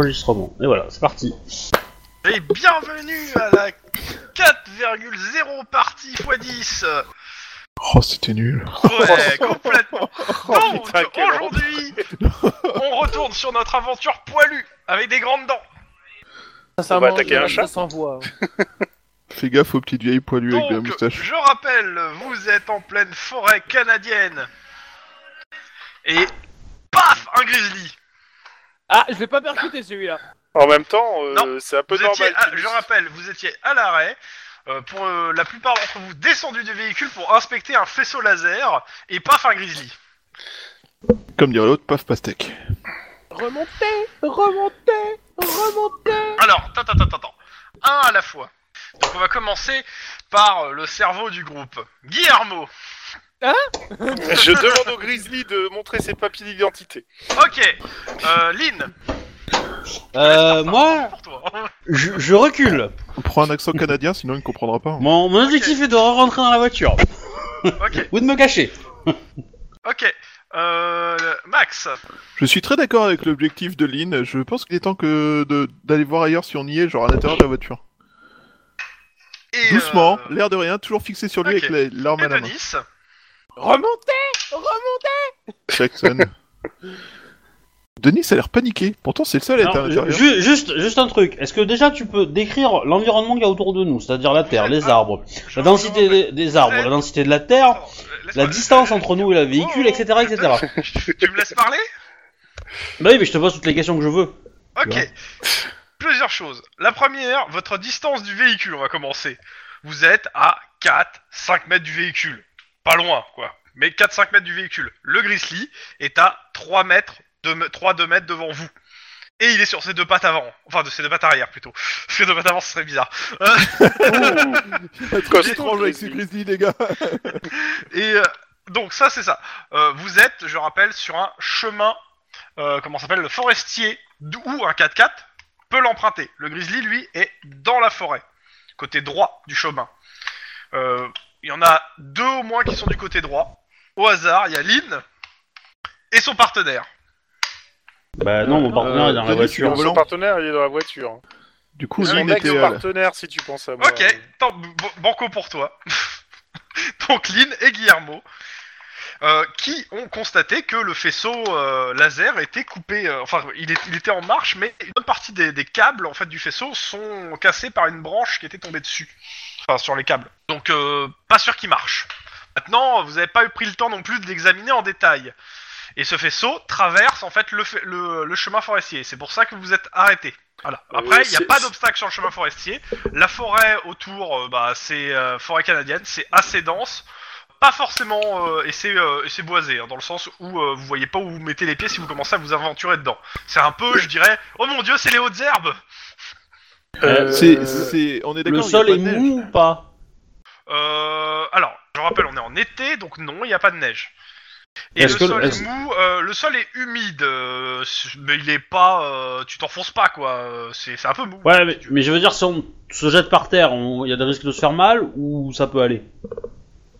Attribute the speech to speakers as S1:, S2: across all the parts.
S1: Enregistrement. Et voilà, c'est parti.
S2: Et bienvenue à la 4,0 partie x10
S3: Oh, c'était nul.
S2: Ouais, complètement Donc,
S4: putain, quelle honte.
S2: aujourd'hui, on retourne sur notre aventure poilue, avec des grandes dents
S4: On va attaquer un chat.
S5: Sans voix.
S3: Fais gaffe aux petites vieilles poilues avec des
S2: Donc,
S3: moustaches.
S2: je rappelle, vous êtes en pleine forêt canadienne Et paf Un grizzly
S5: Ah, je vais pas percuter celui-là.
S4: En même temps, euh,
S2: Non,
S4: c'est un peu
S2: Vous étiez
S4: normal.
S2: à-
S4: qu'ils-
S2: Je rappelle, vous étiez à l'arrêt euh, pour euh, la plupart d'entre vous descendus du véhicule pour inspecter un faisceau laser et paf un grizzly.
S3: Comme dirait l'autre, paf pastèque.
S5: Remontez, remontez, remontez.
S2: Alors, attends, attends, attends, attends. Un à la fois. Donc on va commencer par euh, le cerveau du groupe. Guillermo.
S4: Je demande au Grizzly de montrer ses papiers d'identité.
S2: Ok. Euh, Lynn,
S1: Euh, moi,
S2: pour toi.
S1: je, je recule.
S3: On prend un accent canadien, sinon il ne comprendra pas. hein.
S1: Mon, mon objectif est de rentrer dans la voiture.
S2: ok,
S1: Ou de me cacher.
S2: ok. Euh, Max.
S3: Je suis très d'accord avec l'objectif de Lynn. Je pense qu'il est temps que de- d'aller voir ailleurs si on y est, genre à l'intérieur de la voiture.
S2: Et, euh,
S3: Doucement, l'air de rien, toujours fixé sur lui
S2: ok.
S3: avec la- l'arme
S2: et
S3: à la main.
S2: Denis.
S5: Remontez, remontez.
S3: Jackson. Denis a l'air paniqué. Pourtant, c'est le seul à être à
S1: Alors,
S3: l'intérieur.
S1: ju- juste, juste un truc. Est-ce que déjà tu peux décrire l'environnement qu'il y a autour de nous, c'est-à-dire la terre, les arbres, la densité des, des arbres, la densité de la terre, la distance entre nous et le véhicule, etc., etc.
S2: etc. Tu me laisses parler
S1: Bah oui, mais je te pose toutes les questions que je veux.
S2: Ok.
S1: Ouais.
S2: Plusieurs choses. La première, votre distance du véhicule, on va commencer. Vous êtes à 4, 5 mètres du véhicule. Pas loin, quoi. Mais 4, 5 mètres du véhicule. Le grizzly est à 3 mètres, 3, 2 mètres devant vous. Et il est sur ses deux pattes avant. Enfin, de ses deux pattes arrière, plutôt. Parce que deux pattes avant, ce serait bizarre.
S3: Pas
S4: Costaud,
S3: très étrange avec ces grizzlies,
S4: Grizzly.
S3: les gars.
S2: Et euh, donc ça c'est ça. Euh, vous êtes, je rappelle, sur un chemin, euh, comment ça s'appelle, forestier, d'où un 4x4 peut l'emprunter. Le grizzly, lui, est dans la forêt, côté droit du chemin. Euh, Il y en a deux au moins qui sont du côté droit. Au hasard, il y a Lynn et son partenaire.
S1: Bah non,
S3: Euh,
S1: mon partenaire est dans la
S3: Denis,
S1: voiture.
S3: Sur le volant.
S4: Son partenaire, il est dans la voiture.
S3: Du coup,
S4: Son
S3: Lynn était euh, à la-
S4: ex-partenaire, si tu penses à moi. Euh,
S2: Ok, tant, b- banco pour toi. Donc Lynn et Guillermo, euh, qui ont constaté que le faisceau euh, laser était coupé, euh, enfin il, est- il était en marche, mais une bonne partie des, des câbles en fait du faisceau sont cassés par une branche qui était tombée dessus, enfin sur les câbles. Donc euh, pas sûr qu'il marche. Maintenant, vous n'avez pas eu pris le temps non plus de l'examiner en détail. Et ce faisceau traverse en fait le, fa- le- le chemin forestier. C'est pour ça que vous êtes arrêté. Voilà. Après,
S4: Euh,
S2: il n'y a
S4: c'est-
S2: pas d'obstacle sur le chemin forestier. La forêt autour, euh, bah, c'est euh, forêt canadienne, c'est assez dense. Pas forcément, euh, et c'est euh, et c'est boisé, hein, dans le sens où euh, vous voyez pas où vous mettez les pieds si vous commencez à vous aventurer dedans. C'est un peu, je dirais, oh mon dieu, c'est les hautes herbes
S4: Euh,
S3: C'est- c'est- On est
S1: Le
S3: d'accord. il y a
S1: sol
S3: pas
S1: est
S3: de neige.
S1: mou ou pas
S2: Euh, alors, je rappelle, on est en été, donc non, il n'y a pas de neige. Et le
S1: Est-ce que-
S2: sol est
S1: est-ce-
S2: mou, euh, le sol est humide, euh, s- mais il est pas, euh, tu t'enfonces pas quoi. euh, C'est c'est un peu mou.
S1: Ouais, mais, mais je veux dire, si on se jette par terre, il y a des risques de se faire mal ou ça peut aller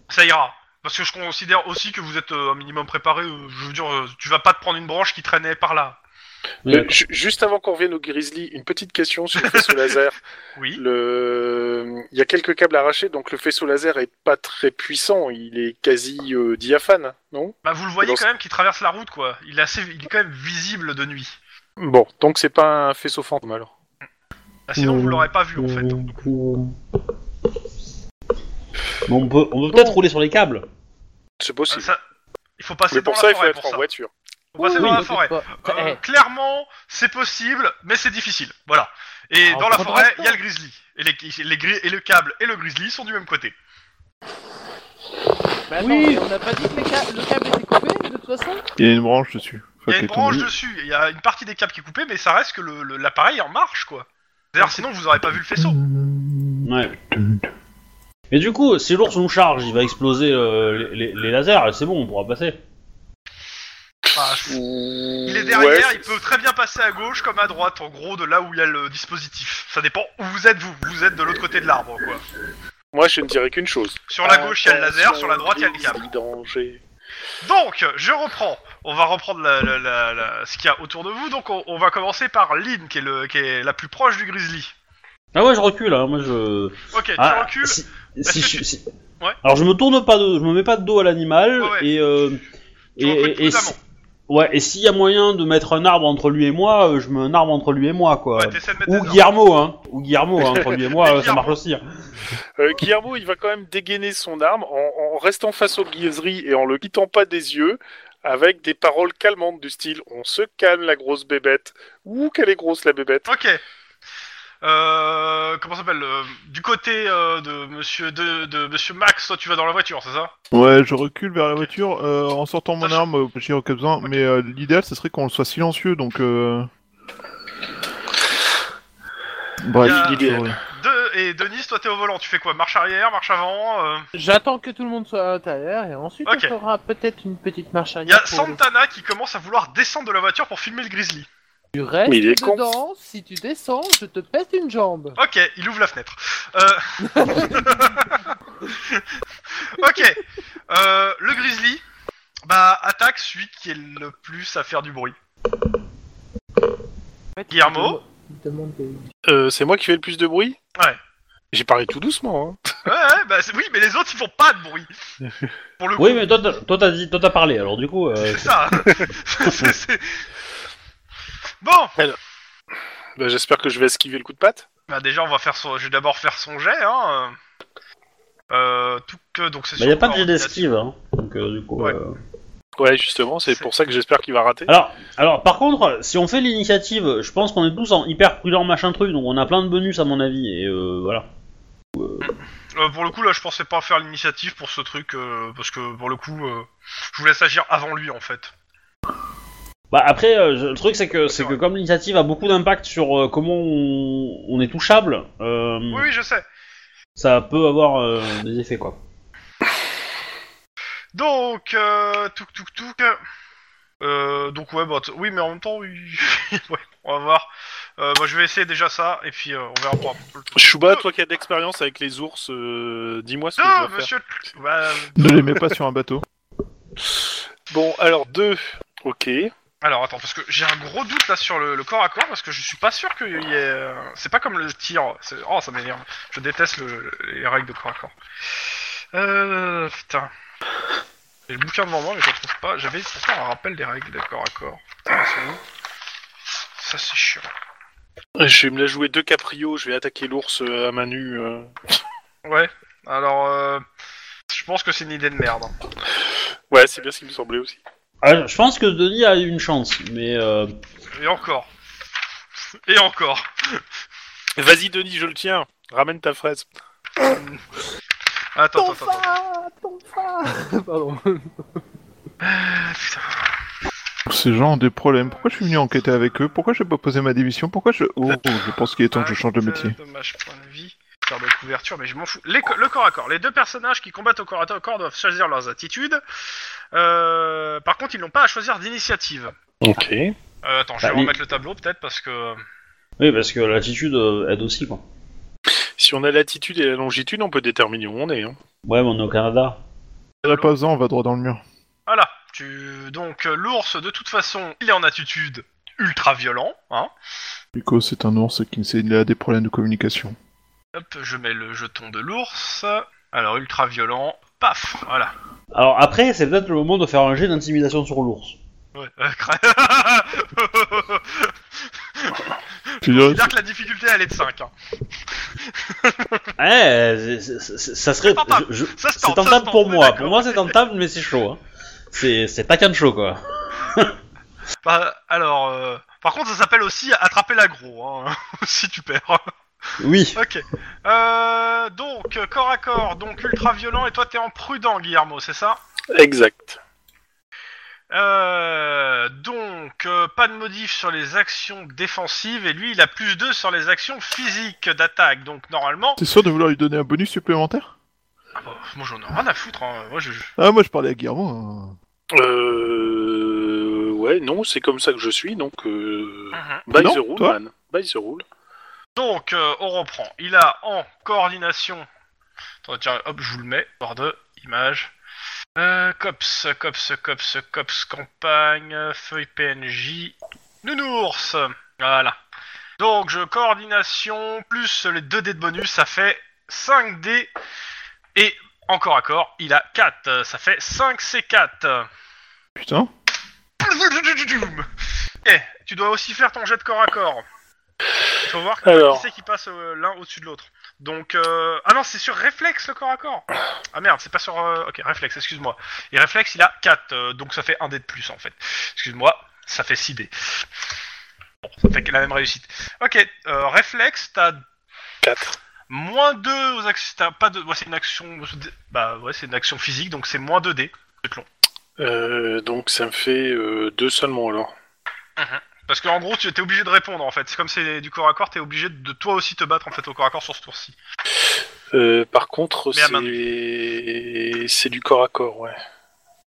S2: Ça ira. Parce que je considère aussi que vous êtes euh, un minimum préparé. euh, je veux dire, euh, tu vas pas te prendre une branche qui traînait par là.
S1: Oui,
S4: Euh, ju- juste avant qu'on revienne au Grizzly, une petite question sur le faisceau laser.
S2: Oui.
S4: Le... Il y a quelques câbles arrachés, donc le faisceau laser est pas très puissant. Il est quasi euh, diaphane, non
S2: Bah vous le voyez
S4: Dans
S2: quand même qu'il traverse la route quoi. Il est assez, il est quand même visible de nuit.
S4: Bon, donc c'est pas un faisceau fantôme alors.
S2: Ah, sinon
S1: Mmh.
S2: vous l'aurez pas vu en fait. hein.
S1: Mais on peut on peut peut-être rouler sur les câbles.
S4: C'est
S2: Euh,
S4: possible.
S2: ça- Il faut passer
S4: Mais
S2: dans
S4: pour ça,
S2: la
S4: il faut
S2: forêt
S4: être
S2: pour
S4: en
S2: ça.
S4: voiture.
S2: Faut passer dans la forêt. Euh,
S5: Eh,
S2: Clairement, c'est possible, mais c'est difficile. Voilà. Et
S5: Ah,
S2: dans la
S5: faudra
S2: forêt,
S5: pas.
S2: il y a le grizzly. Et, les, les gri- et le câble et le grizzly sont du même côté.
S5: bah attends,
S1: Oui.
S5: mais on n'a pas dit que les câ- le câble était coupé de toute façon
S3: Il y a une branche dessus.
S2: Il y
S3: Enfin,
S2: a une
S3: qui est
S2: branche
S3: tombée.
S2: dessus, il y a une partie des câbles qui est coupée, mais ça reste que le- le- l'appareil est en marche, quoi. D'ailleurs, sinon, vous aurez pas vu le faisceau.
S1: Ouais. Et du coup, si l'ours nous charge, il va exploser euh, les, les- les lasers, et c'est bon, on pourra passer.
S2: Enfin, il
S4: Il
S2: est derrière, il peut très bien passer à gauche comme à droite, en gros, de là où il y a le dispositif. Ça dépend où vous êtes, vous. Vous êtes de l'autre côté de l'arbre, quoi.
S4: Moi, je ne dirais qu'une chose. euh,
S2: Sur la gauche, il y a le laser, sur la droite, il y a le câble.
S4: Danger.
S2: Donc, je reprends. on va reprendre la- la- la- la- ce qu'il y a autour de vous. Donc, on, on va commencer par Lynn, qui est, le, qui est la plus proche du grizzly.
S1: Ah ouais, je recule, hein, moi je.
S2: Ok, tu
S1: Ah,
S2: recules.
S1: si-
S2: Est-ce
S1: si
S2: que
S1: je-
S2: tu-
S1: si-
S2: Bah, Ouais.
S1: Alors je me tourne pas de, je me mets pas de dos à l'animal
S2: Ouais, ouais.
S1: et euh,
S2: Tu recules
S1: et, et, et
S2: prudemment.
S1: si- ouais et s'il y a moyen de mettre un arbre entre lui et moi, euh, je mets un arbre entre lui et moi quoi.
S2: Ouais, t'essaies de mettre
S1: Ou
S2: des
S1: Guillermo hein, ou Guillermo hein, entre lui et moi,
S2: Mais
S1: euh, ça marche
S2: Guillermo.
S1: aussi. hein.
S4: Euh, Guillermo, il va quand même dégainer son arme en, en restant face au grizzly et en le quittant pas des yeux, avec des paroles calmantes du style On se calme, la grosse bébête. Ouh, qu'elle est grosse, la bébête.
S2: Ok. Euh, comment ça s'appelle euh, Du côté euh, de Monsieur de, de Monsieur Max, toi tu vas dans la voiture, c'est ça
S3: Ouais, je recule vers la voiture euh, en sortant mon
S2: Ça,
S3: arme, euh, j'ai aucun besoin, mais euh, l'idéal ce serait qu'on soit silencieux donc. Euh... Bref,
S2: Il
S4: y a-
S3: je-
S2: De, Et Denis, toi t'es au volant, tu fais quoi Marche arrière, marche avant euh
S5: J'attends que tout le monde soit à l'intérieur et ensuite
S2: Ok.
S5: on fera peut-être une petite marche
S2: Il y
S5: arrière.
S2: a
S5: pour le-
S2: Santana qui commence à vouloir descendre de la voiture pour filmer le grizzly.
S5: Tu restes
S4: Mais il est con.
S5: dedans, si tu descends, je te pète une jambe.
S2: Ok, il ouvre la fenêtre. Euh... ok. Euh, le grizzly, bah attaque celui qui est le plus à faire du bruit. Guillermo
S5: Demande des-
S4: Euh, c'est moi qui fais le plus de bruit
S2: Ouais.
S4: J'ai parlé tout doucement. hein.
S2: Ouais, ouais, bah c'est- oui, mais les autres ils font pas de bruit. Pour le coup,
S1: Oui mais toi t'as- toi t'as dit toi t'as parlé alors du coup. euh,
S2: c'est ça. C'est- c'est- Bon,
S4: Bah, J'espère que je vais esquiver le coup de patte.
S2: bah déjà on va faire son, je vais d'abord faire son jet, hein. Euh, tout que donc c'est.
S1: Bah, y
S2: sur
S1: a pas de jet
S2: coordination.
S1: d'esquive, hein. Donc, euh, du coup,
S2: Ouais.
S1: euh,
S4: Ouais, justement, c'est pour ça que j'espère qu'il va rater.
S1: Alors, alors, par contre, si on fait l'initiative, je pense qu'on est tous en hyper prudent machin truc, donc on a plein de bonus à mon avis, et euh, voilà.
S2: Euh, pour le coup, là, je pensais pas faire l'initiative pour ce truc, euh, parce que pour le coup, euh, je vous laisse agir avant lui, en fait.
S1: Bah après, euh, je- le truc c'est que c'est
S2: Ouais.
S1: que comme l'initiative a beaucoup d'impact sur euh, comment on, on est touchable, euh,
S2: Oui, oui, je sais.
S1: ça peut avoir euh, des effets quoi.
S2: Donc, euh, touk touk touk. Euh, donc ouais, bah, t- oui, mais en même temps, oui. ouais, on va voir. Euh, moi, je vais essayer déjà ça, et puis euh, on verra pour après le truc.
S4: Chouba, toi qui as de l'expérience avec les ours, euh, dis-moi ce que je
S2: Non,
S4: dois faire.
S2: monsieur. Bah,
S3: Ne les mets pas sur un bateau.
S4: Bon, alors deux. Ok.
S2: alors attends, parce que j'ai un gros doute là sur le, le corps à corps, parce que je suis pas sûr qu'il y ait. euh, C'est pas comme le tir. c'est- Oh, ça m'énerve. Je déteste le- les règles de corps à corps. Euh, putain. J'ai le bouquin devant moi, mais je le trouve pas. J'avais pourtant un rappel des règles de corps à corps. Putain, elles sont où Ça, c'est chiant.
S4: Je vais me la jouer deux Caprio, je vais attaquer l'ours euh, à main nue. euh.
S2: Ouais, alors euh, je pense que c'est une idée de merde. hein.
S4: Ouais, c'est bien ce qui me semblait aussi.
S1: Ah, je pense que Denis a eu une chance, mais euh,
S2: Et encore. Et encore.
S4: Vas-y, Denis, je le tiens. Ramène ta fraise.
S2: Attends, attends,
S5: Ton
S2: attends.
S5: phare Ton phare Pardon.
S3: Ces gens ont des problèmes. Pourquoi je suis venu enquêter avec eux Pourquoi j'ai pas posé ma démission Pourquoi je. Oh, je pense qu'il est temps que je change de métier.
S2: Dommage, point de vie. Faire de couverture, mais je m'en fous. Les co- le corps à corps. Les deux personnages qui combattent au corps à corps doivent choisir leurs attitudes. Euh, par contre, ils n'ont pas à choisir d'initiative.
S4: Ok.
S2: Euh, attends, je vais
S1: Bah, mais-
S2: remettre le tableau peut-être parce que. euh,
S1: oui parce que l'attitude euh, aide aussi quoi.
S4: Si on a l'altitude et la longitude, on peut déterminer où on est. hein.
S1: Ouais, mais on est au Canada.
S3: On a pas besoin, on va droit dans le mur.
S2: Voilà. Tu... Donc, euh, l'ours, de toute façon, il est en attitude ultra violent. Hein.
S3: Nico, c'est un ours qui sait- il a des problèmes de communication.
S2: Hop, je mets le jeton de l'ours. Alors, ultra violent. Paf, voilà.
S1: Alors après, c'est peut-être le moment de faire un jet d'intimidation sur l'ours.
S2: Ouais, euh, cra-
S3: Je dirais-
S2: C'est-à-dire que la difficulté, elle est de 5. hein.
S1: Eh, c'est- c'est- c'est- ça serait.
S2: tentable.
S1: je- je-
S2: Ça se
S1: C'est
S2: tente, ça se
S1: tentable
S2: tente,
S1: pour
S2: on est
S1: moi.
S2: d'accord.
S1: Pour moi, c'est tentable, mais c'est chaud. Hein. C'est c'est pas qu'un chaud quoi.
S2: Bah, alors, euh, par contre, ça s'appelle aussi attraper l'agro, hein, si tu perds.
S1: Oui.
S2: ok. Euh, donc, euh, corps à corps, donc ultra violent, et toi, t'es en prudent, Guillermo, c'est ça
S4: Exact.
S2: Euh, donc, euh, pas de modif sur les actions défensives, et lui, il a plus 2 sur les actions physiques d'attaque. Donc, normalement,
S3: T'es sûr de vouloir lui donner un bonus supplémentaire
S2: Ah bah, moi, j'en ai rien à foutre. Hein. Moi, je...
S3: Ah, moi je parlais à Guillermo. hein.
S4: Euh... Ouais, non, c'est comme ça que je suis, donc... Euh...
S2: Mhm.
S4: By
S3: Non,
S4: the rule,
S3: toi
S4: man. By the rule.
S2: Donc, euh, on reprend. Il a en coordination. Attends, tiens, hop, je vous le mets. Par deux, image. Euh, cops, cops, cops, cops, campagne, euh, feuille PNJ, nounours. Voilà. Donc, je coordination plus les 2 dés de bonus, ça fait 5 dés. Et encore à corps, il a 4. Ça fait 5 C4.
S3: Putain.
S2: Eh, tu dois aussi faire ton jet de corps à corps. Il faut voir
S4: Alors.
S2: qui c'est qui passe euh, l'un au-dessus de l'autre. Donc, euh... ah non, c'est sur réflexe le corps à corps. Ah merde, c'est pas sur. euh, Ok, réflexe, excuse-moi. Et réflexe, il a 4, donc ça fait un dé de plus en fait. Excuse-moi, ça fait 6 dés. Bon, ça fait la même réussite. Ok, euh, réflexe, t'as
S4: 4.
S2: moins 2 aux actions. T'as pas de. ouais, c'est une action. Bah ouais, c'est une action physique, donc c'est moins 2 dés. C'est long.
S4: Euh, donc ça me fait 2 seulement alors.
S2: Parce qu'en gros, tu étais obligé de répondre en fait. C'est comme c'est du corps à corps, t'es obligé de toi aussi te battre en fait au corps à corps sur ce tour-ci.
S4: Euh, par contre,
S2: Mais à main
S4: c'est c'est du corps à corps, ouais.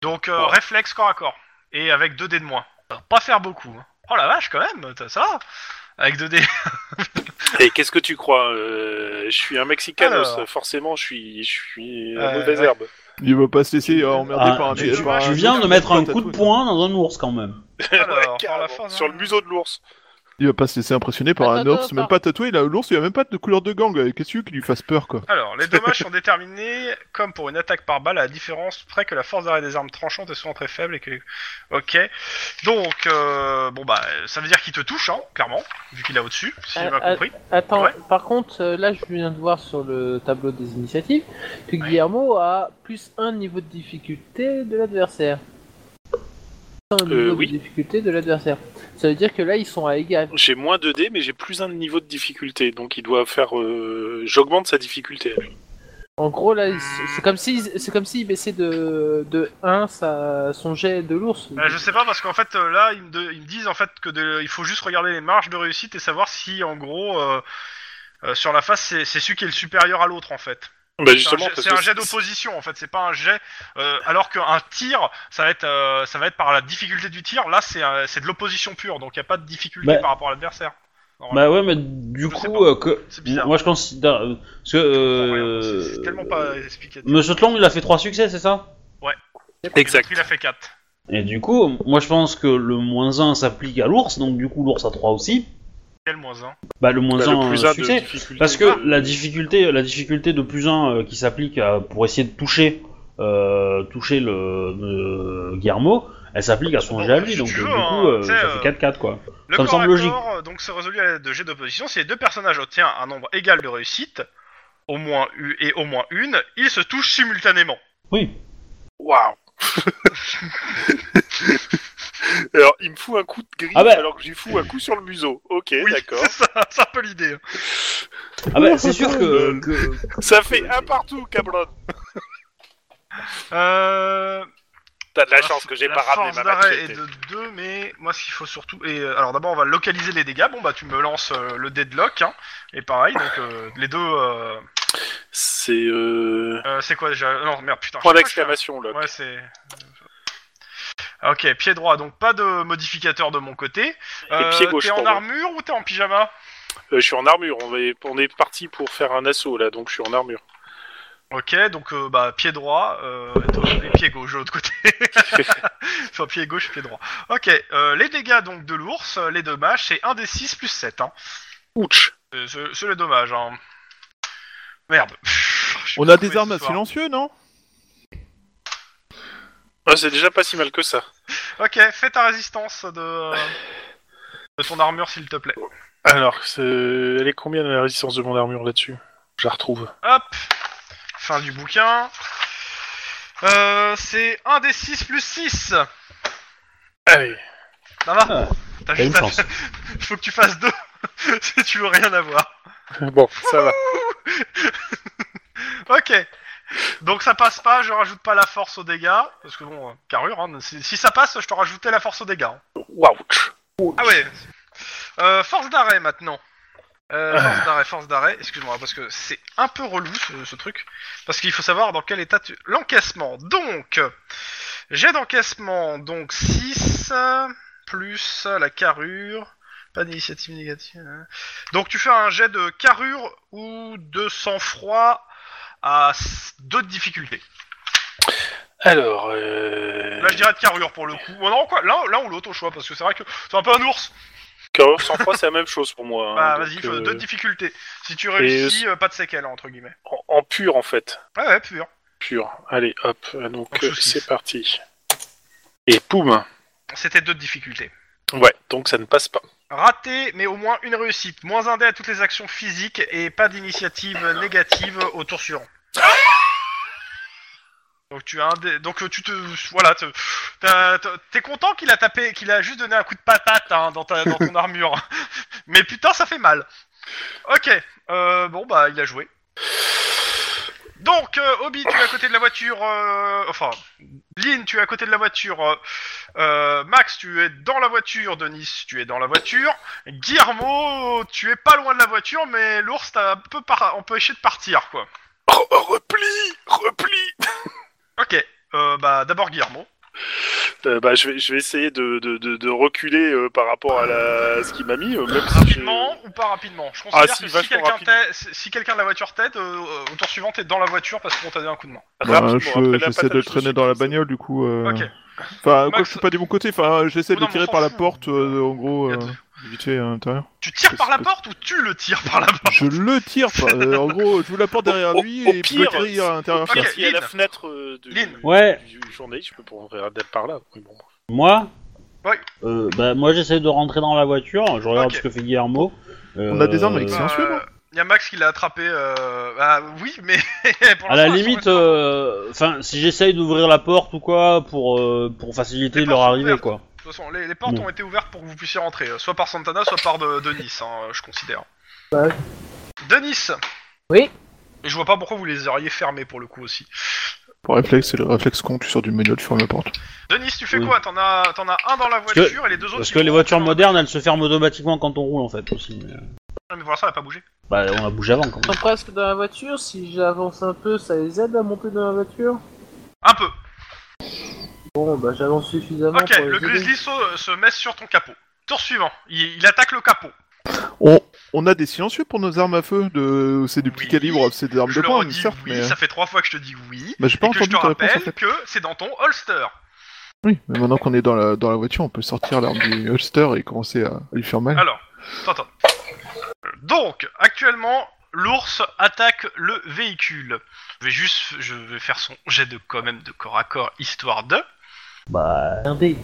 S2: Donc euh, réflexe corps à corps. Et avec 2 dés de moins. Ça va Pas faire beaucoup. hein. Oh la vache quand même, t'as ça va Avec 2 dés.
S4: Et qu'est-ce que tu crois euh, Je suis un Mexicanos,
S2: Alors.
S4: forcément, je suis, je suis
S2: Euh,
S4: la mauvaise
S2: ouais.
S4: herbe.
S3: Il va pas se laisser euh, emmerder
S1: Ah,
S3: par un
S1: tu,
S2: tu-
S3: par
S1: tu
S3: un-
S1: viens de mettre un coup de
S3: patate,
S1: poing dans un ours quand même.
S2: Alors, par la
S4: Carrément,
S2: fin,
S4: sur
S2: hein.
S4: le museau de l'ours.
S3: Il va pas se laisser impressionner par un
S5: Attends,
S3: ours,
S5: attends,
S3: même
S5: attends.
S3: pas tatoué. Là, l'ours, il a même pas de couleur de gang. euh, Qu'est-ce que tu veux qu'il lui fasse peur, quoi
S2: Alors, les dommages sont déterminés comme pour une attaque par balle, à la différence près que la force d'arrêt des armes tranchantes est souvent très faible et que. Ok. Donc, euh, bon bah, ça veut dire qu'il te touche, hein, clairement, vu qu'il est au-dessus, si
S5: Euh,
S2: j'ai bien
S5: euh,
S2: compris.
S5: Attends,
S2: Ouais.
S5: par contre, euh, là je viens de voir sur le tableau des initiatives que Guillermo a plus un niveau de difficulté de l'adversaire. Un niveau
S4: Euh, oui.
S5: de difficulté de l'adversaire. Ça veut dire que là ils sont à égal.
S4: J'ai moins de dés, mais j'ai plus un niveau de difficulté, donc il doit faire. euh, J'augmente sa difficulté. à lui.
S5: En gros là, ils- c'est comme si c'est comme s'il baissait de, de 1 sa, son jet de l'ours.
S2: Euh, je sais pas parce qu'en fait euh, là ils me, de- ils me disent en fait que de- il faut juste regarder les marges de réussite et savoir si en gros euh, euh, sur la face c'est c'est celui qui est le supérieur à l'autre en fait.
S4: Bah
S2: C'est un
S4: justement,
S2: jet-
S4: parce
S2: C'est un,
S4: que
S2: jet d'opposition en fait, c'est pas un jet euh, alors qu'un tir ça va être euh, ça va être par la difficulté du tir. Là c'est euh, c'est de l'opposition pure donc il y a pas de difficulté
S1: Bah.
S2: par rapport à l'adversaire. Normalement.
S1: Bah ouais, mais du
S2: Je sais
S1: coup,
S2: pas.
S1: euh, que...
S2: C'est bizarre.
S1: moi je considère. euh, Parce que.
S2: Rien,
S1: euh,
S2: hein, c'est- C'est tellement pas explicatif.
S1: Monsieur Tlong, il a fait 3 succès, c'est ça
S4: Exact.
S2: Il a fait 4.
S1: Et du coup, moi je pense que le moins 1 s'applique à l'ours, donc du coup l'ours a 3 aussi.
S2: Quel hein. moins un.
S1: Bah le moins
S4: bah,
S1: 1
S4: le plus un de
S1: succès.
S4: difficulté.
S1: Parce
S2: Ah.
S1: que la difficulté, la difficulté de plus 1 qui s'applique à- pour essayer de toucher, euh, toucher le euh, Guillermo, elle s'applique à son
S2: Bon,
S1: jet à lui,
S2: si
S1: donc
S2: tu
S1: euh,
S2: veux,
S1: du coup
S2: hein,
S1: euh,
S2: tu
S1: ça
S2: sais, euh,
S1: fait 4-4 quoi.
S2: Le
S1: Ça me
S2: corps
S1: semble
S2: à
S1: logique.
S2: corps, euh, donc se résolut à l'aide de jets d'opposition. Si les deux personnages obtiennent un nombre égal de réussites, au moins u- et au moins une, ils se touchent simultanément.
S1: Oui.
S4: Waouh Alors, il me fout un coup de griffe
S1: Ah bah.
S4: alors que j'y fous un coup sur le museau. Ok,
S2: oui,
S4: d'accord.
S2: c'est ça, c'est un peu l'idée. hein.
S1: Ah bah c'est sûr que, que-
S4: Ça fait un partout, cabron.
S2: Euh,
S4: T'as de la chance que j'ai
S2: la
S4: pas ramené
S2: force
S4: ma
S2: d'arrêt est
S4: machette.
S2: de 2, mais moi ce qu'il faut surtout... Et, euh, alors d'abord on va localiser les dégâts, bon bah tu me lances euh, le deadlock, hein. et pareil, donc euh, les deux... euh,
S4: C'est euh...
S2: euh, c'est quoi déjà Non merde putain.
S4: point
S2: je sais pas,
S4: d'exclamation
S2: je
S4: là.
S2: fais un- Ouais c'est... Ok, pied droit, donc pas de modificateur de mon côté. Euh,
S4: pied gauche
S2: T'es en
S4: pour moi.
S2: armure ou t'es en pyjama
S4: Euh, je suis en armure. On est on est parti pour faire un assaut là, donc je suis en armure.
S2: Ok, donc euh, bah, pied droit euh, et pied gauche de l'autre côté. enfin, pied gauche, pied droit. Ok, euh, les dégâts donc de l'ours, euh, les dommages, c'est 1 des 6 plus 7. Hein.
S4: Ouch.
S2: Euh, C'est c'est les dommages. Hein. Merde. Je suis
S3: On a
S2: trouvé
S3: des armes
S2: ce
S3: à
S2: soir.
S3: silencieux, non
S4: Ah, c'est déjà pas si mal que ça.
S2: Ok, fais ta résistance de, euh, de ton armure s'il te plaît.
S4: Alors, c'est- elle est combien la résistance de mon armure là-dessus Je la retrouve.
S2: Hop, fin du bouquin. Euh, c'est 1 des 6 plus 6.
S4: Allez.
S2: Ça va
S1: Ah,
S2: T'as
S1: t'as une
S2: juste à-
S1: chance.
S2: Faut que tu fasses 2 si tu veux rien avoir.
S4: Bon, ça va.
S2: Ok. Donc ça passe pas, je rajoute pas la force aux dégâts. Parce que bon, euh, carrure, hein, si, si ça passe, je te rajoutais la force aux dégâts. hein.
S4: Ouch.
S2: Ah ouais. Euh, force d'arrêt maintenant.
S4: Ah.
S2: Euh, force d'arrêt, force d'arrêt, excuse-moi, parce que c'est un peu relou ce, ce truc. Parce qu'il faut savoir dans quel état tu... L'encaissement. Donc, j'ai d'encaissement, donc 6, plus la carrure. Pas d'initiative négative. hein. Donc tu fais un jet de carrure ou de sang-froid à s- deux difficultés.
S4: Alors, euh...
S2: Là, je dirais de carrure pour le coup. Oh, non, quoi Là, là, on l'autre au choix parce que c'est vrai que c'est un peu un ours.
S4: carrure sans froid, c'est la même chose pour moi. hein,
S2: Bah,
S4: donc,
S2: vas-y,
S4: euh,
S2: deux difficultés. Si tu réussis, euh, pas de séquelles, entre guillemets.
S4: en, en pur, en fait.
S2: Ouais, ouais, pur.
S4: Pur. Allez, hop. euh, Donc,
S2: je
S4: euh,
S2: skiffe.
S4: c'est parti. Et poum.
S2: C'était deux difficultés.
S4: Ouais, donc ça ne passe pas.
S2: Raté, mais au moins une réussite. Moins un dé à toutes les actions physiques et pas d'initiative négative au tour suivant. Donc tu as un dé- donc tu te voilà te- t'as- t'as- t'es content qu'il a tapé qu'il a juste donné un coup de patate hein, dans ta dans ton armure mais putain ça fait mal ok euh, bon bah il a joué donc euh, Obi tu es à côté de la voiture euh, enfin Lynn tu es à côté de la voiture euh, euh, Max, tu es dans la voiture, Denis, tu es dans la voiture. Guillermo, tu es pas loin de la voiture, mais l'ours t'a un peu par- empêché de partir, quoi.
S4: Oh, repli Repli
S2: Ok, euh, bah d'abord Guillermo.
S4: Euh, bah, je, vais, je vais essayer de, de, de, de reculer euh, par rapport à, la... à ce qu'il m'a mis. euh, même si j'ai-
S2: Rapidement ou pas rapidement Je considère
S4: Ah, si,
S2: que si
S4: vachement
S2: quelqu'un,
S4: rapide.
S2: t'aide- si si quelqu'un de la voiture t'aide, euh, euh, au tour suivant t'es dans la voiture parce qu'on t'a donné un coup de main.
S4: Rapidement,
S3: Bah, je-
S4: après la
S3: j'essaie
S4: patate,
S3: de le
S4: je
S3: traîner
S4: suis
S3: dans la
S4: comme ça.
S3: bagnole, du coup. euh,
S2: Ok,
S3: Enfin, quoi,
S2: Max-
S3: je suis pas du bon côté, enfin, j'essaie de
S2: Non,
S3: le
S2: mais
S3: tirer
S2: on
S3: par
S2: s'en
S3: la
S2: fout.
S3: porte, euh, en gros,
S2: Y a
S3: euh, vite fait à l'intérieur.
S2: tu tires par la
S3: Qu'est-ce
S2: porte ou tu le tires par la porte
S3: Je le tire, quoi. Euh, en gros, je vous la porte derrière
S4: Au-
S3: lui
S4: au
S3: et puis
S4: pire,
S3: je le tire à l'intérieur.
S4: Au pire,
S2: Ok,
S4: s'il y a la
S2: Lynn.
S4: fenêtre euh, de,
S2: Lynn.
S4: du-
S1: Ouais.
S4: du journaliste, je peux prendre un date par là. Oui, bon.
S1: Moi
S2: Oui.
S1: Euh, bah, moi j'essaie de rentrer dans la voiture, je regarde
S2: Ok.
S1: ce que fait Guillermo.
S3: On a des armes avec
S1: euh,
S3: ça. silencieux, non
S2: Il y a Max qui l'a attrapé. Euh... Bah oui, mais. pour
S1: À la
S2: l'instant, elles sont
S1: limite,
S2: restées-
S1: euh, enfin, si j'essaye d'ouvrir la porte ou quoi, pour, euh, pour faciliter
S2: Les
S1: leur
S2: portes sont
S1: arrivée,
S2: ouvertes.
S1: quoi.
S2: De toute façon, les, les portes
S1: Non.
S2: ont été ouvertes pour que vous puissiez rentrer, euh, soit par Santana, soit par de, Denis, hein, euh, je considère.
S5: Ouais.
S2: Denis
S5: Oui
S2: Et je vois pas pourquoi vous les auriez fermées pour le coup aussi.
S3: Pour réflexe, c'est le réflexe con, tu sors du manuel, tu fermes la porte.
S2: Denis, tu fais
S1: Oui.
S2: quoi T'en as, t'en as un dans la
S1: Parce que-
S2: voiture et les deux autres.
S1: Parce
S2: ils
S1: que les
S2: vont
S1: voitures
S2: rentrer dans-
S1: modernes, elles se ferment automatiquement quand on roule, en fait, aussi. mais, euh,
S2: Ah, Mais pour l'instant, elle a pas bougé.
S1: Bah, on a bougé avant, quand
S5: Ils
S1: même.
S5: sont presque dans la voiture, si j'avance un peu, ça les aide à monter dans la voiture
S2: Un peu.
S5: Bon, bah j'avance suffisamment
S2: Ok,
S5: pour les
S2: le
S5: aider.
S2: grizzly se, se met sur ton capot. Tour suivant, il, il attaque le capot.
S3: On, on a des silencieux pour nos armes à feu, de... c'est du petit
S2: Oui.
S3: calibre, c'est des armes
S2: Je
S3: de
S2: le
S3: poing,
S2: redis,
S3: certes,
S2: oui,
S3: mais.
S2: ça fait trois fois que je te dis oui.
S3: Bah, j'ai pas
S2: et que je
S3: entendu
S2: te
S3: ta réponse en
S2: rappelle
S3: fait.
S2: que c'est dans ton holster.
S3: Oui, mais maintenant qu'on est dans la, dans la voiture, on peut sortir l'arme du holster et commencer à, à lui faire mal.
S2: Alors, attends. attends. Donc, actuellement, l'ours attaque le véhicule. Je vais juste, je vais faire son jet de quand même de corps à corps, histoire de.
S1: Bah,
S5: Regardez.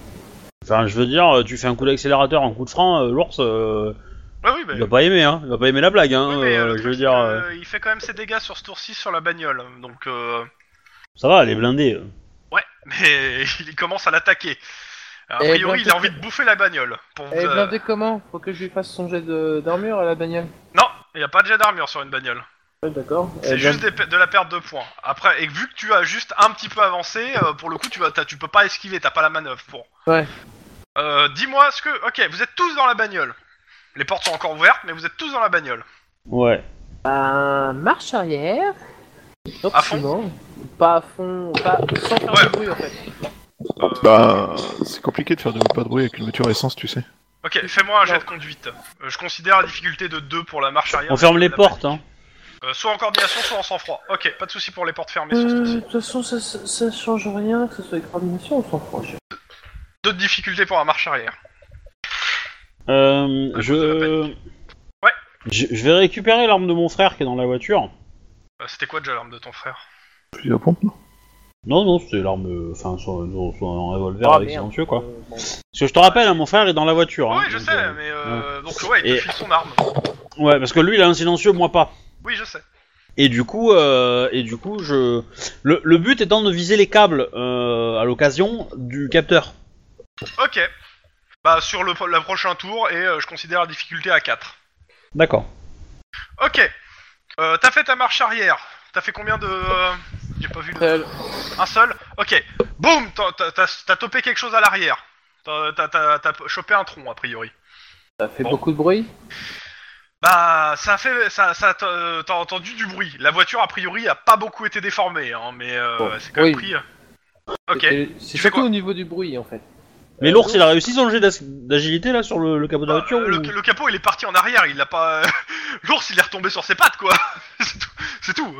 S1: enfin, je veux dire, euh, tu fais un coup d'accélérateur, un coup de frein, euh, l'ours, euh,
S2: Ouais, oui, mais,
S1: il va pas aimer, hein. Il va pas aimer la blague,
S2: oui,
S1: hein.
S2: mais,
S1: euh,
S2: euh, le
S1: je
S2: truc,
S1: veux dire,
S2: c'est
S1: euh,
S2: que, euh, il fait quand même ses dégâts sur ce tour-ci sur la bagnole, donc euh,
S1: ça va, elle est blindée. euh.
S2: ouais, mais il commence à l'attaquer. A
S5: Eh
S2: priori,
S5: ben,
S2: il a envie de bouffer la bagnole. Pour vous,
S5: Elle est
S2: euh,
S5: blindée Eh, comment Faut que je lui fasse son jet de- d'armure à la bagnole.
S2: Non, il n'y a pas de jet d'armure sur une bagnole.
S5: Ouais, d'accord. Eh ben,
S2: C'est
S5: Elle
S2: juste des pe- de la perte de points. Après, et vu que tu as juste un petit peu avancé, euh, pour le coup, tu, vas, t'as- tu peux pas esquiver, t'as pas la manœuvre pour.
S5: Ouais.
S2: Euh, Dis-moi ce que. Ok, vous êtes tous dans la bagnole. Les portes sont encore ouvertes, mais vous êtes tous dans la bagnole.
S1: Ouais.
S5: Bah, marche arrière.
S2: À fond
S5: Gentiment. Pas à fond, pas sans faire
S2: Ouais.
S5: de bruit en fait.
S2: Euh,
S3: Bah, c'est compliqué de faire de pas de bruit avec une voiture à essence, tu sais.
S2: Ok, fais-moi un jet
S5: Non.
S2: de conduite. Euh, je considère la difficulté de 2 pour la marche arrière.
S1: On ferme les
S2: La
S1: portes,
S2: panique.
S1: hein.
S2: Euh, soit en coordination, soit en sang-froid. Ok, pas de souci pour les portes fermées sur ce
S5: Euh, De
S2: tour-ci.
S5: toute façon, ça, ça, ça change rien, que ce soit avec coordination ou sans proche.
S2: D'autres difficultés pour la marche arrière.
S1: Euh,
S2: À cause de la
S1: je...
S2: Ouais.
S1: Je, je vais récupérer l'arme de mon frère qui est dans la voiture.
S2: Euh, C'était quoi déjà l'arme de ton frère
S3: Fusil à pompe, non
S1: Non, non, c'est l'arme, euh, enfin, son, son- son revolver
S5: Oh,
S1: avec
S5: merde.
S1: silencieux, quoi.
S5: Euh, bon.
S1: Parce que je te rappelle, hein, mon frère est dans la voiture. hein,
S2: Oui, je
S1: donc,
S2: sais,
S1: euh,
S2: mais euh, donc ouais, il te
S1: Et-
S2: file son arme.
S1: Ouais, parce que lui, il a un silencieux, moi pas.
S2: Oui, je sais.
S1: Et du coup, euh, et du coup, je. Le, le but étant de viser les câbles euh, à l'occasion du capteur.
S2: Ok. Bah sur le, le prochain tour et euh, je considère la difficulté à 4.
S1: D'accord.
S2: Ok. Euh, t'as fait ta marche arrière. T'as fait combien de... euh, J'ai pas vu le...
S5: Euh,
S2: Un seul Ok. Boum T'as- t'as- T'as t'as topé quelque chose à l'arrière. T'as- T'as t'as- t'as chopé un tronc a priori.
S5: Ça fait
S2: Bon.
S5: beaucoup de bruit.
S2: Bah ça fait... ça, ça t'a euh, t'as entendu du bruit. La voiture a priori a pas beaucoup été déformée. Hein, mais euh,
S5: Bon,
S2: c'est quand même
S5: oui.
S2: pris... Ok.
S5: C'était- C'est
S2: Tu fais
S5: surtout
S2: quoi
S5: au niveau du bruit en fait.
S1: Mais
S5: Euh,
S1: l'ours, il
S5: l'ours-
S1: a réussi son jet d'as- d'agilité là sur le, le capot de la voiture
S2: Euh, le,
S1: ou-
S2: le capot il est parti en arrière. Il l'a pas... L'ours il est retombé sur ses pattes quoi. c'est tout. C'est tout.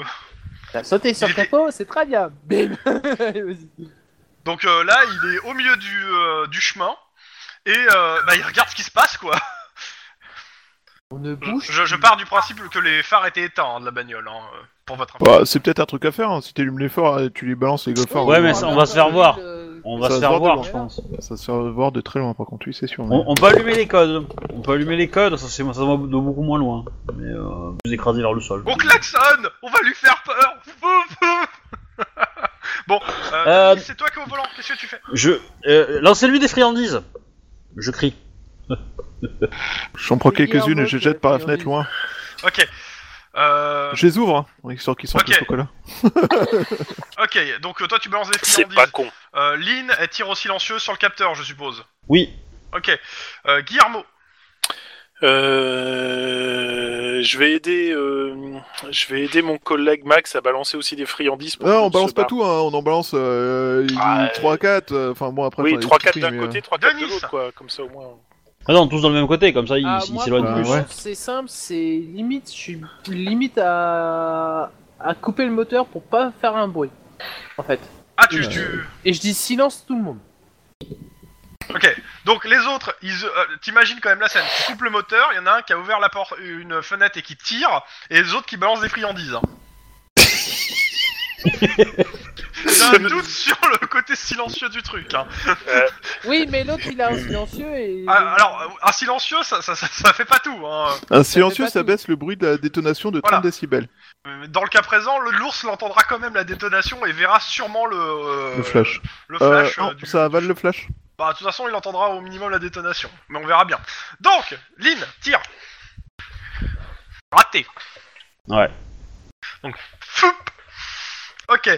S5: T'as sauté sur
S2: Il
S5: ta
S2: était-
S5: peau, c'est très bien. Bim Allez, vas-y.
S2: Donc euh, là, il est au milieu du, euh, du chemin et euh, bah, il regarde ce qui se passe quoi.
S5: On ne bouge.
S2: Je, je pars du principe que les phares étaient éteints hein, de la bagnole hein, euh, pour votre info.
S3: Bah, c'est peut-être un truc à faire, hein. si t'allumes les phares, euh, tu les balances les gophards.
S1: Ouais,
S3: euh,
S1: mais
S3: ça...
S1: ça- on va se faire voir.
S5: Euh,
S1: On va
S3: Ça
S1: se
S3: va
S1: faire
S3: se voir
S1: voir,
S3: demain.
S1: je pense.
S3: se fait voir de très loin par contre, oui, c'est sûr. mais-
S1: On, on peut allumer les codes. On peut allumer les codes, ça, c'est- ça va de beaucoup moins loin. Mais euh, plus écrasé vers le sol.
S2: On klaxonne On va lui faire peur Bon, euh,
S1: Euh,
S2: Denis, c'est toi qui es au volant, qu'est-ce que tu fais
S1: Je. euh, Lancez-lui des friandises Je crie.
S3: J'en prends
S5: Il y a
S3: quelques-unes
S5: un
S3: et je
S5: mot
S3: jette par la
S5: qui
S3: fenêtre
S5: revient.
S3: loin.
S2: Ok. Euh,
S3: Je les ouvre, hein, pour histoire qu'ils sortent
S2: Ok.
S3: le chocolat.
S2: ok, donc euh, toi tu balances des
S4: C'est pas
S2: friandises.
S4: con.
S2: Euh, Lynn, elle tire au silencieux sur le capteur, je suppose.
S1: Oui.
S2: Ok. Euh, Guillermo,
S4: Euh, je vais aider, euh, je vais aider mon collègue Max à balancer aussi des friandises. Pour
S3: Ah,
S4: qu'il
S3: on
S4: se
S3: balance pas
S4: barre.
S3: tout, hein, on en balance euh,
S4: Ah,
S3: 3-4, euh, enfin bon après...
S4: Oui,
S3: enfin, les
S4: 3-4
S3: petits
S4: d'un
S3: prix, mais,
S4: côté, 3-4 de
S2: Denis.
S4: l'autre, quoi. Comme ça, au moins.
S1: Ah non, tous dans le même côté, comme ça ils
S5: ah,
S1: ils
S5: moi,
S1: s'éloignent
S5: pour
S3: bah,
S5: le
S1: plus.
S3: ouais.
S5: jour, C'est simple, c'est limite, je suis limite à... à couper le moteur pour pas faire un bruit. En fait.
S2: ah tu,
S3: Euh,
S2: tu...
S5: Et je dis silence tout le monde.
S2: Ok, donc les autres, ils, euh, t'imagines quand même la scène. Tu coupes le moteur, il y en a un qui a ouvert la porte, une fenêtre et qui tire, et les autres qui balancent des friandises. hein. J'ai un doute sur le côté silencieux du truc. hein.
S5: Oui, mais l'autre il a un silencieux et.
S2: Ah, alors, euh, un silencieux, ça, ça, ça, ça fait pas tout. Hein.
S3: euh, Un silencieux,
S5: pas
S3: ça
S5: tout.
S3: baisse le bruit de la détonation de 30
S2: Voilà.
S3: décibels.
S2: Euh, Dans le cas présent, le- l'ours l'entendra quand même la détonation et verra sûrement le... euh,
S3: Le flash.
S2: Le flash.
S3: Euh,
S2: euh,
S3: non,
S2: du-
S3: Ça avale le flash.
S2: Bah, de toute façon, il entendra au minimum la détonation. Mais on verra bien. Donc, Lynn, tire. Raté.
S1: Ouais.
S2: Donc, foup. Ok.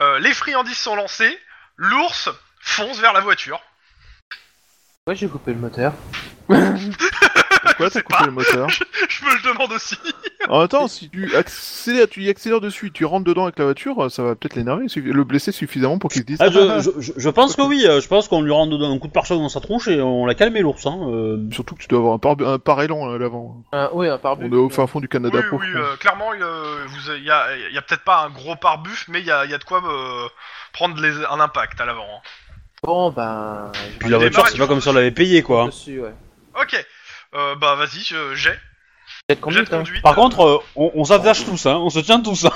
S2: Euh, les friandises sont lancées. L'ours fonce vers la voiture.
S5: Ouais, j'ai coupé le moteur.
S3: Pourquoi t'as coupé le moteur
S2: Je me le demande aussi.
S3: En même temps, si tu accélères, tu y accélères dessus, tu rentres dedans avec la voiture, euh, ça va peut-être l'énerver, suffi- le blesser suffisamment pour qu'il se dise.
S1: Ah, je,
S3: Ah,
S1: je- je- je pense que oui, euh, je pense qu'on lui rend dedans un coup de pare-choc dans sa tronche et on l'a calmé l'ours. Hein. euh.
S3: ah. Surtout que tu dois avoir un, par un parellant à l'avant.
S5: Ah, oui, un pare
S3: On est au fin fond du
S2: Oui,
S3: Canada pour
S2: oui, euh, clairement, il euh, vous- il y a, il y a peut-être pas un gros pare-buff, mais il y a, il y a de quoi euh, prendre les- un impact à l'avant. hein.
S5: Bon, ben.
S1: Puis la voiture, c'est pas comme si on l'avait payé quoi.
S5: Dessus, ouais.
S2: Ok. Euh, bah, vas-y, je- j'ai.
S5: J'ai de
S2: J'ai
S5: conduite,
S2: de
S5: hein.
S2: conduite.
S1: Par contre, euh, on, on s'attache tous, hein, on se tient tous. hein.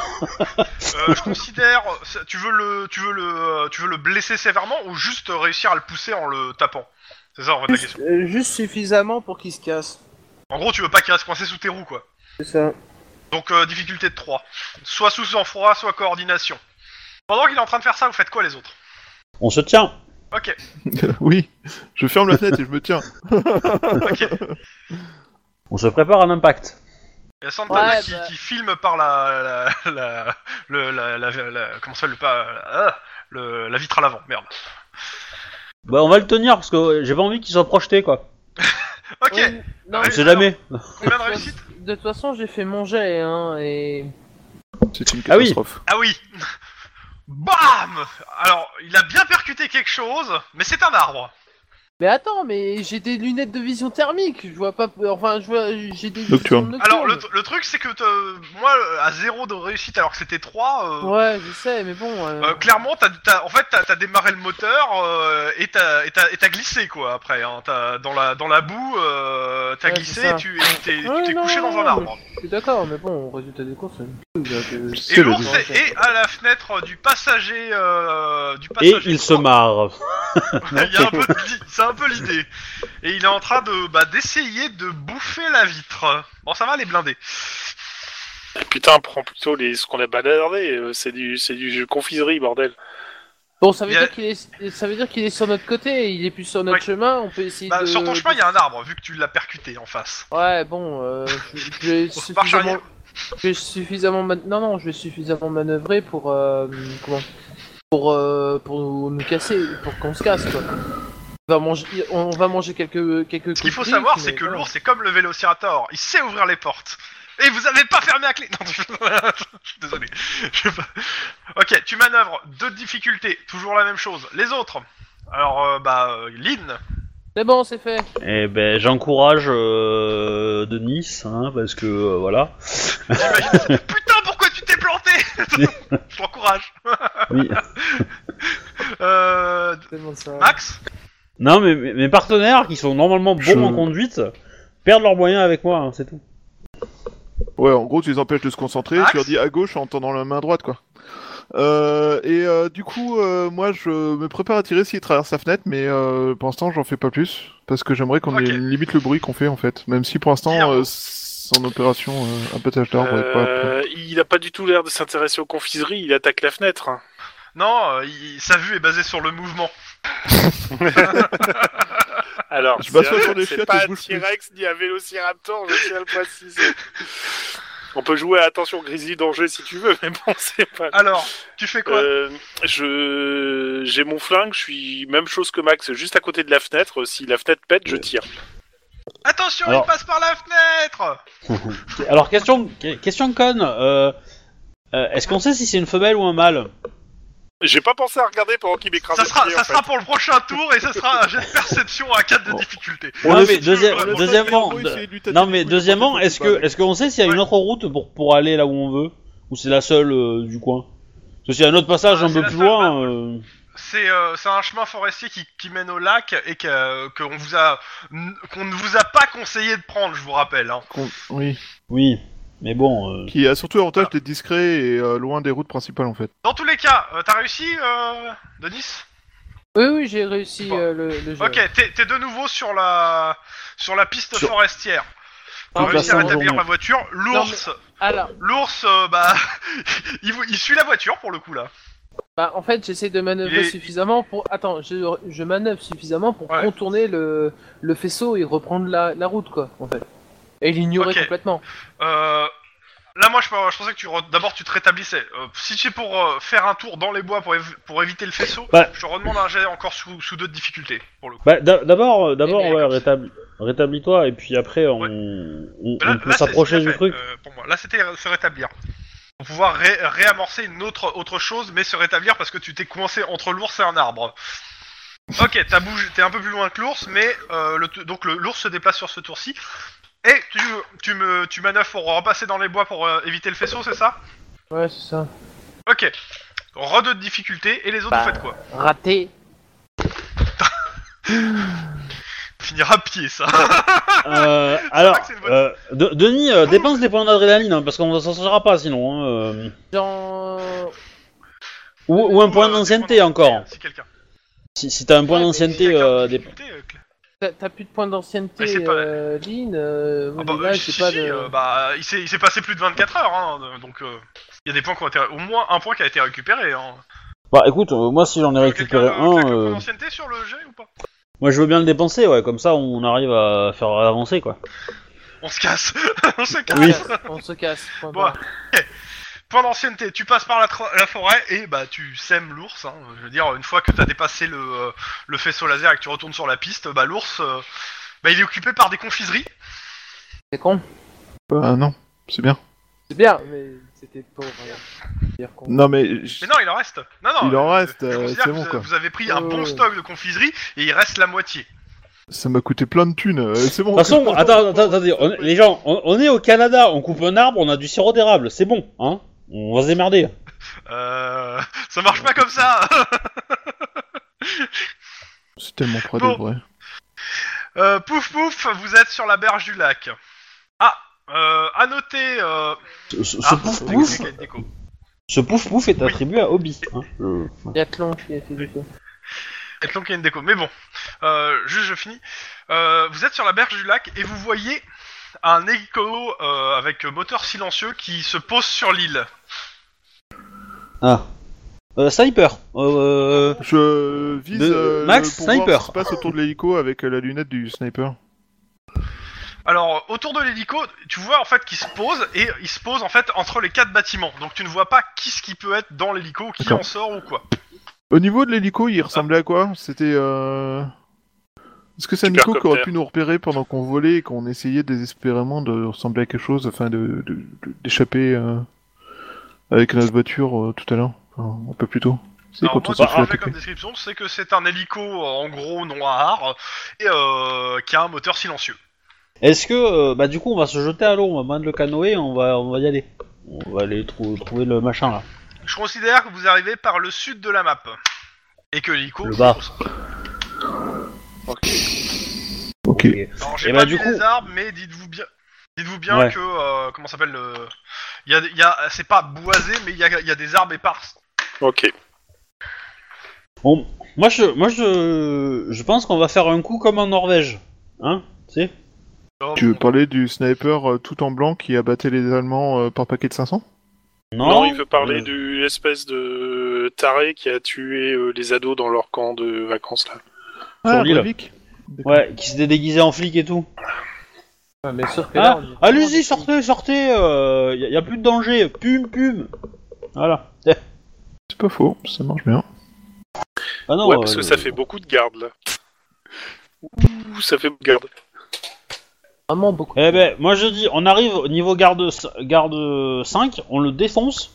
S2: Euh, je considère, ça- tu veux le, tu veux le, tu veux le blesser sévèrement ou juste réussir à le pousser en le tapant C'est ça en fait la
S5: Juste,
S2: question.
S5: euh, juste suffisamment pour qu'il se casse.
S2: En gros, tu veux pas qu'il reste coincé sous tes roues quoi.
S5: C'est ça.
S2: Donc euh, difficulté de 3. Soit sous sang-froid, soit coordination. Pendant qu'il est en train de faire ça, vous faites quoi les autres
S1: On se tient.
S2: Ok. euh.
S3: oui, je ferme la fenêtre et je me tiens.
S2: Ok.
S1: On se prépare à l'impact.
S2: Il y a Santana
S5: Ouais,
S2: qui,
S5: bah.
S2: qui filme par la, la, la, le, la, la, la- comment ça s'appelle, le pas, ah, le, la vitre à l'avant. Merde.
S1: Bah on va le tenir parce que j'ai pas envie qu'il soit projeté quoi.
S2: Ok. Ah,
S5: Ouais, non,
S1: On
S2: Ouais,
S1: sait
S2: alors.
S1: jamais.
S2: Combien de réussite
S5: Oh. de toute façon, j'ai fait mon jet, hein, et.
S3: C'est une
S1: Ah oui.
S3: catastrophe.
S2: Ah oui Bam Alors, il a bien percuté quelque chose, mais c'est un arbre.
S5: Mais attends, mais j'ai des lunettes de vision thermique, je vois pas. Enfin, je vois. J'ai des.
S3: Nocturne.
S5: visions
S2: Alors, le,
S5: nocturnes.
S2: le truc, c'est que te- moi, euh, à zéro de réussite, alors que c'était 3,
S5: Ouais, je sais, mais bon. euh,
S2: clairement, t'as, t'as- en fait, t'as, t'as démarré le moteur euh, et, t'as, et, t'as, et t'as glissé, quoi, après. hein. T'as- dans, la, dans la boue, euh, t'as
S5: Ouais,
S2: glissé
S5: c'est ça.
S2: et tu, et tu t'es, tu
S5: Ouais,
S2: t'es
S5: non,
S2: couché dans
S5: non,
S2: un arbre.
S5: Je suis d'accord, mais bon, au résultat des courses, c'est une chose, là, que-
S3: C'est
S2: Et
S3: la
S2: l'ours
S5: différence.
S2: est, est à la fenêtre du passager... euh, du
S1: Et
S2: passager
S1: il se
S2: droit.
S1: marre.
S2: Il y a un peu de li- C'est un peu l'idée. Et il est en train de bah, d'essayer de bouffer la vitre. Bon, ça va les blindés.
S4: Putain, prends plutôt les, ce qu'on a baladé. euh, C'est du, c'est du jeu confiserie, bordel.
S5: Bon, ça veut
S2: Il y a-
S5: dire qu'il est, ça veut dire qu'il est sur notre côté, il est plus sur notre
S2: Ouais.
S5: chemin, on peut essayer
S2: Bah,
S5: de.
S2: Sur ton chemin, il y a un arbre, vu que tu l'as percuté en face.
S5: Ouais, bon, euh, je- je vais
S2: On se marche
S5: suffisamment,
S2: arrière.
S5: je vais suffisamment, man- non non, je vais suffisamment manœuvrer pour euh, comment, pour euh, pour nous, nous casser, pour qu'on se casse quoi. On va manger, on va manger quelques quelques.
S2: Ce qu'il faut savoir, c'est que l'ours, c'est comme le vélociraptor. Il sait ouvrir les portes. Et vous avez pas fermé à clé. Non, je suis désolé. Je sais pas. Ok, tu manœuvres. Deux difficultés. Toujours la même chose. Les autres. Alors, euh, bah, euh, Lynn.
S5: C'est bon, c'est fait.
S1: Eh ben j'encourage euh, Denis hein, parce que euh, voilà.
S2: J'imagine, c'est- Putain, pourquoi tu t'es planté tenter Je l'encourage.
S1: Oui.
S2: Euh,
S5: Tellement ça.
S2: Max
S1: Non, mais mais- mes partenaires, qui sont normalement bons
S3: Je-
S1: en conduite, perdent leurs moyens avec moi, hein, c'est tout.
S3: Ouais, en gros, tu les empêches de se concentrer,
S2: Max
S3: tu leur dis à gauche en tendant la main droite, quoi. Euh, et euh, du coup, euh, moi, je me prépare à tirer s'il traverse sa fenêtre, mais euh, pour l'instant, j'en fais pas plus, parce que j'aimerais qu'on
S2: Ok.
S3: ait- limite le bruit qu'on fait, en fait. Même si pour l'instant,
S2: Guillermo.
S3: euh, son opération euh, un peu tâche d'arbre est pas...
S4: Euh, il a pas du tout l'air de s'intéresser aux confiseries, il attaque la fenêtre. hein.
S2: Non, euh, il- sa vue est basée sur le mouvement.
S4: Alors,
S3: Je m'assois
S4: c'est-
S3: sur des
S4: c'est
S3: chiottes et
S4: pas
S3: je
S4: un
S3: bouge plus.
S4: T-Rex ni un Vélociraptor, je tiens à le préciser. On peut jouer à attention Grizzly danger si tu veux, mais bon, c'est pas.
S2: Alors, tu fais quoi
S4: Euh, je j'ai mon flingue, je suis même chose que Max, juste à côté de la fenêtre. Euh, Si la fenêtre pète, je tire.
S2: Attention,
S1: alors-
S2: il passe par la fenêtre
S1: Alors, question, que- question conne, euh, euh, est-ce qu'on sait si c'est une femelle ou un mâle
S4: J'ai pas pensé à regarder pendant qu'il m'écrase.
S2: Ça
S4: le
S2: sera,
S4: pied,
S2: ça
S4: en fait.
S2: sera pour le prochain tour et ça sera un jet de perception à 4 de difficulté.
S1: Non,
S3: le
S1: mais
S3: fait-
S1: deuxième-
S3: on le fait,
S1: deuxièmement,
S3: Guillermo,
S1: de-
S3: essayer de lui tâter
S1: Non,
S3: les
S1: mais
S3: couilles,
S1: deuxièmement,
S3: pour
S1: est-ce
S3: pas-
S1: que est-ce qu'on sait s'il y a une autre route pour pour aller là où on veut ou c'est la seule euh, du coin Parce que s'il y a un autre passage
S2: Ah,
S1: un
S2: c'est
S1: peu
S2: la
S1: plus
S2: seule,
S1: loin, euh,
S2: C'est euh, c'est un chemin forestier qui, qui mène au lac et que, euh, qu'on vous a qu'on ne vous a pas conseillé de prendre, je vous rappelle. hein.
S3: qu'on- Oui,
S1: oui. Mais bon, euh,
S3: qui a surtout l'avantage d'être discret et euh, loin des routes principales, en fait.
S2: Dans tous les cas, euh, t'as réussi, euh, Denis
S5: Oui, oui, j'ai réussi
S2: Bon.
S5: euh, le, le jeu.
S2: Ok, t'es t'es de nouveau sur la sur la piste
S1: Sur-
S2: forestière. T'as
S1: De
S2: réussi à
S1: façon
S2: rétablir
S1: journée.
S2: la voiture. L'ours,
S5: Alors,
S2: l'ours, euh, bah, il, vous- il suit la voiture pour le coup là.
S5: bah, en fait, j'essaie de manœuvrer
S2: Il est-
S5: suffisamment pour. Attends, je, je manœuvre suffisamment pour
S2: Ouais.
S5: contourner le, le faisceau et reprendre la, la route, quoi, en fait. Et l'ignorer
S2: Ok.
S5: complètement.
S2: Euh, là, moi, je, je pensais que tu re- d'abord tu te rétablissais. Euh, si c'est pour euh, faire un tour dans les bois pour, év- pour éviter le faisceau,
S1: Bah.
S2: je te redemande un jet encore sous, sous deux de difficulté pour le coup.
S1: Bah, d'a- d'abord, euh, d'abord,
S5: Eh ben,
S1: ouais, rétabli- rétablis-toi et puis après on,
S2: Ouais.
S1: on-
S2: Mais là-
S1: on peut
S2: là, c'est-
S1: s'approcher
S2: c'est
S1: du
S2: bien fait,
S1: truc.
S2: euh, pour moi, là, c'était ré- se rétablir. Pour pouvoir ré- réamorcer une autre autre chose, mais se rétablir parce que tu t'es coincé entre l'ours et un arbre. Ok, t'as bougé, t'es un peu plus loin que l'ours, mais euh, le t- donc le- l'ours se déplace sur ce tour-ci. Et tu, tu me tu manœuvres pour repasser dans les bois pour euh, éviter le faisceau, c'est ça
S5: Ouais, c'est ça.
S2: Ok. Re deux de difficulté et les autres
S5: Bah.
S2: vous faites quoi
S5: Raté.
S2: Finir à pied ça.
S1: Euh, alors,
S2: que c'est une bonne-
S1: euh, De- Denis, euh, dépense des points d'adrénaline hein, parce qu'on ne s'en sortira pas sinon. hein, euh.
S5: Genre.
S1: ou, ou un point
S2: Ou, euh,
S1: d'ancienneté
S2: des points
S1: encore.
S2: d'ancienneté, Si quelqu'un.
S1: Si, si t'as un point
S5: Ouais, mais
S1: d'ancienneté,
S2: si quelqu'un a
S1: euh,
S2: une
S1: des-
S2: difficulté, euh, Cla-
S5: T'as t'as plus de points
S2: Mais
S5: d'ancienneté,
S2: c'est pas-
S5: euh, Lynn. euh,
S2: Ah bah,
S5: Olivia,
S2: euh,
S5: j'ai
S2: si,
S5: pas
S2: si,
S5: de-
S2: euh, bah, il s'est il s'est passé plus de 24 heures, hein, donc euh, il y a des points qui ont été, au moins un point qui a été récupéré. Hein.
S1: Bah écoute, euh, moi si j'en ai
S2: Euh,
S1: récupéré
S2: quelqu'un, euh, claque
S1: un,
S2: le point
S1: euh,
S2: d'ancienneté sur le jet ou pas
S1: moi je veux bien le dépenser, ouais, comme ça on arrive à faire avancer quoi.
S2: On se casse, on se casse.
S5: On se casse, On se casse. point
S2: Bon,
S5: barre.
S2: Point d'ancienneté, tu passes par la, tra- la forêt et bah tu sèmes l'ours. Hein. Je veux dire, une fois que t'as dépassé le, euh, le faisceau laser et que tu retournes sur la piste, bah l'ours, euh, bah il est occupé par des confiseries.
S5: C'est con.
S3: Ah non, c'est bien.
S5: C'est bien, mais c'était pour euh, dire qu'on.
S3: Non, mais... j-
S2: Mais non, il en reste. Non, non.
S3: Il en
S2: euh,
S3: reste,
S2: je
S3: euh,
S2: considère
S3: c'est
S2: que
S3: bon,
S2: vous-
S3: quoi. Euh.
S2: Vous avez pris un
S5: Ouais,
S2: bon
S5: ouais.
S2: stock de confiseries et il reste la moitié.
S3: Ça m'a coûté plein de thunes, euh, c'est
S1: De
S3: bon.
S1: toute façon, attends, attends, attendez, on- les gens, on, on est au Canada, on coupe un arbre, on a du sirop d'érable, c'est bon, hein On va se démerder.
S2: Euh, ça marche pas comme ça.
S3: C'est tellement près
S2: Bon.
S3: des vrais.
S2: Euh, pouf pouf, vous êtes sur la berge du lac. Ah, euh, à noter. Euh...
S1: Ce, ce- ce
S2: ah,
S1: pouf
S2: avec-
S1: pouf,
S2: avec Nico.
S1: ce pouf pouf est attribué à Hobby. Hein
S2: Euh,
S5: Biathlon qui a fait du coup.
S2: Être long qu'il y ait une déco. Mais bon, euh, juste je finis. Euh, vous êtes sur la berge du lac et vous voyez un hélico euh, avec moteur silencieux qui se pose sur l'île.
S1: Ah. Euh, sniper. Euh,
S3: Je vise
S1: De-
S3: euh,
S1: Max,
S3: pour voir
S1: sniper.
S3: ce qui se passe autour de l'hélico avec euh, la lunette du sniper.
S2: Alors autour de l'hélico, tu vois en fait qu'il se pose et il se pose en fait entre les quatre bâtiments. Donc tu ne vois pas qui ce qui peut être dans l'hélico, qui
S3: D'accord.
S2: en sort ou quoi.
S3: Au niveau de l'hélico, il ressemblait à quoi C'était. euh, Est-ce que c'est un hélico qui aurait
S4: Supercopter.
S3: pu nous repérer pendant qu'on volait et qu'on essayait désespérément de ressembler à quelque chose afin de de- de- d'échapper euh, avec notre voiture euh, tout à l'heure Enfin, Un peu plus tôt. C'est
S2: Alors,
S3: quand on
S2: moi, bah,
S3: s'est
S2: ce
S3: fait
S2: que j'ai comme
S3: attaquer.
S2: description, c'est que c'est un hélico euh, en gros noir et euh, qui a un moteur silencieux.
S1: Est-ce que, euh, bah du coup, on va se jeter à l'eau, on va prendre le canoë, on va, on va y aller. On va aller trou- trouver le machin là.
S2: Je considère que vous arrivez par le sud de la map. Et que l'ICO.
S1: Le bas.
S3: Ok.
S2: Alors, j'ai
S1: Et
S2: pas
S1: bah,
S2: vu
S1: du
S2: les
S1: coup-
S2: arbres, mais dites-vous bien, dites-vous bien
S1: Ouais.
S2: que euh, comment ça s'appelle le, il y a, il y a- c'est pas boisé, mais il y a, il y a des arbres éparses.
S4: Ok.
S1: Bon, moi je, moi je, je pense qu'on va faire un coup comme en Norvège, hein Tu sais
S2: Oh,
S3: Tu veux
S2: bon.
S3: parler du sniper euh, tout en blanc qui abattait les Allemands euh, par paquet de 500
S4: Non, il veut
S1: Euh,
S4: parler de l'espèce de taré qui a tué euh, les ados dans leur camp de vacances là.
S1: Ah, Lille.
S3: Breivik. D'accord.
S1: Ouais, qui s'était déguisé en flic et tout.
S5: Ouais, mais sauf que
S1: Ah,
S5: là, on est-
S1: allez-y, sortez, sortez, euh, y, a- y a plus de danger, pum, pum. Voilà. Ah
S3: C'est pas faux, ça marche bien.
S1: non,
S4: ouais, parce
S1: euh,
S4: que ça fait beaucoup de gardes là. Ouh, ça fait beaucoup de gardes.
S5: Vraiment beaucoup.
S1: Eh ben, moi je dis, on arrive au niveau garde, garde 5, on le défonce,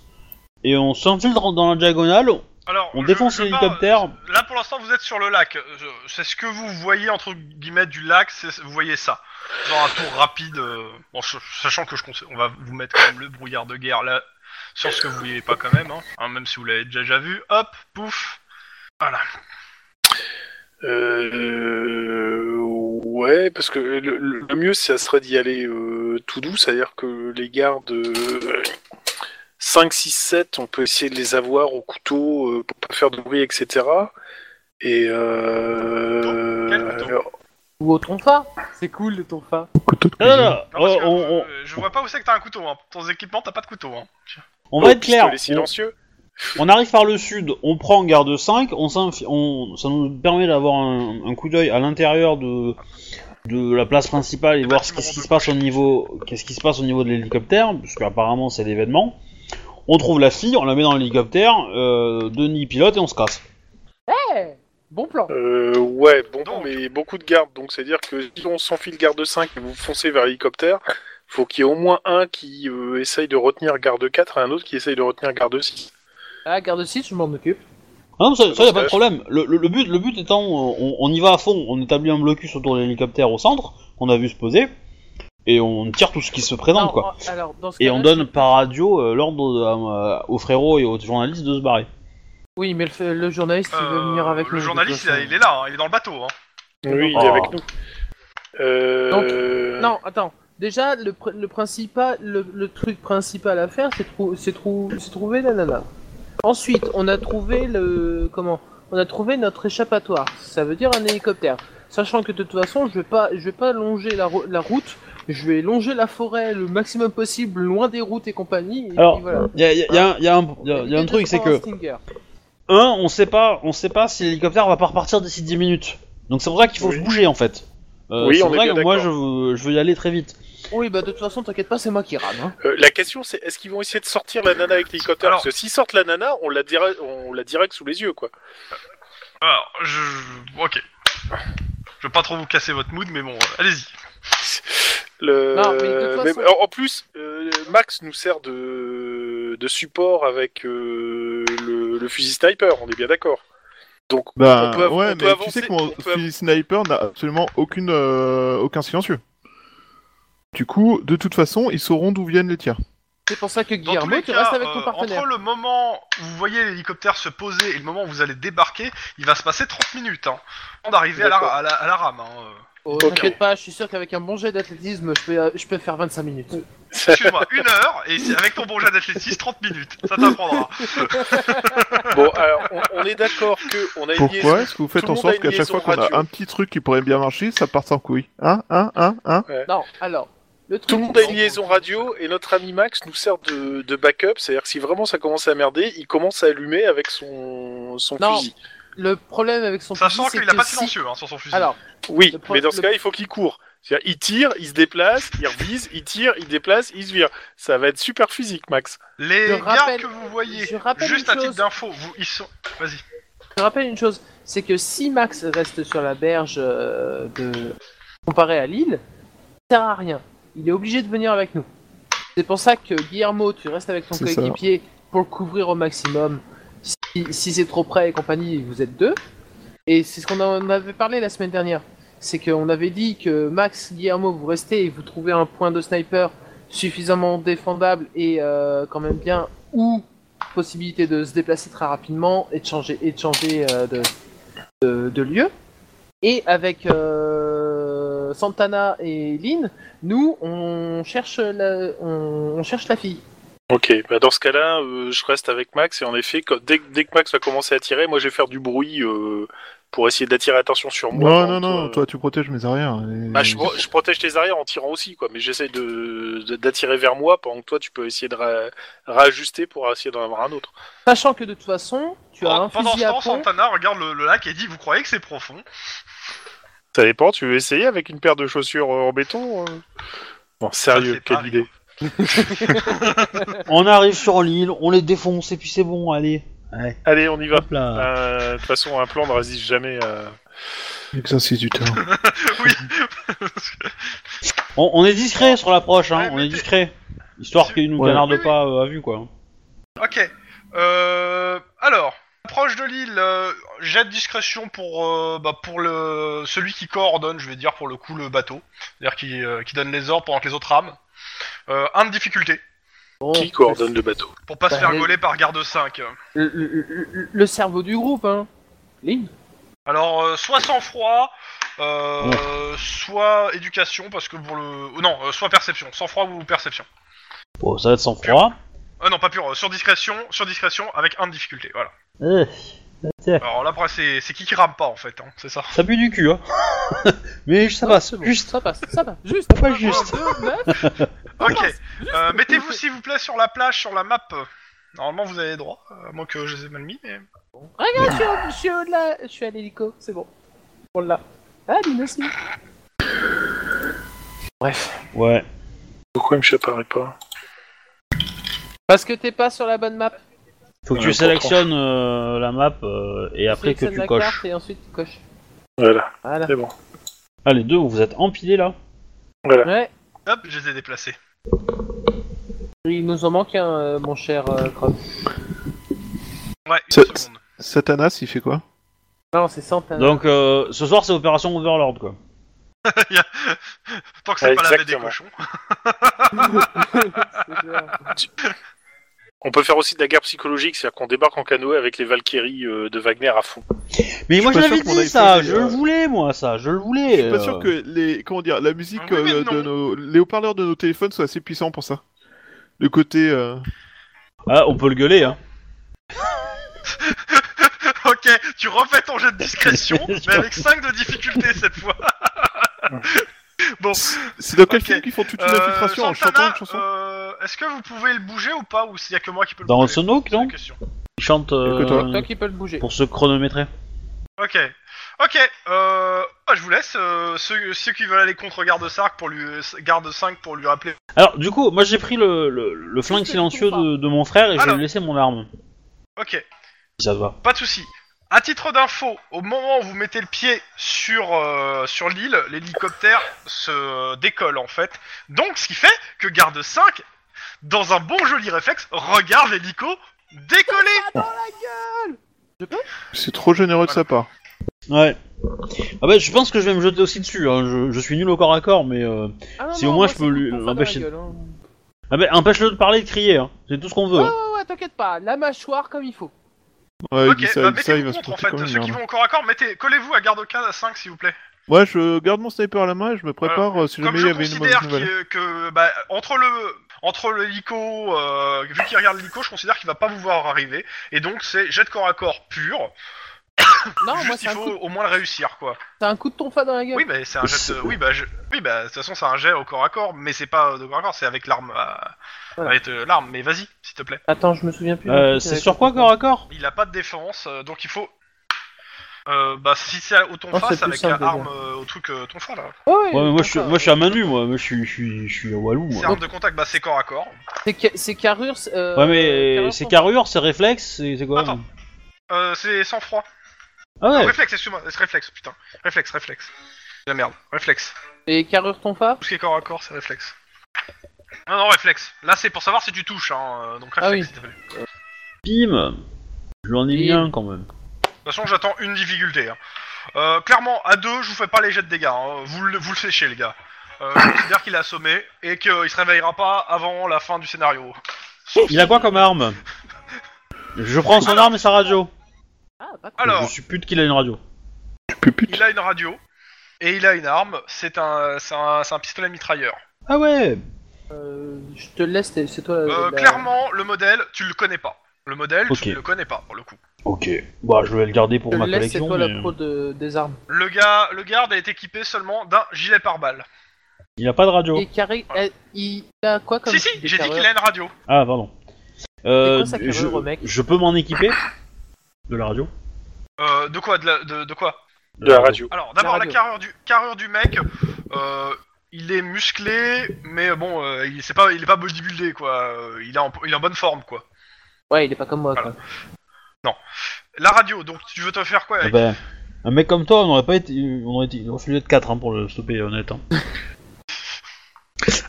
S1: et on s'infiltre dans la diagonale,
S2: Alors,
S1: on
S2: je-
S1: défonce
S2: je
S1: l'hélicoptère.
S2: pars- Là, pour l'instant, vous êtes sur le lac. Euh, Je- C'est ce que vous voyez entre guillemets du lac. c'est- Vous voyez ça. Genre un tour rapide. euh, bon, je- sachant que je conseille, on va vous mettre quand même le brouillard de guerre là sur ce que vous voyez pas quand même, hein, hein, même si vous l'avez déjà, déjà vu. Hop, pouf. Voilà.
S4: Euh, ouais, parce que le, le- le mieux, ça serait d'y aller euh, tout doux, c'est-à-dire que les gardes euh, 5, 6, 7, on peut essayer de les avoir au couteau euh, pour pas faire de bruit, etc. Et euh,
S2: Quel couteau
S4: alors,
S5: Ou au tonfa C'est cool le tonfa.
S3: Couteau de
S1: Non, non, non,
S2: Non,
S5: Oh,
S2: parce que,
S1: on, on-
S2: euh, Je vois pas où c'est que t'as un couteau. Hein. Dans Ton équipement, t'as pas de couteau. Hein.
S1: on va
S4: au
S1: être clair,
S4: pistolet
S1: on-
S4: silencieux.
S1: On arrive par le sud, on prend garde 5, on s'inf- on- ça nous permet d'avoir un, un coup d'œil à l'intérieur de, de la place principale et voir ce, qu'est-ce qui se passe au niveau, qu'est-ce qui se passe au niveau de l'hélicoptère, parce qu'apparemment c'est l'événement. On trouve la fille, on la met dans l'hélicoptère, euh, Denis pilote et on se casse.
S5: Eh, bon plan.
S4: Euh, ouais, bon,
S2: Donc.
S4: mais beaucoup de gardes, donc c'est-à-dire que si on s'enfile garde 5 et vous foncez vers l'hélicoptère, faut qu'il y ait au moins un qui euh, essaye de retenir garde 4 et un autre qui essaye de retenir garde 6.
S5: Ah, garde 6, je m'en occupe.
S1: Ah non, ça, ça y a pas de
S4: Ouais.
S1: problème. Le, le- le but, le but étant, euh, on, on y va à fond, on établit un blocus autour de l'hélicoptère au centre, on a vu se poser, et on tire tout ce qui se présente
S5: Non,
S1: quoi.
S5: en- Alors, dans ce
S1: Et
S5: cas-là,
S1: on donne par radio euh, l'ordre de- à- aux frérots et aux journalistes de se barrer.
S5: Oui, mais le, fait- le journaliste, il veut
S2: Euh,
S5: venir avec nous.
S2: le
S5: de
S2: journaliste,
S5: toute
S2: il,
S5: façon.
S2: a- il est là. hein, Il est dans le bateau. Hein.
S4: Oui, il
S1: Oh.
S4: est avec nous. Euh...
S5: Non, attends. Déjà, le, pr- le principal, le, le truc principal à faire, c'est trou- c'est trou- c'est trouver la nana. Ensuite, on a trouvé le comment On a trouvé notre échappatoire. Ça veut dire un hélicoptère. Sachant que de toute façon, je vais pas, je vais pas longer la, ro- la route. Je vais longer la forêt le maximum possible, loin des routes et compagnie. Et
S1: Alors,
S5: puis voilà.
S1: Il y a, y a- y a un- y a un- y a- y a un truc, c'est que,
S5: Stinger.
S1: un, on sait pas, on sait pas si l'hélicoptère va pas repartir d'ici 10 minutes. Donc c'est pour ça qu'il faut
S4: Oui.
S1: se bouger en fait. Euh,
S4: Oui,
S1: c'est
S4: on
S1: pour
S4: est
S1: ça
S4: bien
S1: que moi je
S4: d'accord.
S1: veux, je veux y aller très vite.
S5: Oui, bah de toute façon, t'inquiète pas, c'est moi qui rame. hein.
S4: Euh, la question c'est est-ce qu'ils vont essayer de sortir la nana avec l'hélicoptère
S2: Alors-
S4: Parce que s'ils sortent la nana, on la, dira- on la direct sous les yeux quoi.
S2: Alors, je... je- Ok. Je veux pas trop vous casser votre mood, mais bon, euh, allez-y.
S4: Le...
S5: Non, mais de toute
S4: mais-
S5: façon-
S4: en plus, euh, Max nous sert de, de support avec euh, le... le fusil sniper, on est bien d'accord. Donc
S3: Bah
S4: on peut, av-
S3: ouais,
S4: on peut
S3: mais
S4: avancer.
S3: tu sais que
S4: on
S3: mon
S4: peut av-
S3: fusil sniper n'a absolument aucune, euh, aucun silencieux. Du coup, de toute façon, ils sauront d'où viennent les tirs.
S5: C'est pour ça que
S2: Dans tous
S5: Guillermo,
S2: les
S5: tu
S2: cas,
S5: restes avec ton
S2: euh,
S5: partenaire.
S2: entre le moment où vous voyez l'hélicoptère se poser et le moment où vous allez débarquer, il va se passer 30 minutes. Hein, avant d'arriver à la,
S4: D'accord.
S2: à, la, à la rame. hein, euh.
S5: Oh,
S4: Ok.
S5: T'inquiète pas, je suis sûr qu'avec un bon jet d'athlétisme, je peux, je peux faire 25 minutes.
S2: Excuse-moi, une heure, et c'est- avec ton bon jet d'athlétisme, 30 minutes. Ça t'apprendra.
S4: Bon, alors on, on est d'accord que on a une liaison.
S3: Pourquoi est-ce que vous faites
S4: tout le
S3: en
S4: monde a
S3: sorte
S4: une
S3: qu'à chaque
S4: liaison
S3: fois qu'on a
S4: radio.
S3: un petit truc qui pourrait bien marcher, ça part en couille Hein Hein Hein Hein
S5: Non, alors, le truc,
S4: Tout le monde a
S5: c'est-
S4: une liaison radio et notre ami Max nous sert de, de backup, c'est-à-dire que si vraiment ça commence à merder, il commence à allumer avec son, son
S5: Non.
S4: fusil.
S5: Le problème avec son
S2: Sachant
S5: fusil, c'est
S2: qu'il a
S5: que
S2: pas de
S5: si-
S2: silencieux hein, sur son fusil.
S5: Alors,
S4: Oui,
S5: Le pro-
S4: mais dans ce
S5: le-
S4: cas, il faut qu'il court. C'est-à-dire, il tire, il se déplace, il revise, il tire, il déplace, il se vire. Ça va être super physique, Max.
S2: Les
S5: je
S2: gars
S5: rappelle-
S2: que vous voyez,
S5: je rappelle
S2: juste à
S5: une
S2: titre
S5: chose.
S2: d'info, vous- ils sont. Vas-y.
S5: Je rappelle une chose, c'est que si Max reste sur la berge euh, de... comparé à Lille, ça sert à rien. Il est obligé de venir avec nous. C'est pour ça que Guillermo, tu restes avec ton
S3: C'est ça.
S5: coéquipier pour le couvrir au maximum. Si, si c'est trop près et compagnie, vous êtes deux. Et c'est ce qu'on en avait parlé la semaine dernière. C'est qu'on avait dit que Max, Guillermo, vous restez et vous trouvez un point de sniper suffisamment défendable et euh, quand même bien, ou possibilité de se déplacer très rapidement et de changer, et de, changer euh, de, de- de lieu. Et avec euh, Santana et Lynn, nous, on cherche la, on, on cherche la fille.
S4: Ok, bah dans ce cas-là, euh, je reste avec Max et en effet, quand- dès, que- dès que Max va commencer à tirer, moi je vais faire du bruit euh, pour essayer d'attirer l'attention sur moi.
S3: Non,
S4: Pendant
S3: non, non,
S4: que, euh,
S3: toi tu protèges mes arrières. et-
S4: bah, je, pro- je protège tes arrières en tirant aussi, quoi, mais j'essaie de, de- d'attirer vers moi pendant que toi tu peux essayer de ra- réajuster pour essayer d'en avoir un autre.
S5: Sachant que de toute façon, tu as un
S2: Ah, Pendant ce
S5: fusil à
S2: temps,
S5: pompe.
S2: Santana regarde le, le lac et dit Vous croyez que c'est profond
S4: Ça dépend, tu veux essayer avec une paire de chaussures euh, en béton euh Bon,
S2: Ça,
S4: sérieux,
S2: c'est
S4: quelle
S2: pas
S4: idée.
S1: On arrive sur l'île, on les défonce et puis c'est bon, allez. Ouais.
S4: Allez, on y va.
S1: Hop
S2: Ah.
S1: là.
S4: Euh, De toute façon, un plan ne résiste jamais à...
S3: Exercice du temps.
S2: Oui,
S1: On, on est discret sur l'approche, hein,
S2: Ouais,
S1: on
S2: mais
S1: est
S2: t'es-
S1: discret. Histoire qu'ils nous
S3: Ouais.
S1: canardent
S2: Oui, oui.
S1: pas euh, à vue, quoi.
S2: ok. Euh, alors, proche de l'île, euh, jet de discrétion pour, euh, bah, pour le, celui qui coordonne, je vais dire pour le coup, le bateau. C'est-à-dire qui, euh, qui donne les ordres pendant que les autres rament. Euh, un de difficulté,
S5: Bon,
S4: Qui coordonne le bateau
S2: pour pas se
S5: Bah,
S2: faire
S5: les-
S2: gauler par garde 5.
S5: le, le- le- le cerveau du groupe, hein. Lynn
S2: Alors, euh, soit sang-froid, euh, soit éducation, parce que pour le. Non, euh, soit perception. Sang-froid ou perception.
S1: Bon, ça va être sans froid.
S2: Ah non, pas pur, euh, sur discrétion, sur discrétion, avec un de difficulté, voilà.
S1: Eh, tiens,
S2: Alors là, après, c'est c'est qui qui rame pas en fait, hein, c'est ça.
S1: ça pue du cul, hein. Mais ça
S5: Non,
S1: passe,
S5: Ah, c'est bon,
S1: juste.
S5: Ça passe, ça passe, juste.
S1: Pas
S5: Un,
S1: juste.
S5: un, deux, neuf, ça
S2: Ok,
S5: passe, juste.
S2: euh, mettez-vous s'il vous plaît sur la plage, sur la map. Normalement, vous avez droit, euh, à moins que je les ai mal mis, mais.
S5: Regarde, je suis au- je suis au-delà, je suis à l'hélico, c'est bon. On l'a. Ah, Lynn aussi. Bref.
S1: Ouais.
S4: Pourquoi il me chaparait pas
S5: Parce que t'es pas sur la bonne map.
S1: Faut que
S4: Ouais,
S1: tu sélectionnes euh, la map euh, et après que
S5: sélectionnes
S1: tu
S5: la
S1: coches.
S5: carte et ensuite tu coches.
S4: Voilà,
S5: Voilà.
S4: c'est bon.
S1: Ah, les deux, vous vous êtes empilés là.
S5: Ouais,
S2: Hop, je les ai déplacés.
S5: il nous en manque un, euh, mon cher euh, Croc.
S2: Ouais, une
S3: Ça-
S2: seconde.
S3: Satanas, il fait quoi
S5: Non, c'est hein. Santana.
S1: Donc euh, ce soir, c'est opération Overlord, quoi.
S2: Tant que c'est pas la baie des cochons.
S4: Exactement.
S5: C'est clair.
S4: On peut faire aussi de la guerre psychologique, c'est-à-dire qu'on débarque en canoë avec les Valkyries euh, de Wagner à fond.
S1: Mais moi,
S3: pas
S1: je
S3: sûr
S1: l'avais
S3: qu'on
S1: dit
S3: aille
S1: ça,
S3: poser,
S1: je le
S3: euh,
S1: voulais, moi, ça, je le voulais.
S3: Je suis pas
S1: euh.
S3: sûr que les comment dire la musique
S2: Oui, Ah, mais
S3: euh, de
S2: non.
S3: nos les haut-parleurs de nos téléphones soient assez puissants pour ça. Le côté euh,
S1: Ah, on peut le gueuler, hein.
S2: ok, tu refais ton jet de discrétion, mais avec 5 de difficulté cette fois. bon,
S3: c'est dans quel
S2: Ok.
S3: film qu'ils font toute une
S2: euh,
S3: infiltration en chantant
S2: Santana,
S3: une chanson
S2: euh, est-ce que vous pouvez le bouger ou pas, ou s'il y a que moi qui peux le
S1: Dans
S2: bouger
S1: Sonoke,
S2: C'est la
S1: non
S2: question.
S1: Il chante euh,
S3: que toi.
S5: Toi qui peux le bouger.
S1: pour se chronométrer.
S2: Ok. Ok, euh, ah, je vous laisse. euh, ceux, ceux qui veulent aller contre Garde 5 pour lui, euh, Garde 5 pour lui rappeler.
S1: Alors, du coup, moi j'ai pris le, le, le flingue silencieux de, de mon frère et je vais
S2: Alors.
S1: lui laisser mon arme,
S2: Ok,
S1: si ça te va.
S2: pas de souci. À titre d'info, au moment où vous mettez le pied sur, euh, sur l'île, l'hélicoptère se décolle en fait. Donc, ce qui fait que Garde 5, dans un bon joli réflexe, regarde l'hélico décoller. euh,
S3: C'est trop généreux de sa part.
S1: Ouais. Ah bah, je pense que je vais me jeter aussi dessus, hein. je, je suis nul au corps à corps, mais. euh,
S5: Ah non,
S1: Si
S5: non,
S1: au moins
S5: moi,
S1: je
S5: c'est
S1: peux lui-
S5: pour ça dans la
S1: l'empêcher de-
S5: gueule, hein.
S1: Ah bah, empêche-le de parler et de crier, hein. c'est tout ce qu'on veut.
S5: Ouais,
S1: hein.
S5: ouais, ouais, t'inquiète pas, la mâchoire comme il faut.
S3: Ouais,
S2: Ok,
S3: il dit Ah ça,
S2: bah,
S3: il dit ça, il
S2: mettez-vous
S3: va se
S2: contre en
S3: porter comme
S2: fait.
S3: une
S2: Ceux qui
S3: merde.
S2: vont au corps à corps, mettez, collez-vous à Garde 15 à 5 s'il vous plaît.
S3: Moi, je garde mon sniper à la main et je me prépare euh, si
S2: Comme
S3: jamais il
S2: je
S3: y avait une mauvaise
S2: considère
S3: nouvelle.
S2: qu'il- que bah, entre le entre l'hélico, euh, vu qu'il regarde l'hélico, je considère qu'il va pas vous voir arriver. Et donc c'est jet de corps à corps pur.
S5: Non, moi
S2: Juste,
S5: c'est
S2: il
S5: un,
S2: faut
S5: coup...
S2: au moins le réussir quoi.
S5: c'est un coup de tonfa dans la gueule.
S2: Oui bah c'est un jet. de- Oui bah je- oui bah de toute façon c'est un jet au corps à corps, mais c'est pas euh, de corps à corps, c'est avec l'arme à-
S5: Voilà.
S2: avec euh, l'arme. Mais vas-y s'il te plaît.
S5: Attends, je me souviens plus.
S1: Euh, c'est sur quoi corps à corps
S2: Il a pas de défense, euh, donc il faut. Euh, bah si c'est au ton
S5: Oh, c'est
S2: face
S5: plus
S2: avec
S5: simple,
S2: l'arme euh, au truc euh, ton face là.
S1: Ouais, mais moi je, suis- moi je suis à main nue, moi, moi je suis, je suis, je suis à Walou.
S2: euh, C'est
S1: Moi.
S2: arme de contact, bah c'est corps à corps.
S5: C'est ca- C'est carrure. euh,
S1: Ouais, mais
S5: carrure
S1: c'est
S5: sans-
S1: carrure, c'est réflexe, c'est c'est quoi
S2: Attends. Euh, c'est sans froid.
S1: Ah ouais,
S2: Réflexe, excuse-moi, c'est réflexe, putain. Réflexe, réflexe. La merde, réflexe.
S5: Et carrure tonfa
S2: Tout ce qui est corps à corps, c'est réflexe. Non, non, réflexe. Là, c'est pour savoir si tu touches, hein. euh, Donc, réflexe,
S5: Ah oui.
S2: s'il te plaît. De
S1: pim Je lui en ai mis
S5: Et-
S1: un quand même.
S2: toute façon, j'attends une difficulté. hein. Euh, clairement, à deux, je vous fais pas les jets de dégâts. hein. Vous, le, vous le séchez, les gars. euh, considère qu'il est assommé et qu'il se réveillera pas avant la fin du scénario.
S1: Il a quoi comme arme Je prends son arme et sa radio.
S5: Ah, pas cool.
S2: Alors,
S1: Je suppute qu'il a une radio.
S3: Tu peux pute.
S2: il a une radio et il a une arme. C'est un, c'est un, c'est un pistolet mitrailleur.
S1: Ah ouais
S5: Euh, je te laisse, t'es- c'est toi.
S2: Euh,
S5: la-
S2: Clairement, le modèle, tu le connais pas. Le modèle,
S1: Ok.
S2: tu ne le connais pas pour le coup.
S1: Ok. Bah, je vais le garder
S5: Je
S1: pour
S5: te
S1: ma
S5: laisse, c'est
S1: collection.
S5: toi
S1: mais,
S5: la
S1: euh,
S5: pro de- des armes.
S2: Le gars, le garde est équipé seulement d'un gilet pare-balles.
S1: Il a pas de radio.
S5: Et carré,
S2: Voilà.
S5: elle- il a quoi comme
S2: Si si, j'ai dit qu'il a une radio.
S1: Ah, pardon. Euh,
S5: quoi sa carrure,
S1: je,
S5: mec
S1: je peux m'en équiper De la radio
S2: Euh, de quoi, de, la- de- de quoi
S4: de la radio.
S2: Alors d'abord la,
S5: radio.
S2: carrure du carrure du mec. euh, il est musclé, mais bon, euh, il c'est pas, il est pas bodybuildé quoi. Euh, Il est en, il est en bonne forme quoi.
S5: Ouais, il est pas comme moi.
S2: Voilà.
S5: Quoi.
S2: La radio, donc tu veux te faire quoi
S1: Ah
S2: avec
S1: ben, un mec comme toi, on aurait pas été, on aurait été refusé de 4 pour le stopper, honnête. hein.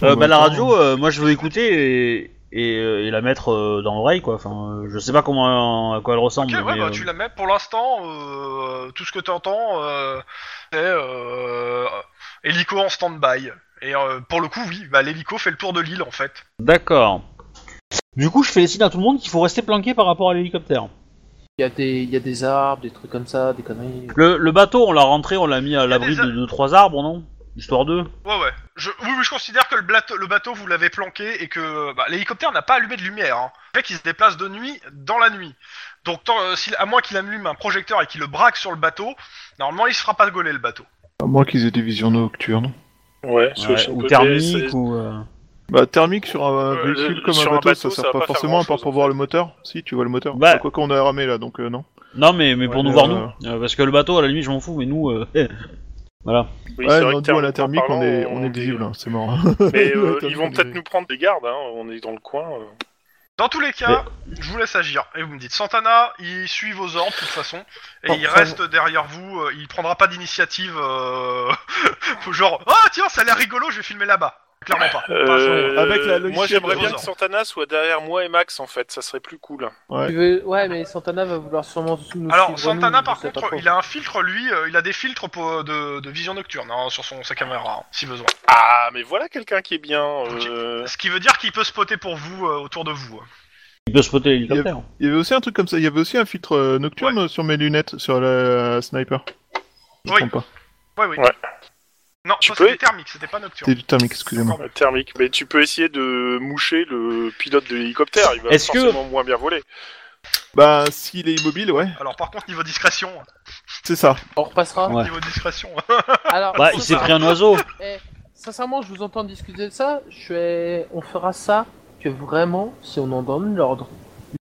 S1: Euh, bah, la radio, euh, moi je veux écouter et, et, euh, et la mettre euh, dans l'oreille, quoi. Enfin, euh, je sais pas comment, à quoi elle
S2: Ok,
S1: ressemble.
S2: ouais,
S1: mais,
S2: bah,
S1: euh,
S2: tu la mets pour l'instant. euh, tout ce que t'entends, euh, c'est euh, hélico en stand-by. Et euh, pour le coup, oui, bah, l'hélico fait le tour de l'île en fait.
S1: D'accord. Du coup, je fais les signes à tout le monde qu'il faut rester planqué par rapport à l'hélicoptère.
S5: Il y a des, il y a des arbres, des trucs comme ça, des conneries.
S1: Le, le bateau, on l'a rentré, on l'a mis à l'abri
S2: des a-
S1: de, de trois arbres, non Histoire d'eux
S2: Ouais, ouais. Je, oui, oui, je considère que le, blateau- le bateau, vous l'avez planqué et que bah, l'hélicoptère n'a pas allumé de lumière. Hein. Le mec, il se déplace de nuit dans la nuit. Donc, tant- euh, s'il- à moins qu'il allume un projecteur et qu'il le braque sur le bateau, normalement, il se fera pas gauler le bateau.
S3: À moins qu'ils aient des visions nocturnes.
S4: Ouais, parce que
S1: Ouais,
S4: si on
S1: Ou
S4: peut
S1: thermique,
S4: dire, c'est-
S1: ou. euh,
S3: Bah, thermique sur un
S4: Euh,
S3: véhicule
S4: le-
S3: comme un
S4: sur un
S3: bateau,
S4: bateau,
S3: ça sert
S4: ça
S3: pas,
S4: va pas faire
S3: forcément, à part
S4: grand-chose,
S3: pour
S4: en
S3: voir
S4: fait.
S3: le moteur. Si, tu vois le moteur.
S1: Bah-
S3: Enfin, Quoi qu'on a ramé là, donc euh, non.
S1: Non, mais, mais pour
S4: Ouais,
S1: nous
S4: euh,
S1: voir, nous. Euh, parce que le bateau, à la limite, je m'en fous, mais nous. euh, voilà.
S4: oui,
S3: ouais,
S4: c'est vrai
S3: non,
S4: que
S3: nous, à la thermique,
S4: parlant,
S3: on est, on est visible, hein, c'est mort.
S4: Mais euh,
S3: Attends,
S4: ils vont
S3: je
S4: peut-être
S3: vais-
S4: nous prendre des gardes, hein. on est dans le coin. euh.
S2: Dans tous les cas, je vous laisse agir. Et vous me dites, Santana, il suit vos ordres de toute façon. Et
S5: Bon,
S2: il
S5: ça
S2: reste derrière vous. euh, Il prendra pas d'initiative. euh, genre, oh tiens, ça a l'air rigolo, je vais filmer là-bas. Clairement pas. Pas sur-
S4: Euh,
S3: Avec la
S4: moi
S3: logicielle
S4: j'aimerais
S2: de
S4: bien que
S2: Rosa.
S4: Santana soit derrière moi et Max en fait, ça serait plus cool.
S3: Ouais.
S5: Tu veux... Ouais, mais Santana va vouloir sûrement nous
S2: Alors,
S5: suivre,
S2: Santana,
S5: nous,
S2: par
S5: je sais pas
S2: contre,
S5: trop.
S2: il a un filtre, lui, euh, il a des filtres pour- de, de vision nocturne hein, sur son, sa caméra, hein, si besoin.
S4: Ah, mais voilà quelqu'un qui est bien. euh,
S2: Ce qui veut dire qu'il peut spotter pour vous, euh, autour de vous. hein.
S1: Il peut spotter l'hélicoptère.
S3: Il y avait aussi un truc comme ça, il y avait aussi un filtre euh, nocturne sur mes lunettes, sur la sniper. Je
S2: Oui.
S3: comprends pas.
S2: Ouais, oui.
S4: Ouais.
S2: Non,
S4: Tu
S2: ça,
S4: peux-
S2: c'était thermique, c'était pas nocturne.
S3: C'était du thermique, excusez-moi.
S2: Encore mieux.
S4: Thermique, mais tu peux essayer de moucher le pilote de l'hélicoptère, il va
S1: Est-ce que-
S4: forcément moins bien voler.
S3: Bah, s'il est immobile, ouais,
S2: Alors, par contre, niveau discrétion, hein,
S3: c'est ça.
S5: On repassera.
S1: Ouais.
S2: niveau discrétion,
S5: Alors,
S1: Bah,
S5: ça,
S1: il s'est
S5: ça-
S1: pris un oiseau.
S5: eh, sincèrement, je vous entends discuter de ça. Je fais... On fera ça que vraiment si on en donne l'ordre.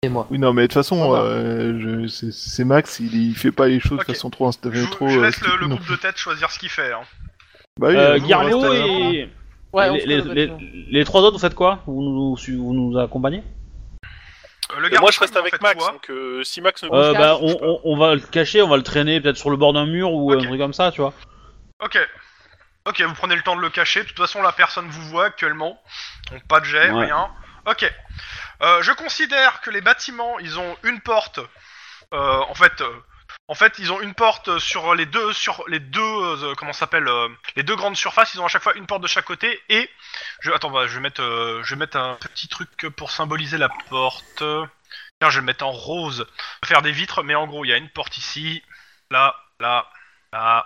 S5: Et moi.
S3: Oui, non, mais de toute façon,
S5: Ah bah.
S3: euh, je- c'est- c'est Max, il, il fait pas les choses
S2: Ok.
S3: de façon trop. inst-
S2: je, vous-
S3: trop
S2: je
S3: euh,
S2: laisse le, le
S3: stupide.
S2: groupe de tête choisir ce qu'il fait. hein.
S3: Bah oui,
S1: Euh,
S3: vous
S1: Guillermo
S3: restez là.
S1: et.
S5: Ouais, on
S1: les,
S5: se
S1: les-
S5: fait le
S1: les-
S5: bâtiment.
S1: les trois autres, vous faites quoi vous nous, vous nous accompagnez
S2: Euh, le
S4: Et moi je
S2: garde-fou,
S4: reste
S2: vous en
S4: avec
S2: faites
S4: Max,
S2: quoi
S4: donc euh, si Max ne bouge
S1: euh,
S5: cache,
S1: bah,
S4: je
S1: on,
S4: sais pas.
S1: on- on va le cacher, on va le traîner peut-être sur le bord d'un mur ou
S2: Ok.
S1: un truc comme ça, tu vois.
S2: Ok. Ok, vous prenez le temps de le cacher. De toute façon, la personne vous voit actuellement. Donc pas de jet,
S1: Ouais.
S2: rien. Ok. Euh, je considère que les bâtiments, ils ont une porte. Euh, en fait, euh, en fait, ils ont une porte sur les deux sur les deux euh, comment ça s'appelle euh, les deux grandes surfaces. Ils ont à chaque fois une porte de chaque côté. Et je attends, bah, je vais mettre euh, je vais mettre un petit truc pour symboliser la porte. Tiens, je vais le mettre en rose. Faire des vitres, mais en gros, il y a une porte ici, là, là, là.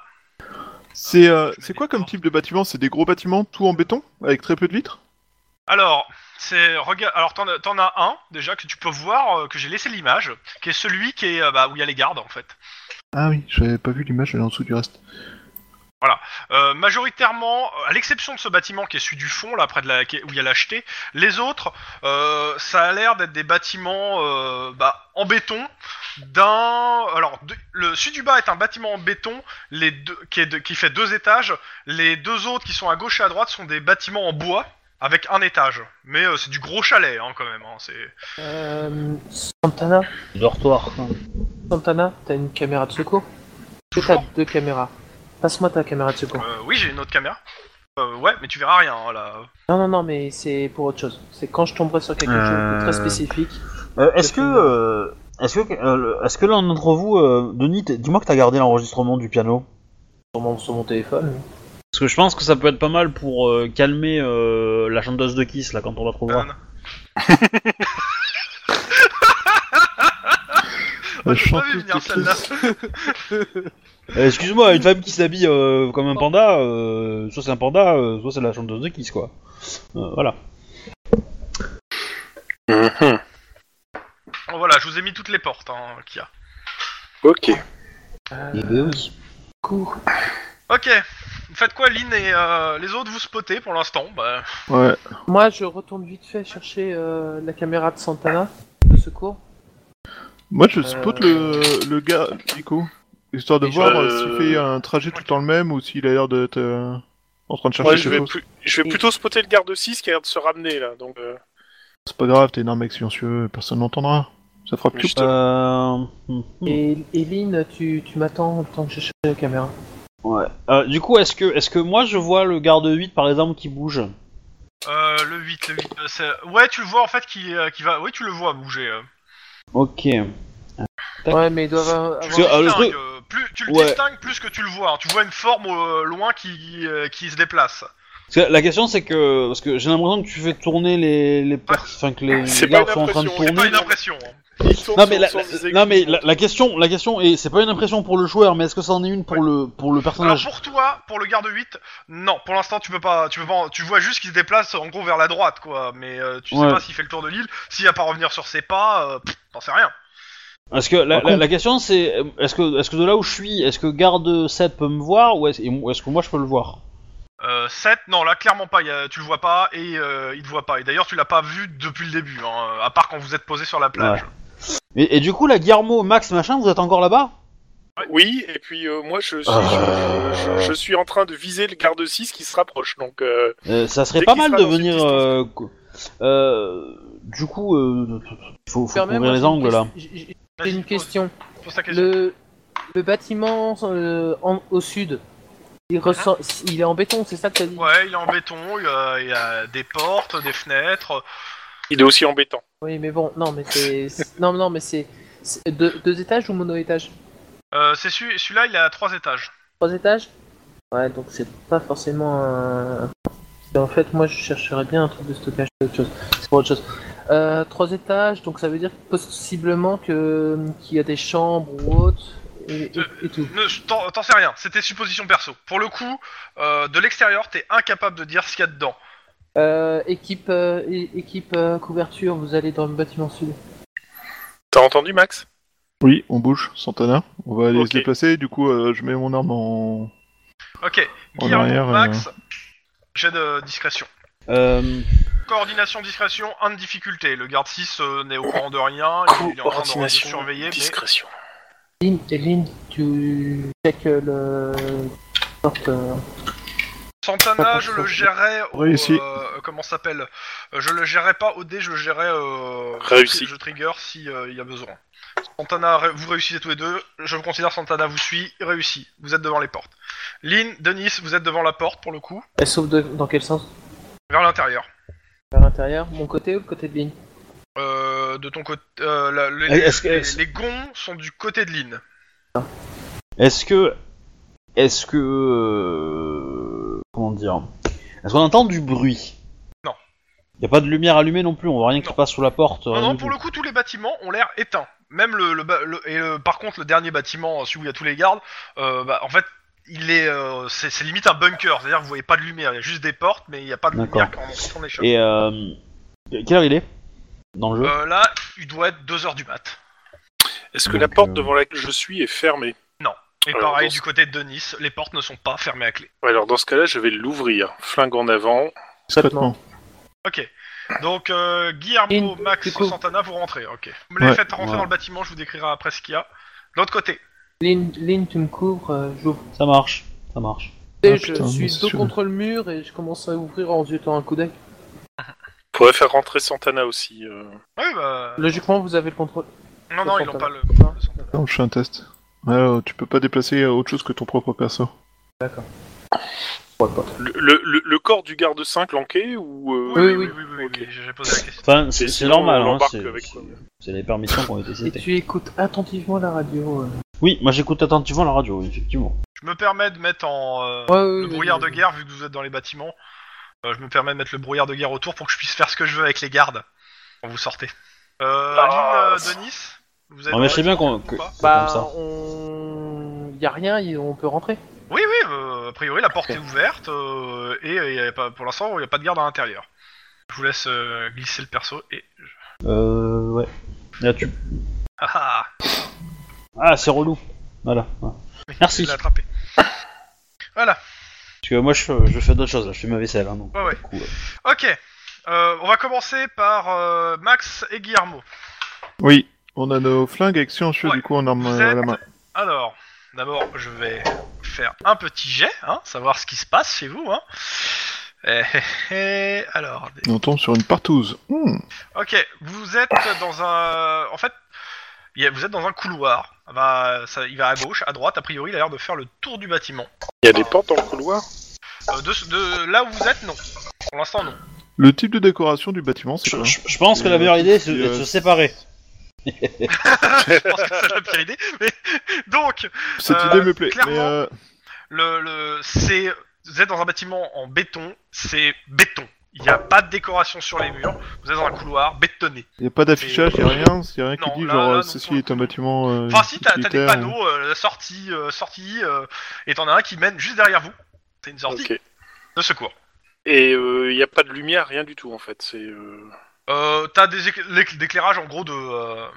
S3: C'est euh,
S2: Je mets
S3: c'est
S2: des
S3: quoi comme
S2: portes.
S3: type de bâtiment C'est des gros bâtiments, tout en béton, avec très peu de vitres
S2: Alors, c'est regarde, alors t'en as- t'en as un déjà que tu peux voir euh, que j'ai laissé l'image, qui est celui qui est euh, bah, où il y a les gardes en fait.
S3: Ah oui, j'avais pas vu l'image, elle est en dessous du reste.
S2: Euh, majoritairement, euh, à l'exception de ce bâtiment qui est celui du fond là près de la qui est- où il y a l'acheté, les autres, euh, ça a l'air d'être des bâtiments euh, bah, en béton. D'un, alors de- le sud du bas est un bâtiment en béton, les deux qui, est de- qui fait deux étages. Les deux autres qui sont à gauche et à droite sont des bâtiments en bois avec un étage. Mais euh, c'est du gros chalet hein, quand même. hein, c'est
S5: Euh, Santana,
S1: Dortoir.
S5: Santana, t'as une caméra de secours Est-ce que t'as deux caméras Passe-moi ta caméra de secours.
S2: Euh, oui, j'ai une autre caméra. Euh, ouais, mais tu verras rien hein, là.
S5: Non, non, non, mais c'est pour autre chose. C'est quand je tomberai sur quelque chose de très
S1: Euh.
S5: spécifique.
S1: est-ce que. euh, est-ce que, euh, le- est-ce que l'un d'entre vous, euh, Denis, t- dis-moi que t'as gardé l'enregistrement du piano
S5: Sur mon, sur mon téléphone.
S1: Parce que je pense que ça peut être pas mal pour euh, calmer euh, la chanteuse de Kiss là quand on la trouvera.
S2: Anne.
S3: La
S2: Ah, Je savais
S3: chanteuse de
S2: venir celle-là.
S1: Euh, Excuse-moi, une femme qui s'habille euh, comme un panda, euh, soit c'est un panda, euh, soit c'est la chanteuse de Kiss quoi. Euh, voilà. mhm.
S2: Bon, Voilà, je vous ai mis toutes les portes hein, qu'il y a.
S4: Ok.
S1: Ah, Eh ben
S5: Cours.
S2: Ok. Faites quoi, Lynn et euh, les autres vous spottez pour l'instant bah,
S3: Ouais.
S5: Moi, je retourne vite fait chercher euh, la caméra de Santana de secours.
S3: Moi, je spot le, le gars, Nico, histoire de
S5: Et je-
S3: voir s'il
S4: euh,
S3: fait un trajet tout le temps le même ou s'il a l'air d'être euh, en train de chercher
S4: Moi, je
S3: quelque
S4: vais,
S3: chose.
S4: plus- je vais plutôt spotter le garde 6 qui a l'air de se ramener là. Donc, euh,
S3: C'est pas grave, t'es énorme mec silencieux, personne n'entendra. Ça fera plus.
S4: je te-
S1: Euh... hum, hum.
S5: Et, et Lynn, tu, tu m'attends le temps que je cherche la caméra.
S1: Ouais. Euh, du coup, est-ce que, est-ce que moi je vois le garde 8 par exemple qui bouge
S2: euh, le 8, le 8. euh, c'est- ouais, tu le vois en fait qui, euh, qui va. Oui, tu le vois bouger. euh.
S1: Ok. Tac.
S5: Ouais, mais ils doivent avoir...
S2: Tu
S1: Parce que,
S2: le
S1: euh, le
S2: distingues,
S1: truc-
S2: euh, plus, tu le
S1: Ouais.
S2: distingues plus que tu le vois. hein. Tu vois une forme euh, loin qui, euh, qui se déplace.
S1: Parce que la question c'est que. Parce que j'ai l'impression que tu fais tourner les, les pers- Enfin, que les,
S4: Ah, C'est
S1: les
S4: pas
S1: gardes
S4: une
S1: sont en train de
S4: impression, c'est
S1: tourner.
S2: C'est pas une impression. hein.
S4: il tourne
S1: Non
S4: sur
S1: mais,
S4: le
S1: la,
S4: sens des
S1: la- non, mais
S4: aiguilles.
S1: la, la question, la question est, c'est pas une impression pour le joueur, mais est-ce que ça en est une pour le pour le
S2: Alors
S4: Ah,
S1: personnage
S2: pour toi, pour le garde 8, non, pour l'instant tu peux pas, tu peux pas, tu vois juste qu'il se déplace en gros vers la droite quoi, mais euh, tu
S1: Ouais.
S2: sais pas s'il fait le tour de l'île, s'il va pas revenir sur ses pas, euh, pff, t'en sais rien.
S1: Parce que la,
S3: Par
S1: la-
S3: contre-
S1: la question c'est, euh, est-ce que est-ce que de là où je suis, est-ce que garde 7 peut me voir ou est-ce, et mo- est-ce que moi je peux le voir
S2: Euh, 7, non là clairement pas, il y a- tu le vois pas et euh, il te voit pas. Et d'ailleurs tu l'as pas vu depuis le début, hein, à part quand vous êtes posé sur la plage.
S1: et, et du coup, la Guillermo, Max, machin, vous êtes encore là-bas
S4: Oui, et puis euh, moi je suis,
S1: Ah.
S4: je, je- je suis en train de viser le garde 6 qui se rapproche. Donc, euh,
S1: Euh, ça serait
S4: Dès
S1: pas
S4: qu'il
S1: mal
S4: sera
S1: de
S4: dans cette
S1: venir.
S4: distance.
S1: euh, co- euh, du coup, euh, faut, faut couvrir
S5: Permets-moi,
S1: les
S5: j'ai une
S1: angles là.
S5: ques- j'ai- j'ai-
S2: Vas-y,
S5: J'ai une
S2: pose-
S5: question.
S2: pose ta question.
S5: Le, le bâtiment euh, en- au sud, il, ressent, il est en béton, c'est ça que t'as dit
S2: Ouais, il est en béton, il y, a, il y a des portes, des fenêtres.
S4: il est aussi embêtant.
S5: Oui, mais bon, non, mais c'est. c'est- non, non, mais c'est. c'est deux, deux étages ou mono-étage
S2: Euh, c'est celui- celui-là, il est à trois étages.
S5: Trois étages Ouais, donc c'est pas forcément un. Et En fait, moi je chercherais bien un truc de stockage, c'est autre chose. C'est pour autre chose. Euh, trois étages, donc ça veut dire possiblement que qu'il y a des chambres ou autres et, et- et tout.
S2: Ne- je- T'en t'en sais rien, c'était supposition perso. Pour le coup, euh, de l'extérieur, t'es incapable de dire ce qu'il y a dedans.
S5: Euh, équipe euh, é- équipe euh, couverture, vous allez dans le bâtiment sud.
S4: T'as entendu Max
S3: Oui, on bouge, Santana. On va aller
S4: Ok.
S3: se déplacer, du coup, euh, je mets mon arme en.
S2: Ok,
S3: En
S2: Guillermo,
S3: arrière, euh,
S2: Max, j'ai de discrétion.
S1: Euh,
S2: Coordination, discrétion, 1 de difficulté. Le garde 6 euh, n'est au courant de rien, il est en train de surveiller, mais...
S4: discrétion.
S5: Lynn, et Lynn, tu check euh, le porte. euh,
S2: Santana, je le gérerai au,
S3: Réussi.
S2: euh, comment ça s'appelle Euh, Je le gérerai pas au dé, je le gérerai... Euh,
S4: Réussi.
S2: Je trigger si euh, il y a besoin. Santana, ré- vous réussissez tous les deux. Je considère Santana vous suit, réussi. Vous êtes devant les portes. Lynn, Denis, vous êtes devant la porte pour le coup,
S5: Elle s'ouvre de- dans quel sens
S2: vers l'intérieur.
S5: Vers l'intérieur, mon côté ou le côté de Lynn
S2: Euh, de ton côté, euh, la- les,
S1: Est-ce que-
S2: les- les gonds sont du côté de Lynn.
S1: est-ce que, est-ce que, euh, comment dire, est-ce qu'on entend du bruit
S2: Non.
S1: Y a pas de lumière allumée non plus. On voit rien qui
S2: Non.
S1: passe sous la porte.
S2: Ah Non,
S1: rien
S2: non,
S1: du
S2: pour
S1: tout.
S2: le coup, tous les bâtiments ont l'air éteints. Même le, le, ba- le- et le- par contre, le dernier bâtiment, euh, celui où il y a tous les gardes, euh, bah, en fait, il est, euh, c'est c'est limite un bunker. C'est-à-dire que vous voyez pas de lumière, il y a juste des portes, mais il n'y a pas de
S1: D'accord.
S2: lumière quand on s'en échappe.
S1: Et euh, quelle heure il est dans le jeu
S2: Euh, là, il doit être 2h du mat.
S4: Est-ce que
S1: Donc,
S4: la porte
S1: euh,
S4: devant laquelle je suis est fermée
S2: Et
S4: Alors,
S2: pareil,
S4: dans ce-
S2: du côté de Denis, les portes ne sont pas fermées à clé.
S4: Ouais, Alors dans ce cas-là, je vais l'ouvrir. Flingue en avant.
S3: Discrètement.
S2: Ok. Donc, euh, Guillermo,
S5: Lynn,
S2: Max,
S5: du coup-
S2: Santana, vous rentrez. Ok. Vous me les
S3: Ouais.
S2: faites rentrer
S1: Ouais.
S2: dans le bâtiment, je vous décrirai après ce qu'il y a. De l'autre côté.
S5: Lynn, Lynn, tu me couvres, euh, j'ouvre.
S1: Ça marche. Ça marche.
S5: Tu sais,
S3: Ah, putain,
S5: je
S3: mais
S5: suis
S3: c'est
S5: dos
S3: sûr.
S5: contre le mur et je commence à ouvrir en jetant un coup d'œil.
S4: Pourrait faire rentrer Santana aussi. euh.
S2: Ouais, bah...
S5: Logiquement, vous avez le contrôle.
S2: Non,
S5: Le
S2: non, ils n'ont
S5: Santana.
S2: pas le.
S5: Non.
S2: le Santana.
S3: Non, je fais un test. Alors, tu peux pas déplacer autre chose que ton propre perso.
S5: D'accord. Pourquoi pas
S4: Le, le- le- le corps du garde 5 lanqué ou euh,
S5: Oui, oui.
S2: oui, oui,
S4: Ok.
S2: oui, j'ai posé la question.
S1: Enfin,
S4: Et
S1: c'est c'est
S4: sinon,
S1: normal. hein,
S4: on l'embarque
S1: c'est-
S4: avec euh,
S1: c'est-
S4: quoi.
S1: c'est les permissions qui ont été
S5: Et
S1: citées.
S5: tu écoutes attentivement la radio. euh.
S1: Oui, moi j'écoute attentivement la radio, effectivement.
S2: Je Je me permets de mettre en euh,
S5: Ouais, ouais,
S2: le
S5: ouais,
S2: brouillard
S5: ouais,
S2: de
S5: ouais.
S2: guerre, vu que vous êtes dans les bâtiments. Euh, je me permets de mettre le brouillard de guerre autour pour que je puisse faire ce que je veux avec les gardes quand vous sortez. Euh,
S4: Ah.
S2: Lynn, euh, Denis, vous êtes
S1: Non,
S2: dans
S1: mais je sais
S2: les
S1: bien qu'on.
S2: bâtiments
S1: que-
S2: ou pas
S1: comme
S5: Bah,
S1: ça.
S5: on. Y a rien, y- on peut rentrer.
S2: Oui, oui, euh, a priori la porte est ouverte euh, et euh, y a pas, pour l'instant il n'y a pas de garde à l'intérieur. Je vous laisse euh, glisser le perso et.
S1: Euh, ouais. Là, tu...
S2: Ah ah
S1: Ah, c'est relou. Voilà. voilà. Merci.
S2: Il l'a attrapé. voilà,
S1: Parce que moi, je, je fais d'autres choses. Là. Je fais ma vaisselle. Hein, donc,
S2: Ouais, ouais.
S1: du coup, euh,
S2: ok. Euh, on va commencer par euh, Max et Guillermo.
S3: Oui, on a nos flingues avec silencieux,
S2: Ouais.
S3: du coup, en arme
S2: Vous
S3: euh, à la
S2: êtes-
S3: main.
S2: Alors, d'abord, je vais faire un petit jet, hein, savoir ce qui se passe chez vous. Hein. Eh, eh, eh, alors, des-
S3: Et on tombe sur une partouze. Hmm.
S2: ok, vous êtes dans un, en fait, il y a- vous êtes dans un couloir. Ah bah, ça- il va à gauche, à droite. A priori, il a l'air de faire le tour du bâtiment.
S4: Il y a des portes dans le couloir
S2: Euh, de, de là où vous êtes, non. Pour l'instant, non.
S3: Le type de décoration du bâtiment, c'est
S1: je,
S3: quoi
S1: je- je pense que la meilleure idée, c'est de
S3: Euh,
S1: se séparer.
S2: Je pense que c'est la pire idée. Mais donc,
S3: Cette
S2: euh,
S3: idée me plaît.
S2: clairement-
S3: Mais, euh,
S2: le, le c'est vous êtes dans un bâtiment en béton, c'est béton. Il n'y a pas de décoration sur les murs. Vous êtes dans un couloir bétonné.
S3: Y a pas d'affichage, y a rien, y a rien qui
S2: Non,
S3: dit
S2: là,
S3: genre
S2: là,
S3: euh,
S2: non,
S3: ceci
S2: pour le
S3: est un
S2: coup.
S3: bâtiment. euh,
S2: Enfin, si, t'as t'as des
S3: militaire.
S2: panneaux, euh, sortie, euh, sortie, euh, et t'en as un qui mène juste derrière vous. C'est une sortie
S4: Ok.
S2: de secours.
S4: Et euh, il n'y a pas de lumière, rien du tout en fait. C'est euh,
S2: Euh, t'as des éc- l'éc- d'éclairage en gros de. euh,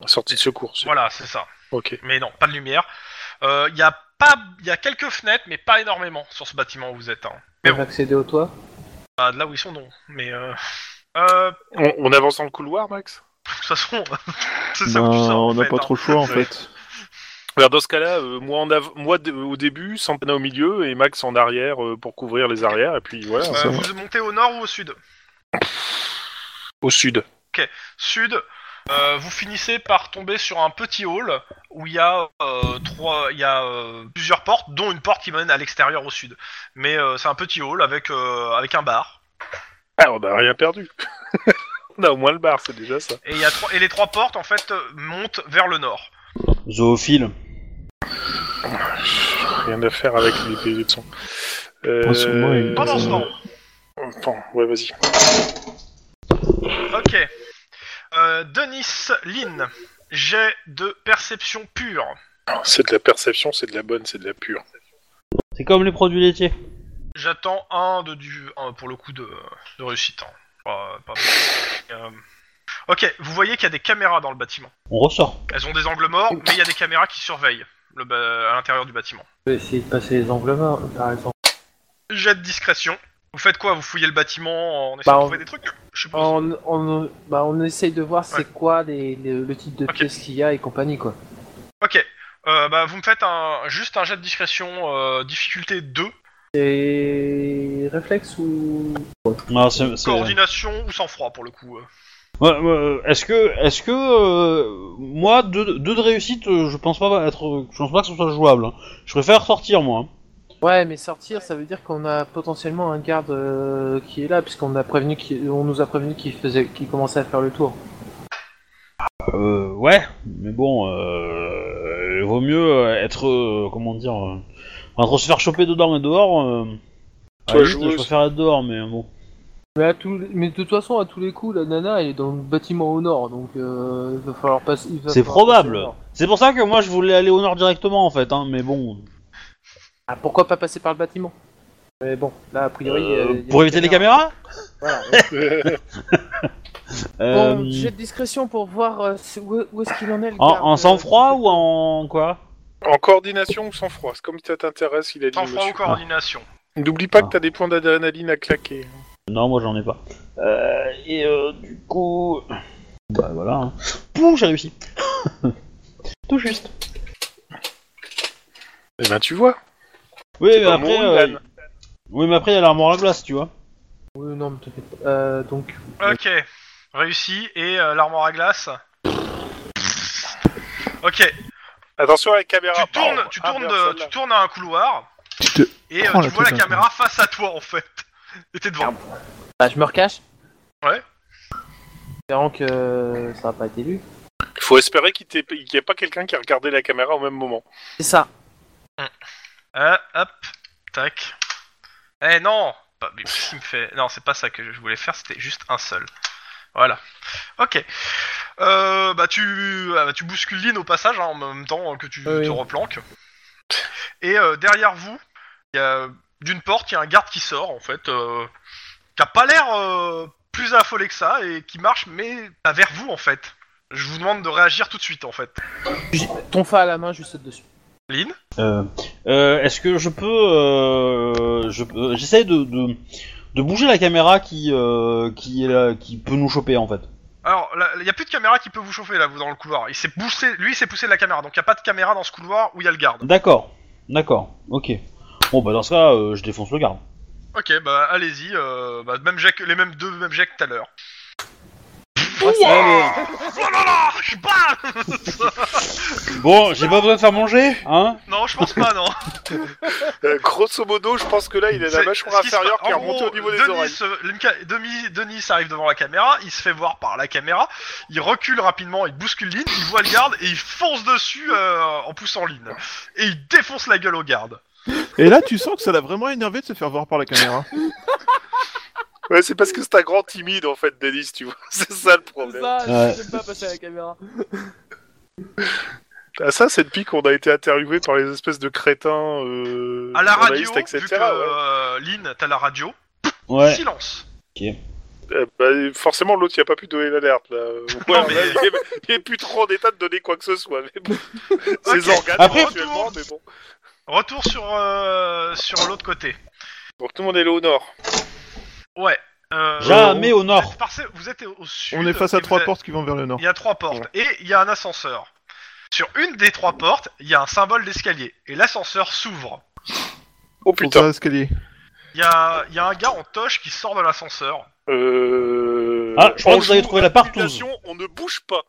S4: une sortie de secours. c'est-
S2: voilà, c'est ça.
S4: Ok.
S2: Mais non, pas de lumière. Il y a pas, il y a quelques fenêtres, mais pas énormément sur ce bâtiment où vous êtes. hein. Mais
S5: On va accéder au toit.
S2: Bah, de là où ils sont, non. Mais euh, euh, de
S4: On, on avance dans le couloir, Max
S2: toute façon, c'est ça
S3: Ben,
S2: où tu sors,
S3: on
S2: en
S3: n'a
S2: fait,
S3: pas
S2: hein.
S3: trop le choix en
S2: Ouais.
S3: fait.
S4: Alors, dans ce cas-là, euh, moi, en av- moi d- au début, Santana au milieu et Max en arrière euh, pour couvrir les arrières. Et puis voilà.
S2: Euh, vous montez au nord ou au sud
S4: Au sud.
S2: Sud, euh, vous finissez par tomber sur un petit hall où il y a, euh, trois, il y a euh, plusieurs portes, dont une porte qui mène à l'extérieur au sud. Mais euh, c'est un petit hall avec, euh, avec un bar.
S4: Ah, on n'a rien perdu. on a au moins le bar, c'est déjà ça.
S2: Et, il y a trois, et les trois portes, en fait, euh, montent vers le nord.
S1: Zoophile.
S4: Rien à faire avec les PV de son. Euh...
S3: Ah, sûrement, il-
S2: Pendant ce
S3: Euh,
S2: temps,
S4: Bon, ouais, vas-y.
S2: ok. Euh, Denis Lynn, jet de perception pure.
S4: C'est de la perception, c'est de la bonne, c'est de la pure.
S1: C'est comme les produits laitiers.
S2: J'attends un de du un pour le coup de, de réussite. hein. Pas- pas beaucoup. Euh, Ok, vous voyez qu'il y a des caméras dans le bâtiment.
S1: On ressort.
S2: Elles ont des angles morts, mais il y a des caméras qui surveillent le ba- à l'intérieur du bâtiment.
S5: Je vais essayer de passer les angles morts, par exemple.
S2: Jet de discrétion. Vous faites quoi Vous fouillez le bâtiment en essayant de
S5: Bah, on-
S2: trouver des trucs Je sais pas.
S5: On, on, bah, on essaye de voir c'est quoi les, les- le type de
S2: Ok.
S5: pièces qu'il y a et compagnie, quoi.
S2: Ok. Euh, bah, vous me faites un, juste un jet de discrétion, euh, difficulté 2,
S5: C'est. réflexe ou.
S1: Non, c'est- c'est-
S2: coordination ou sang-froid pour le coup. euh.
S1: Ouais, ouais, euh, est-ce que, est-ce que, euh, moi, deux, deux de réussite, euh, je pense pas être, je pense pas que ce soit jouable. hein. Je préfère sortir, moi. hein.
S5: Ouais, mais sortir, ça veut dire qu'on a potentiellement un garde euh, qui est là, puisqu'on a prévenu qu'il- on nous a prévenu qu'il faisait, qu'il commençait à faire le tour.
S1: Euh, ouais, mais bon, euh, il vaut mieux euh, être, euh, comment dire, euh, entre se faire choper dedans et dehors. Euh, à la
S4: Toi,
S1: limite,
S4: joueuse.
S1: je préfère être dehors, mais bon.
S5: Mais, à tout, mais de toute façon, à tous les coups, la nana, elle est dans le bâtiment au nord, donc euh, il va falloir passer. il va
S1: C'est
S5: falloir passer au
S1: probable.
S5: nord.
S1: C'est pour ça que moi, je voulais aller au nord directement, en fait. Hein, mais bon,
S5: Ah, pourquoi pas passer par le bâtiment Mais bon, là, a priori.
S1: Euh,
S5: euh, il y a
S1: pour
S5: des
S1: éviter les caméras.
S5: Voilà,
S1: Euh,
S5: Bon, jet de discrétion pour voir euh, c'est- où, où est-ce qu'il en est le
S1: en,
S5: garde,
S1: en sang-froid
S5: euh,
S1: ou en quoi
S4: En coordination ou sans froid C'est comme ça t'intéresse, il a dit. le
S2: Sang-froid ou
S4: monsieur.
S2: coordination.
S4: N'oublie pas
S1: Ah.
S4: que t'as des points d'adrénaline à claquer.
S1: Non, moi j'en ai pas. Euh, et euh, du coup. Bah voilà. hein. Pouh, j'ai réussi. Tout juste.
S4: Eh ben tu vois.
S1: Oui, mais
S4: pas
S1: après.
S4: mon
S1: euh,
S4: Ilan.
S1: Oui, mais après, il y a l'armoire à glace, tu vois.
S5: Oui, non, mais t'inquiète pas. Euh, donc,
S4: Ah.
S2: Ok. Réussi et euh, l'armoire à glace. Ok,
S4: Attention à la caméra.
S2: tu tournes,
S4: Pardon.
S2: tu
S4: Ah,
S2: tournes, euh,
S4: merde,
S2: de-
S4: celle-là.
S2: tu tournes à un couloir
S3: Tu te-
S2: et euh,
S3: Oh,
S2: tu
S3: la
S2: vois la
S3: putain.
S2: caméra face à toi en fait. Et t'es devant.
S5: bah, je me recache.
S2: Ouais.
S5: Espérant que euh, ça n'a pas été lu.
S4: Faut espérer qu'il n'y ait pas quelqu'un qui a regardé la caméra au même moment.
S5: C'est ça.
S2: Ah, hop, tac. Eh non Bah, mais qu'est-ce qu'il me fait Non, c'est pas ça que je voulais faire, c'était juste un seul. Voilà. Ok. Euh, bah, tu, ah, bah, tu bouscules Lynn au passage, hein, en même temps que tu
S5: Oui.
S2: te replanques. Et euh, derrière vous, il y a d'une porte, il y a un garde qui sort, en fait, euh, qui a pas l'air euh, plus affolé que ça, et qui marche, mais pas vers vous, en fait. Je vous demande de réagir tout de suite, en fait.
S5: J'ai- Ton fa à la main, je lui saute dessus.
S2: Lynn
S1: Euh, euh, Est-ce que je peux, euh, je peux- j'essaie de, de de bouger la caméra qui euh, qui est là- qui peut nous choper en fait.
S2: Alors, là, il n'y a plus de caméra qui peut vous chauffer là, vous dans le couloir. Il s'est poussé, lui, il s'est poussé de la caméra, donc il n'y a pas de caméra dans ce couloir où il y a le garde.
S1: D'accord, d'accord, ok. Bon bah dans ce cas, euh, je défonce le garde.
S2: Ok, bah allez-y, euh, bah, même jet que- les mêmes deux, mêmes jets que tout à l'heure.
S1: Ah, c'est
S2: Ouah
S1: allé.
S2: oh là là, je sais pas
S1: Bon, j'ai pas besoin de faire manger, hein
S2: Non, je pense pas, non.
S4: Euh, grosso modo, je pense que là, il a la
S2: C'est-
S4: mâchoire
S2: ce qui se
S4: inférieure
S2: passe-
S4: qui est
S2: en
S4: remontée
S2: gros,
S4: au niveau des
S2: Denis
S4: oreilles.
S2: se- le mca- Demi- Denis arrive devant la caméra, il se fait voir par la caméra, il recule rapidement, il bouscule Lynn, il voit le garde et il fonce dessus euh, en poussant Lynn. Et il défonce la gueule au garde.
S3: Et là, tu sens que ça l'a vraiment énervé de se faire voir par la caméra.
S4: Ouais, c'est parce que c'est un grand timide, en fait, Denis, tu vois. C'est ça le
S2: ben.
S5: C'est
S4: problème.
S5: ça,
S1: Ouais.
S5: je peux pas passer à la caméra.
S4: Ah, ça, c'est depuis qu'on a été interviewé par les espèces de crétins. Euh,
S2: À la radio,
S4: journalistes,
S2: vu que
S4: ouais.
S2: euh, Lynn, t'as la radio,
S1: Ouais.
S2: silence.
S4: Euh, bah, forcément, l'autre, il a pas pu donner l'alerte. Là. Ouais,
S2: Non, mais-
S4: là, il, est, il est plus trop en état de donner quoi que ce soit. Mais bon. Ses
S2: Ok.
S4: organes,
S1: Après-
S4: éventuellement, mais bon.
S2: Retour sur, euh, sur l'autre côté.
S4: Donc, tout le monde est là au nord.
S2: Ouais. euh,
S1: Jamais au
S2: vous
S1: nord.
S2: êtes, passé- vous êtes au sud.
S3: On est face à
S2: et vous
S3: trois
S2: êtes-
S3: portes qui vont vers le nord.
S2: Il y a trois portes. Et il y a un ascenseur. Sur une des trois portes, il y a un symbole d'escalier. Et l'ascenseur s'ouvre.
S4: Oh
S3: Pour
S4: putain.
S3: escalier.
S2: Il y a, il y a un gars en toche qui sort de l'ascenseur.
S4: Euh...
S1: Ah, je crois que vous
S4: Anjou,
S1: avez trouvé la partouze.
S4: intimidation, On ne bouge pas.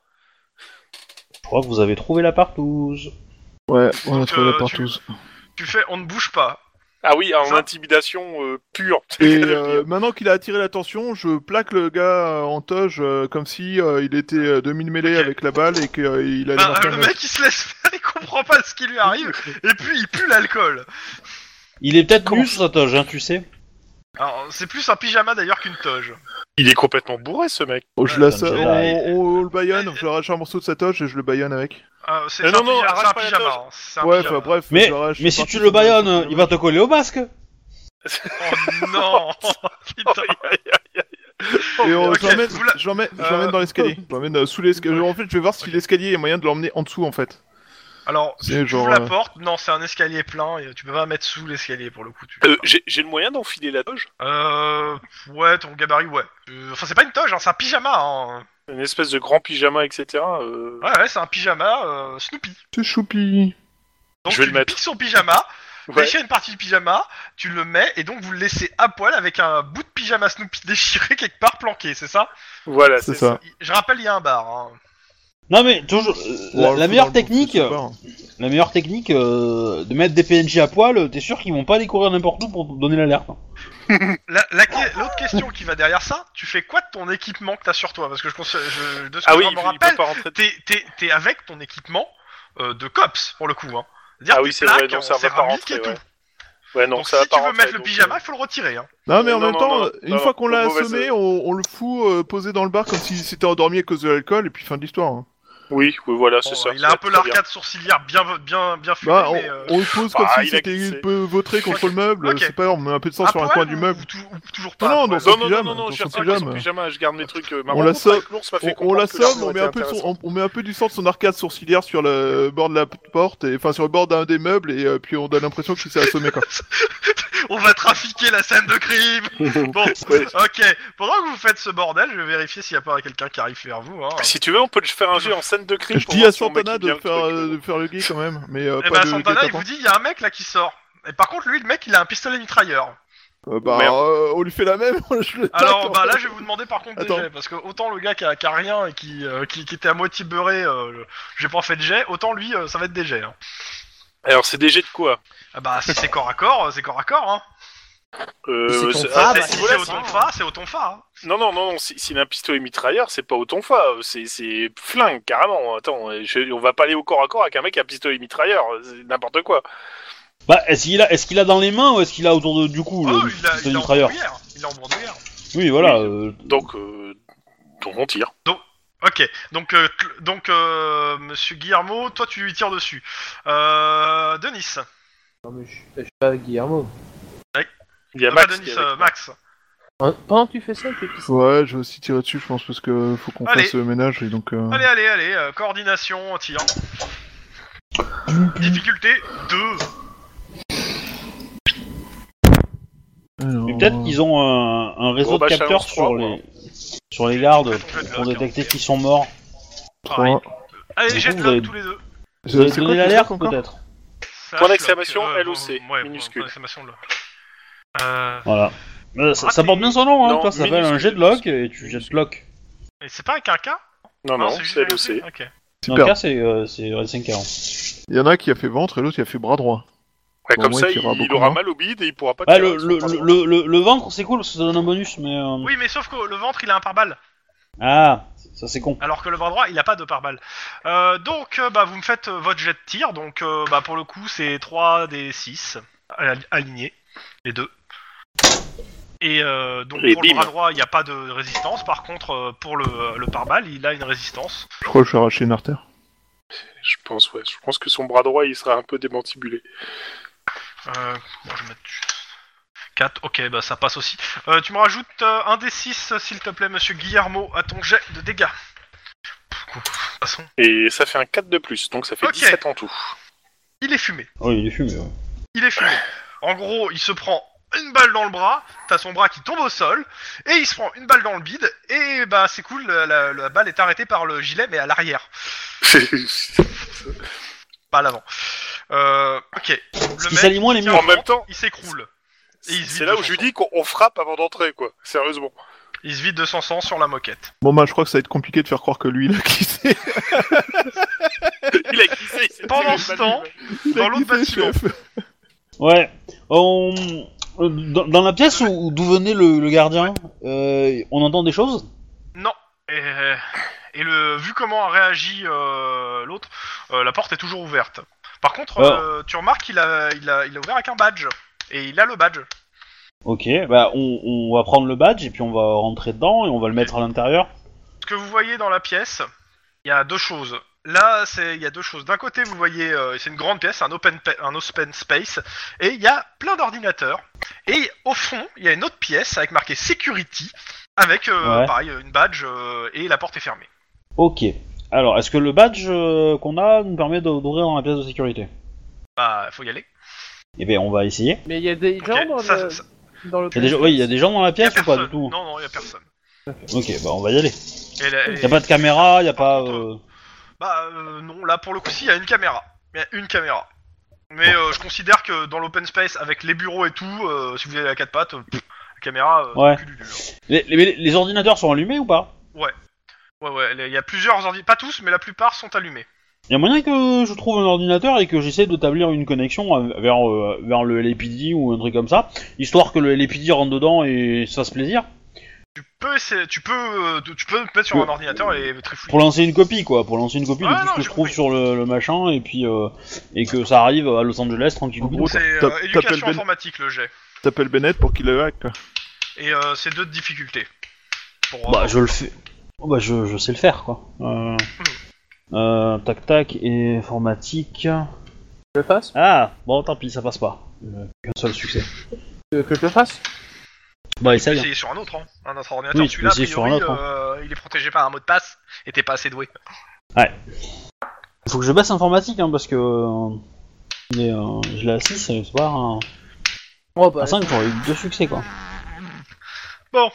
S1: Je crois que vous avez trouvé la partouze.
S3: Ouais, on a
S2: Donc,
S3: trouvé
S2: euh,
S3: la partouze.
S2: Tu fais, on ne bouge pas.
S4: Ah oui, en
S2: Ça.
S4: intimidation euh, pure.
S3: Et euh, maintenant qu'il a attiré l'attention, je plaque le gars euh, en toge euh, comme si euh, il était euh, demi-mêlé
S2: Ok.
S3: avec la balle et qu'il allait
S2: Bah,
S3: marquer
S2: euh, le
S3: un
S2: mec il se laisse faire, il comprend pas ce qui lui arrive. Et puis il pue l'alcool.
S1: Il est peut-être
S4: Comment
S1: nu sous sa toge, hein, tu sais.
S3: Bah,
S2: Alors c'est plus un pyjama d'ailleurs qu'une toge.
S4: Il est complètement bourré ce mec.
S3: Oh, je la
S1: Putain,
S3: sa-
S1: le
S3: on,
S1: Jedi.
S3: on- on le baillonne, je l'arrache un morceau de sa toge et je le baillonne avec.
S2: Euh, c'est
S4: Mais
S2: c'est un
S4: non, non,
S2: pyjama.
S4: arrache
S2: c'est un
S4: pas la
S2: pyjama,
S4: toge.
S2: hein, c'est un
S3: ouais,
S2: pyjama.
S3: enfin bref.
S1: Mais,
S3: je l'arrache,
S1: mais
S3: je
S1: si
S3: parti
S1: tu
S3: sur
S1: le
S3: le
S1: baïonnes,
S3: baillonne.
S1: il va te coller au masque.
S2: Oh non Putain.
S3: Et on-
S2: Ok,
S3: je l'emmène-
S2: vous la-
S3: Oh, je l'emmène je
S2: Euh,
S3: l'emmène dans l'escalier. Je l'emmène euh, sous l'escalier. En fait, je vais voir si
S2: Ok.
S3: l'escalier est moyen de l'emmener en dessous en fait.
S2: Alors,
S3: C'est
S2: tu
S3: genre,
S2: ouvres la
S3: euh,
S2: porte, non, c'est un escalier plein, et tu peux pas mettre sous l'escalier pour le coup. Tu...
S4: Euh, J'ai j'ai le moyen d'enfiler la toge
S2: Euh, ouais, ton gabarit, ouais. Euh, Enfin, c'est pas une toge, hein, c'est un pyjama. Hein.
S4: Une espèce de grand pyjama, etc. euh,
S2: Ouais, ouais, c'est un pyjama euh, Snoopy.
S3: C'est choupi.
S2: Donc
S4: Je vais
S2: tu
S4: le mettre.
S2: piques son pyjama, tu
S4: ouais.
S2: déchires une partie du pyjama, tu le mets, et donc vous le laissez à poil avec un bout de pyjama Snoopy déchiré quelque part planqué, c'est ça
S4: Voilà,
S3: C'est
S4: c'est
S3: ça.
S4: ça.
S2: Je rappelle, il y a un bar. Hein.
S1: Non mais toujours, euh, la-
S3: Ouais,
S1: la
S3: faut
S1: meilleure
S3: dans le-
S1: technique,
S3: faut pas.
S1: La meilleure technique euh, de mettre des PNJ à poil, euh, t'es sûr qu'ils vont pas les courir n'importe où pour donner l'alerte. hein.
S2: La- la que- L'autre question qui va derrière ça, tu fais quoi de ton équipement que t'as sur toi Parce que je, conse- je, de ce
S4: Ah
S2: que
S4: oui,
S2: je
S4: il,
S2: me
S4: il
S2: rappelle,
S4: peut pas rentrer.
S2: t'es, t'es- t'es avec ton équipement euh, de cops pour le coup. Hein. C'est-à-dire
S4: Ah
S2: tes
S4: oui, c'est vrai,
S2: plaques,
S4: non, ça
S2: tes
S4: va pas
S2: reliques et
S4: rentrer. Ouais.
S2: tout.
S4: ouais, non,
S2: Donc
S4: ça va
S2: si
S4: pas
S2: tu veux
S4: rentrer,
S2: mettre le
S4: donc,
S2: pyjama,
S4: euh,
S2: il faut le retirer. Hein.
S3: Non mais en
S4: Non,
S3: même
S4: non,
S3: temps, euh,
S4: non, non,
S3: une
S4: non,
S3: fois qu'on l'a
S4: mauvaise-
S3: assommé, on, on le fout euh, posé dans le bar comme s'il s'était endormi à cause de l'alcool et puis fin de l'histoire. hein.
S4: Oui, oui, voilà, c'est
S2: Bon,
S4: ça.
S2: Oh, il a
S4: c'est
S2: un peu
S4: très bien.
S2: l'arcade sourcilière bien, bien, bien fumée,
S3: Bah, on,
S2: mais... euh,
S3: on le pose comme
S4: Bah,
S3: si
S4: il a
S3: c'était
S4: glissé.
S3: il peut vautrer contre le meuble,
S2: Ok.
S3: c'est pas grave, on met un peu de sang
S2: à
S3: sur un
S2: poil
S3: coin du
S2: ah, ou-
S3: meuble.
S2: ou tou- ou toujours
S3: Non,
S2: pas. à
S3: non,
S2: poil.
S3: son
S4: Non, non, non,
S3: pyjama,
S4: non, non,
S3: dans
S4: je
S3: son
S4: cherche pas avec son
S3: pyjama.
S4: pyjama, je garde mes trucs. euh, ma
S3: On la
S4: rencontre avec
S3: sort-
S4: l'ours m'a fait
S3: On, on
S4: comprendre que
S3: l'assomme,
S4: l'argent
S3: on met
S4: était
S3: un peu de son-
S4: intéressant.
S3: on, on met un peu du sang de son arcade sourcilière sur le bord de la p- porte, et, enfin sur le bord d'un des meubles, et euh, puis on donne l'impression qu'il s'est assommé quoi.
S2: On va trafiquer la scène de crime Bon,
S4: Ouais.
S2: ok. Pendant que vous faites ce bordel, je vais vérifier s'il n'y a pas quelqu'un qui arrive vers vous. Hein.
S4: Si tu veux, on peut faire un jeu en scène de crime.
S3: Je
S4: pour
S3: dis
S4: voir
S3: à
S4: si on
S3: Santana
S4: maquille
S3: de
S4: bien le
S3: faire,
S4: truc.
S3: euh, de faire le gay quand même, mais euh,
S2: Eh
S3: pas
S2: ben,
S3: de
S2: Santana,
S3: guet
S2: il vous dit, il y a un mec là qui sort. Et par contre, lui, le mec, il a un pistolet mitrailleur.
S3: Euh, bah,
S4: Merde.
S3: euh, on lui fait la même, je le tape,
S2: Alors,
S3: en
S2: bah
S3: fait.
S2: là, je vais vous demander par contre
S3: Attends.
S2: des jets, parce que autant le gars qui a, qui a rien et qui, euh, qui, qui était à moitié beurré, euh, j'ai pas fait de jet, autant lui, euh, ça va être des jets. hein.
S4: Alors, c'est des jets de quoi
S2: Ah bah, si c'est corps à corps, euh, c'est corps à corps. Hein.
S4: euh,
S5: C'est ton
S4: c'est-
S5: fa,
S4: ah,
S5: bah,
S4: c'est-
S2: si
S5: voilà,
S2: c'est au
S5: ça,
S2: tonfa, c'est au tonfa. hein.
S4: Non, non, non, non, si- s'il a un pistolet mitrailleur, c'est pas au tonfa, euh, c'est- c'est flingue, carrément. Attends, euh, je- on va pas aller au corps à corps avec un mec qui a un pistolet mitrailleur, euh, c'est n'importe quoi.
S1: Bah, est-ce qu'il a, est-ce qu'il a dans les mains ou est-ce qu'il a autour de- du cou
S2: Oh,
S1: le
S2: il l'a
S1: pistolet
S2: il l'a
S1: du
S2: en
S1: travailleur
S2: bandoulière. Il l'a en bandoulière.
S1: Oui, voilà. euh,
S4: Donc, euh, donc on tire.
S2: Ok, donc, euh, Cl- donc euh, monsieur Guillermo, toi tu lui tires dessus. Euh, Denis.
S5: Non, mais je je suis pas Guillermo.
S4: Il y a
S2: Non, pas
S4: bah, Max. qui
S2: Denis,
S4: est
S2: euh,
S4: avec moi.
S2: Max.
S5: Hein, Pendant que tu fais ça, tu fais
S3: Ouais, je vais aussi tirer dessus, je pense, parce que faut qu'on
S2: Allez.
S3: fasse le ménage et donc. euh,
S2: Allez, allez, allez, euh, coordination, tir. Difficulté 2.
S3: alors,
S1: Mais peut-être qu'ils ont un, un réseau
S4: Bon, bah,
S1: de capteurs
S4: challenge trois,
S1: sur
S4: moi.
S1: les, sur les gardes
S2: Challenge
S1: pour
S2: quatre,
S1: détecter
S2: ok.
S1: qui sont morts.
S3: Euh, trois.
S1: Du
S2: Allez,
S1: coup,
S2: jette
S1: vous avez-
S2: le tous les deux.
S1: Vous avez
S3: C'est
S1: donné
S3: quoi,
S1: l'alerte
S3: c'est quoi
S1: peut-être
S2: Ça,
S4: Point
S2: je-
S4: d'exclamation,
S2: euh,
S4: LOC,
S2: ouais, point
S4: minuscule.
S2: d'exclamation, là. Euh,
S1: Voilà. Euh, Ça,
S2: Ah,
S1: ça porte bien son nom, hein.
S4: non,
S1: Toi, ça s'appelle un jet de lock et tu jettes lock.
S2: et c'est pas avec un K
S4: Non, non,
S2: juste
S4: c'est
S2: LOC.
S4: LOC.
S2: Ok.
S1: Super.
S3: Super.
S1: cas, c'est euh, c'est 25 ans.
S3: Il y en a qui a fait ventre et l'autre qui a fait bras droit.
S4: Ouais,
S3: Bon,
S4: comme
S3: moi,
S4: ça,
S3: il
S4: il,
S3: tirera beaucoup
S4: aura
S3: moins.
S4: mal au bide et il pourra pas
S1: Ah,
S4: tirer.
S1: le,
S4: sur
S1: le,
S4: sa droite.
S1: le, le, le ventre, c'est cool, parce que ça donne un bonus, mais. euh,
S2: Oui, mais sauf que le ventre il a un pare-balles,
S1: Ah, ça c'est con.
S2: alors que le bras droit il a pas de pare-balles. Euh, donc, euh, bah, vous me faites euh, votre jet de tir, donc euh, bah, pour le coup c'est 3 des 6 alignés, les deux. Et euh, donc
S4: Et
S2: pour le
S4: bim.
S2: bras droit il n'y a pas de résistance, par contre euh, pour le, le pare-balles il a une résistance.
S3: Je crois que je suis arraché une artère.
S4: Je pense, ouais. Je pense que son bras droit, il sera un peu démantibulé.
S2: Euh, bon, je vais mettre 4, ok, bah ça passe aussi. Euh, tu me rajoutes euh, un des 6 s'il te plaît, monsieur Guillermo, à ton jet de dégâts. Pff, De toute façon,
S4: Et ça fait un 4 de plus, donc ça fait
S2: Ok.
S4: 17 en tout.
S2: il est fumé.
S1: Oh, il est fumé, ouais.
S2: il est fumé. En gros, il se prend une balle dans le bras, t'as son bras qui tombe au sol, et il se prend une balle dans le bide, et bah c'est cool, la, la- la balle est arrêtée par le gilet, mais à l'arrière, pas à l'avant. Euh, ok,
S1: Ce
S2: le
S1: qui
S2: mec,
S1: s'aligne moins les
S2: tient
S1: murs.
S4: en
S2: le
S4: même
S2: ventre,
S4: temps,
S2: il s'écroule. Et il se
S4: c'est
S2: vide
S4: là
S2: de
S4: où je
S2: son
S4: lui
S2: sang.
S4: dis qu'on on frappe avant d'entrer, quoi. Sérieusement.
S2: Il se vide de son sang sur la moquette.
S3: Bon, bah, je crois que ça va être compliqué de faire croire que lui, il a glissé.
S4: Il a glissé. il s'est
S2: Pendant
S4: tiré une
S2: ce
S4: balle
S2: temps,
S4: lui-même.
S3: Il a
S2: Dans l'autre
S3: glissé,
S2: bâtiment.
S3: chef.
S1: Ouais. On... euh, Dans, dans la pièce où, d'où venait le, le gardien, euh, on entend des choses
S2: Non. Et, et le, vu comment a réagi euh, l'autre, euh, la porte est toujours ouverte. Par contre,
S1: Ah.
S2: euh, tu remarques qu'il a, il a, il a ouvert avec un badge. Et il a le badge.
S1: Ok, bah on, on va prendre le badge et puis on va rentrer dedans et on va le mettre à l'intérieur.
S2: Ce que vous voyez dans la pièce, il y a deux choses. Là, c'est il y a deux choses. D'un côté, vous voyez, euh, c'est une grande pièce, un open, pa- un open space, et il y a plein d'ordinateurs. Et au fond, il y a une autre pièce avec marqué security, avec euh,
S1: Ouais.
S2: pareil une badge euh, et la porte est fermée.
S1: Ok. Alors, est-ce que le badge euh, qu'on a nous permet d'o- d'ouvrir dans la pièce de sécurité
S2: Bah, faut y aller.
S1: Eh bien, on va essayer.
S5: Mais il y a des gens
S2: Ok,
S5: dans,
S2: ça-
S5: le...
S2: ça-
S5: dans le.
S1: Il y a des gens- oui, il y a des gens dans la
S2: y a
S1: pièce ou pas
S2: personne.
S1: du tout
S2: Non, non, il y a personne.
S1: Ok, bah on va y aller.
S2: Et la-
S1: Il
S2: et-
S1: a pas de caméra, il a pas... euh,
S2: Bah euh, non, là pour le coup, si, il y a une caméra. Il y a une caméra. Mais euh, je considère que dans l'open space, avec les bureaux et tout, euh, si vous avez la quatre pattes, euh, pff, la caméra, euh,
S1: Ouais.
S2: cul du dur.
S1: Les, les- les ordinateurs sont allumés ou pas
S2: Ouais, ouais, les- il y a plusieurs ordi, pas tous, mais la plupart sont allumés.
S1: Il y a moyen que je trouve un ordinateur et que j'essaie d'établir une connexion euh, vers, euh, vers le LAPD ou un truc comme ça, histoire que le LAPD rentre dedans et se fasse plaisir.
S2: Tu peux, essayer- tu peux, euh, tu peux te mettre sur un ordinateur et trifouiller.
S1: Pour lancer une copie, quoi. Pour lancer une copie
S2: Ouais,
S1: de tout
S2: Ah non,
S1: ce que
S2: j'ai
S1: je trouve
S2: compris.
S1: sur le, le machin et puis euh, et que ça arrive à Los Angeles tranquillement.
S3: En gros,
S2: C'est euh,
S3: T'appelles
S2: éducation
S3: Ben-
S2: informatique le jet.
S3: T'appelles Bennett pour qu'il le hack, quoi.
S2: Et euh, c'est deux difficultés. Pour, euh,
S1: Bah, je le fais. Oh, bah, je, je sais le faire, quoi. Euh...
S2: Hmm.
S1: euh, tac tac et informatique.
S5: Que je le fasse
S1: Ah, bon, tant pis, ça passe pas. Euh, Qu'un seul succès.
S5: Que que je le fasse
S1: Bah,
S2: tu peux
S1: essaye. hein.
S2: essayer sur un autre, hein, un autre ordinateur.
S1: Oui, tu peux
S2: Celui-là, a
S1: essayer sur un
S2: priori,
S1: autre, hein.
S2: euh, il est protégé par un mot de passe et t'es pas assez doué.
S1: Faut que je baisse informatique, hein, parce que. euh, il est, euh, je l'ai à 6, c'est pas un.
S5: Oh bah.
S1: hein. À 5, j'aurais eu deux succès, quoi.
S5: on va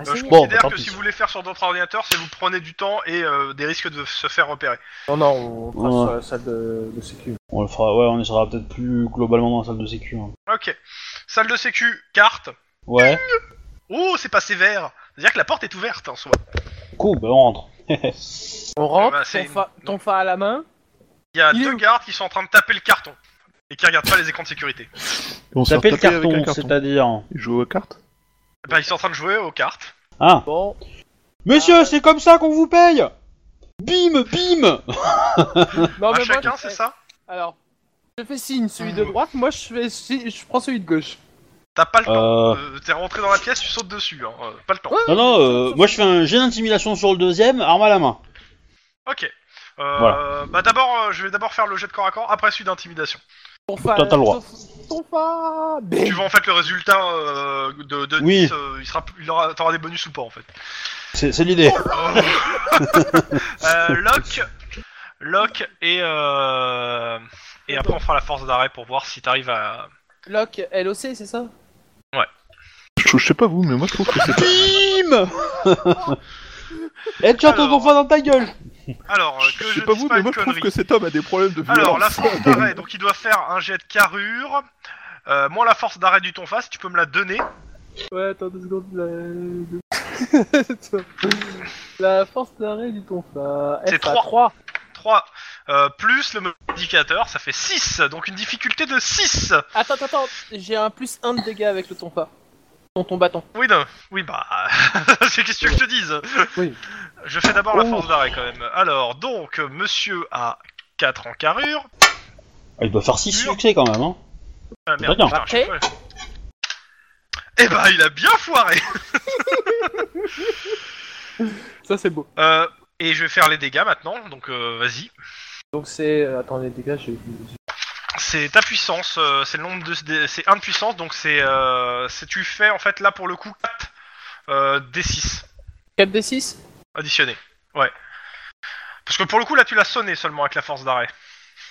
S2: Euh, je
S5: essayer.
S1: Bon,
S2: considère
S1: bah, tant
S2: que
S1: pis.
S2: si vous voulez faire sur d'autres ordinateurs, c'est vous prenez du temps et euh, des risques de se faire repérer.
S5: Non, non, on passe
S1: Ouais.
S5: sur la salle de, de sécu.
S1: On le fera, ouais, on sera peut-être plus globalement dans la salle de sécu. hein.
S2: Ok. Salle de sécu, carte.
S1: Ouais,
S2: Oh, c'est pas sévère. C'est-à-dire que la porte est ouverte en soi.
S1: cool, bah on rentre.
S5: On rentre,
S2: bah, c'est
S5: ton, fa...
S2: une-
S5: ton fa à la main.
S2: Il y a
S5: Il est
S2: deux
S5: où
S2: gardes qui sont en train de taper le carton et qui regardent pas les écrans de sécurité.
S3: Et on se
S1: Taper
S3: fait
S1: le
S3: taper avec
S1: carton,
S3: un carton.
S1: c'est-à-dire.
S3: Il joue aux cartes
S2: Bah, ils sont en train de jouer aux cartes.
S1: Ah,
S5: Bon,
S1: monsieur, c'est comme ça qu'on vous paye Bim, bim
S5: non,
S2: à
S5: mais moi, Ah,
S2: chacun,
S5: je-
S2: c'est ça
S5: Alors, Je fais signe, celui de droite, moi je fais si- je prends celui de gauche.
S2: T'as pas le
S1: Euh.
S2: temps. Euh, T'es rentré dans la pièce, tu sautes dessus. Hein. euh, Pas le temps.
S1: Non, non, euh, moi je fais un jet d'intimidation sur le deuxième, arme à la main.
S2: Ok. Euh,
S1: Voilà.
S2: Bah d'abord, euh, je vais d'abord faire le jet de corps à corps, après celui d'intimidation.
S5: Ton fa-
S1: Toi, t'as le droit.
S5: ton- Ton fa...
S2: Tu vois en fait le résultat euh, de, de
S1: Oui.
S2: dix, euh, il sera, il aura, t'auras des bonus ou pas en fait.
S1: C'est c'est l'idée.
S2: Oh, euh, lock, lock et euh, et après on fera la force d'arrêt pour voir si t'arrives à.
S5: Lock, LOC, c'est ça
S3: Je, je sais pas vous, mais moi je trouve que c'est.
S1: Bim Headshot
S2: Alors.
S1: Eh, ton fois dans ta gueule
S2: Alors euh,
S3: Je
S2: que
S3: je
S2: je,
S3: sais pas
S2: dise
S3: vous,
S2: pas
S3: mais
S2: une
S3: moi je trouve
S2: connerie.
S3: que cet homme a des problèmes de violence.
S2: Alors la force d'arrêt, donc il doit faire un jet de carrure. Euh, moi la force d'arrêt du ton face, tu peux me la donner.
S5: Ouais, attends deux secondes. La, la force d'arrêt du ton fa...
S2: C'est
S5: FA,
S2: trois.
S5: 3.
S2: 3 euh, plus le modificateur, ça fait 6, donc une difficulté de 6
S5: Attends, attends, attends, j'ai un plus 1 de dégâts avec le ton fa. Ton, ton bâton.
S2: Oui, non. oui bah, c'est qu'est-ce que je te dise
S5: Oui.
S2: Je fais d'abord la
S5: Oh.
S2: force d'arrêt quand même. Alors, donc, monsieur a 4 en carrure.
S1: Ah, Il doit faire 6 succès quand même, hein
S2: Ah, merde,
S1: D'accord.
S2: putain, à chaque fois- Eh bah, il a bien foiré
S5: Ça, c'est beau.
S2: Euh, Et je vais faire les dégâts maintenant, donc euh, vas-y.
S5: Donc c'est... euh, Attends, les dégâts, j'ai...
S2: C'est ta puissance, euh, c'est le nombre de... C'est 1 de puissance, donc c'est... Euh, c'est- tu fais, en fait, là, pour le coup, 4 euh, D6
S5: 4 des 6
S2: additionnés. Ouais. Parce que pour le coup, là, tu l'as sonné seulement avec la force d'arrêt.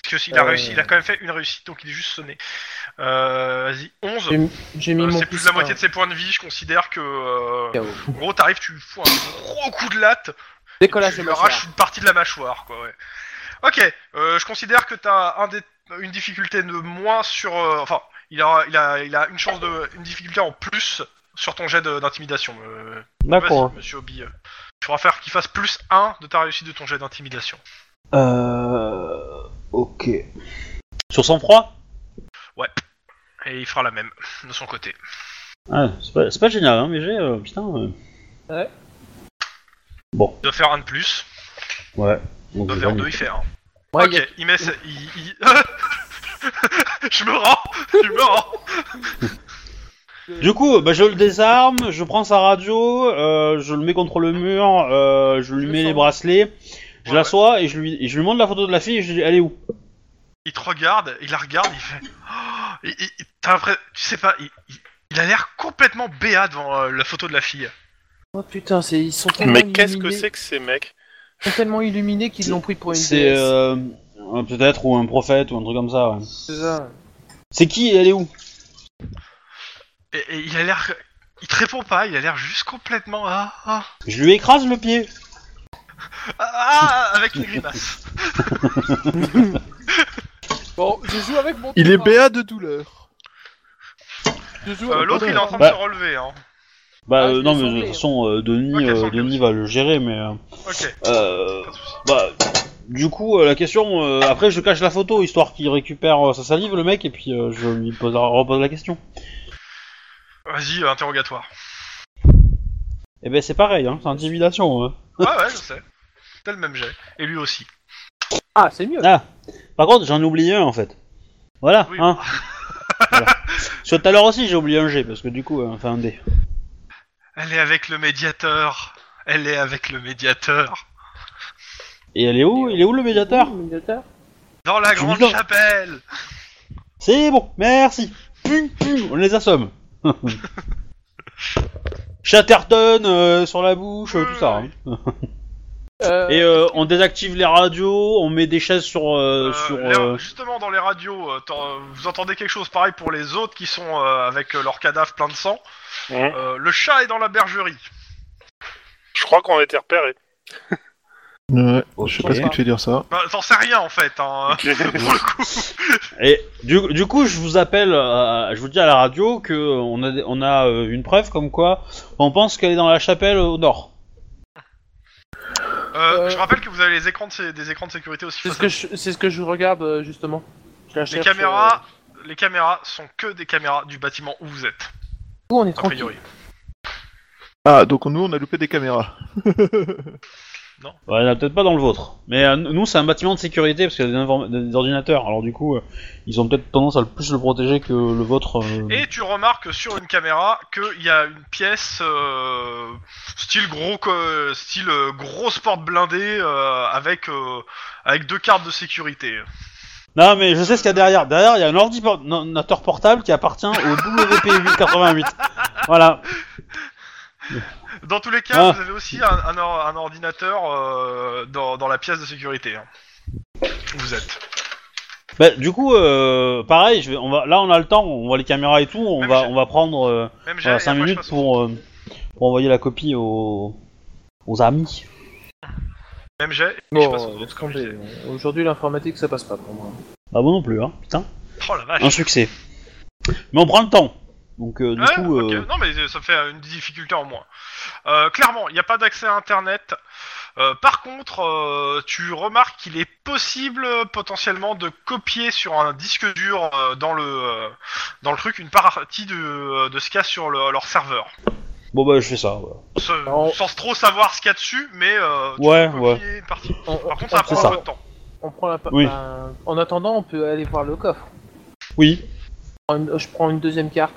S2: Parce que s'il a
S5: Euh.
S2: réussi, il a quand même fait une réussite, donc il est juste sonné. Euh, vas-y, 11.
S5: J'ai mis
S2: Euh,
S5: mon
S2: c'est plus de la
S5: un.
S2: moitié de ses points de vie, je considère que. euh,
S5: K.O.
S2: en gros, t'arrives, tu fous un gros coup de latte,
S5: Décollage
S2: tu
S5: de
S2: lui
S5: mâchoire.
S2: arraches une partie de la mâchoire, quoi, ouais. Ok, euh, je considère que t'as un des- une difficulté de moins sur. euh, enfin, il a, il, a, il a une chance de. une difficulté en plus sur ton jet de- d'intimidation. euh.
S1: D'accord.
S2: Vas-y, monsieur Obi. euh, Il faudra faire qu'il fasse plus 1 de ta réussite de ton jet d'intimidation.
S1: Euh. Ok. Sur sang-froid
S2: Et il fera la même, de son côté.
S1: ah, C'est pas, c'est pas génial, hein, mais j'ai. euh, putain. euh.
S5: Ouais.
S1: Bon,
S2: Il doit faire un de plus,
S1: ouais.
S2: il
S1: Donc,
S2: doit
S1: je
S2: faire
S1: gagne.
S2: deux, il fait un.
S5: Ouais,
S2: ok, il met. sa- il- il- je me rends Je me rends
S1: Du coup, bah, je le désarme, je prends sa radio, euh, je le mets contre le mur, euh, je lui
S5: Je
S1: mets
S5: sens.
S1: les bracelets, je
S2: Ouais,
S1: l'assois et, je lui, et je lui montre la photo de la fille et je lui dis Elle est où
S2: Il te regarde, il la regarde, il fait. Oh, il- il- t'as l'impression- tu sais pas, il, il- il a l'air complètement béat devant euh, la photo de la fille.
S5: Oh putain, c'est... ils sont tellement
S4: Mais qu'est-ce que
S5: illuminés-
S4: c'est que ces mecs
S5: Ils sont tellement illuminés qu'ils l'ont pris pour une
S1: C'est.
S5: déesse.
S1: euh, euh, Peut-être, ou un prophète, ou un truc comme ça, ouais.
S5: C'est ça.
S1: C'est qui Elle est où
S2: Et, et il a l'air. Il te répond pas, il a l'air juste complètement. Ah, ah,
S1: Je lui écrase le pied
S2: ah, ah, avec une grimace.
S5: Bon, je joue avec mon
S3: Il est
S5: ton fa.
S3: béat de douleur.
S5: Je joue
S2: Euh,
S5: avec
S2: L'autre,
S5: mon
S2: il est en
S5: ton
S2: train
S5: fa.
S1: Bah.
S2: de se relever. Hein.
S1: Bah,
S5: Ah, je
S1: euh,
S5: l'ai
S1: non, mais de
S5: sauvé.
S1: toute façon, euh, Denis,
S2: Ok,
S1: euh,
S2: sans plus.
S1: Denis va le gérer, mais. euh,
S2: Ok,
S1: Euh,
S2: pas de soucis.
S1: bah, du coup, euh, la question. euh, après, je cache la photo histoire qu'il récupère euh, sa salive, le mec, et puis euh, je lui pose, repose la question.
S2: Vas-y, euh, interrogatoire.
S1: Et ben, c'est pareil, hein, c'est intimidation. hein.
S2: Ouais, ouais, je sais. T'as le même jet. Et lui aussi.
S5: Ah, c'est mieux.
S1: Ah, par contre, j'en ai oublié un en fait. Voilà,
S2: Oui.
S1: hein. Voilà. Sur tout à l'heure aussi, j'ai oublié un G parce que du coup, euh, enfin un D.
S2: Elle est avec le médiateur. Elle est avec le médiateur.
S1: Et elle est où Il est où le médiateur
S5: Médiateur.
S2: Dans la
S1: Je
S2: grande
S1: lui donne.
S2: chapelle.
S1: C'est bon, merci. Pum, pum, on les assomme. Chatterton euh, sur la bouche, euh, tout ça. hein.
S5: Euh,
S1: Et euh, on désactive les radios, on met des chaises sur euh,
S2: Euh,
S1: sur.
S2: les-
S1: euh,
S2: Justement, dans les radios, euh, t'en- vous entendez quelque chose pareil pour les autres qui sont euh, avec euh, leur cadavre plein de sang.
S4: Hein
S2: Euh, le chat est dans la bergerie.
S4: Je crois qu'on a été repérés.
S3: Ouais,
S1: Ok.
S3: je sais pas ce qui te fait dire ça.
S2: Bah, T'en sais rien en fait. Hein. pour le coup.
S1: Et du, du coup, je vous appelle, euh, je vous dis à la radio que euh, on a des- on a euh, une preuve comme quoi on pense qu'elle est dans la chapelle au nord.
S2: Euh, Je rappelle que vous avez les écrans de, sé- des écrans de sécurité aussi.
S5: C'est
S2: face
S5: ce
S2: à
S5: que je, c'est ce que je regarde euh, justement. Je
S2: vous.
S5: la
S2: les
S5: cherche, euh.
S2: caméras, les caméras sont que des caméras du bâtiment où vous êtes.
S5: euh, où on est
S2: A
S5: tranquille.
S2: priori.
S3: Ah, donc nous on a loupé des caméras.
S2: Non.
S1: Ouais, il y en a peut-être pas dans le vôtre. Mais euh, nous, c'est un bâtiment de sécurité parce qu'il y a des, inform- des ordinateurs. Alors du coup, euh, ils ont peut-être tendance à le- plus le protéger que le vôtre. euh.
S2: Et tu remarques sur une caméra qu'il y a une pièce euh, style gros, co- style euh, grosse porte blindée euh, avec euh, avec deux cartes de sécurité.
S1: Non, mais je sais ce qu'il y a derrière. Derrière, il y a un ordi por- un ordinateur portable qui appartient au WP888. voilà.
S2: Dans tous les cas,
S1: Ah.
S2: vous avez aussi un, un or- un ordinateur euh, dans, dans la pièce de sécurité. hein. Vous êtes.
S1: Bah, du coup, euh, pareil, je vais, on va, là on a le temps, on voit les caméras et tout, on
S2: Ouais, mais
S1: va,
S2: j'ai-
S1: on va prendre euh,
S2: Même j'ai-
S1: voilà, 5
S2: après, je
S1: minutes
S2: passe au-
S1: pour, euh, pour envoyer la copie aux, aux amis.
S2: Même j'ai. et je
S5: Bon, euh,
S2: passe au-
S5: laisse tomber. Aujourd'hui, l'informatique, ça passe pas pour moi.
S1: Ah bon non plus, hein, putain.
S2: Oh la vache.
S1: Un succès. Mais on prend le temps. Donc euh, du
S2: Ah Ouais,
S1: coup,
S2: ok.
S1: euh,
S2: Non, mais euh, ça fait une difficulté en moins. Euh, clairement, il n'y a pas d'accès à Internet. Euh, par contre, euh, tu remarques qu'il est possible euh, potentiellement de copier sur un disque dur euh, dans le euh, dans le truc une partie de, euh, de ce qu'il y a sur le- leur serveur.
S1: bon bah je fais ça. voilà.
S2: Ce-
S5: Alors-
S2: Sans trop savoir ce qu'il y a dessus, mais euh, tu
S1: Ouais,
S2: peux copier une partie.
S5: On, on-
S2: Par contre, ça
S5: on
S2: prend
S1: ça.
S2: un peu de temps.
S5: On prend la pa-
S1: Oui.
S5: ben, en attendant, on peut aller voir le coffre.
S1: Oui.
S5: Je prends une- Je prends une deuxième carte.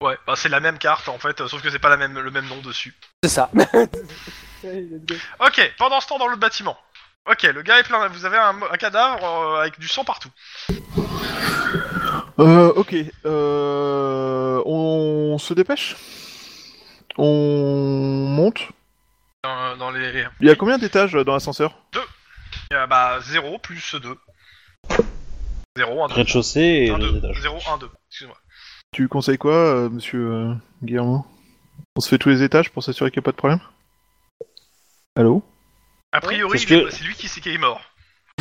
S2: Ouais, bah, c'est la même carte en fait, euh, sauf que c'est pas la même le même nom dessus.
S5: C'est ça.
S2: Ok, pendant ce temps dans l'autre bâtiment. Ok, le gars est plein. Vous avez un, un cadavre euh, avec du sang partout.
S3: Euh, ok. Euh, on se dépêche On monte
S2: Dans, dans les
S3: Il y a combien d'étages euh, dans l'ascenseur
S2: Euh, bah 0 plus 2. 0, 1, 2.
S1: Rez-de-chaussée et
S2: 1,
S1: deux
S2: 2.
S1: étages.
S2: 0, 1, 2. Excuse-moi.
S3: Tu conseilles quoi, euh, monsieur euh, Guillermo On se fait tous les étages pour s'assurer qu'il n'y a pas de problème Allô
S2: A priori,
S1: Parce
S2: il est-
S1: que-
S2: c'est lui qui, sait qu'il est mort.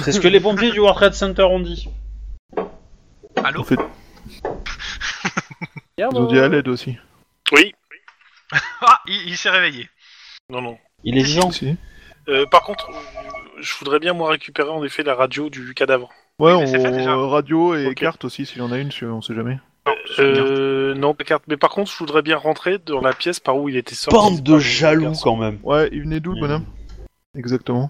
S1: C'est ce que les pompiers du World Trade Center ont dit.
S3: On
S2: Allô
S3: fait... Ils
S5: euh,
S3: ont dit à l'aide aussi.
S4: Oui.
S2: Ah, il, il s'est réveillé.
S4: Non, non.
S1: Il est vivant.
S3: Si.
S4: Euh, par contre, euh, je voudrais bien moi récupérer en effet la radio du cadavre.
S3: Ouais,
S2: mais c'est fait
S3: on...
S2: déjà.
S3: euh, radio et
S4: Ok.
S3: carte aussi, s'il y en a une, si on sait jamais.
S4: Euh, non, pas carte. Mais par contre, je voudrais bien rentrer dans la pièce par où il était sorti.
S1: Bande de
S4: Par où-
S1: jaloux quand même.
S3: Ouais, il venait d'où, le
S1: Mm.
S3: bonhomme Exactement.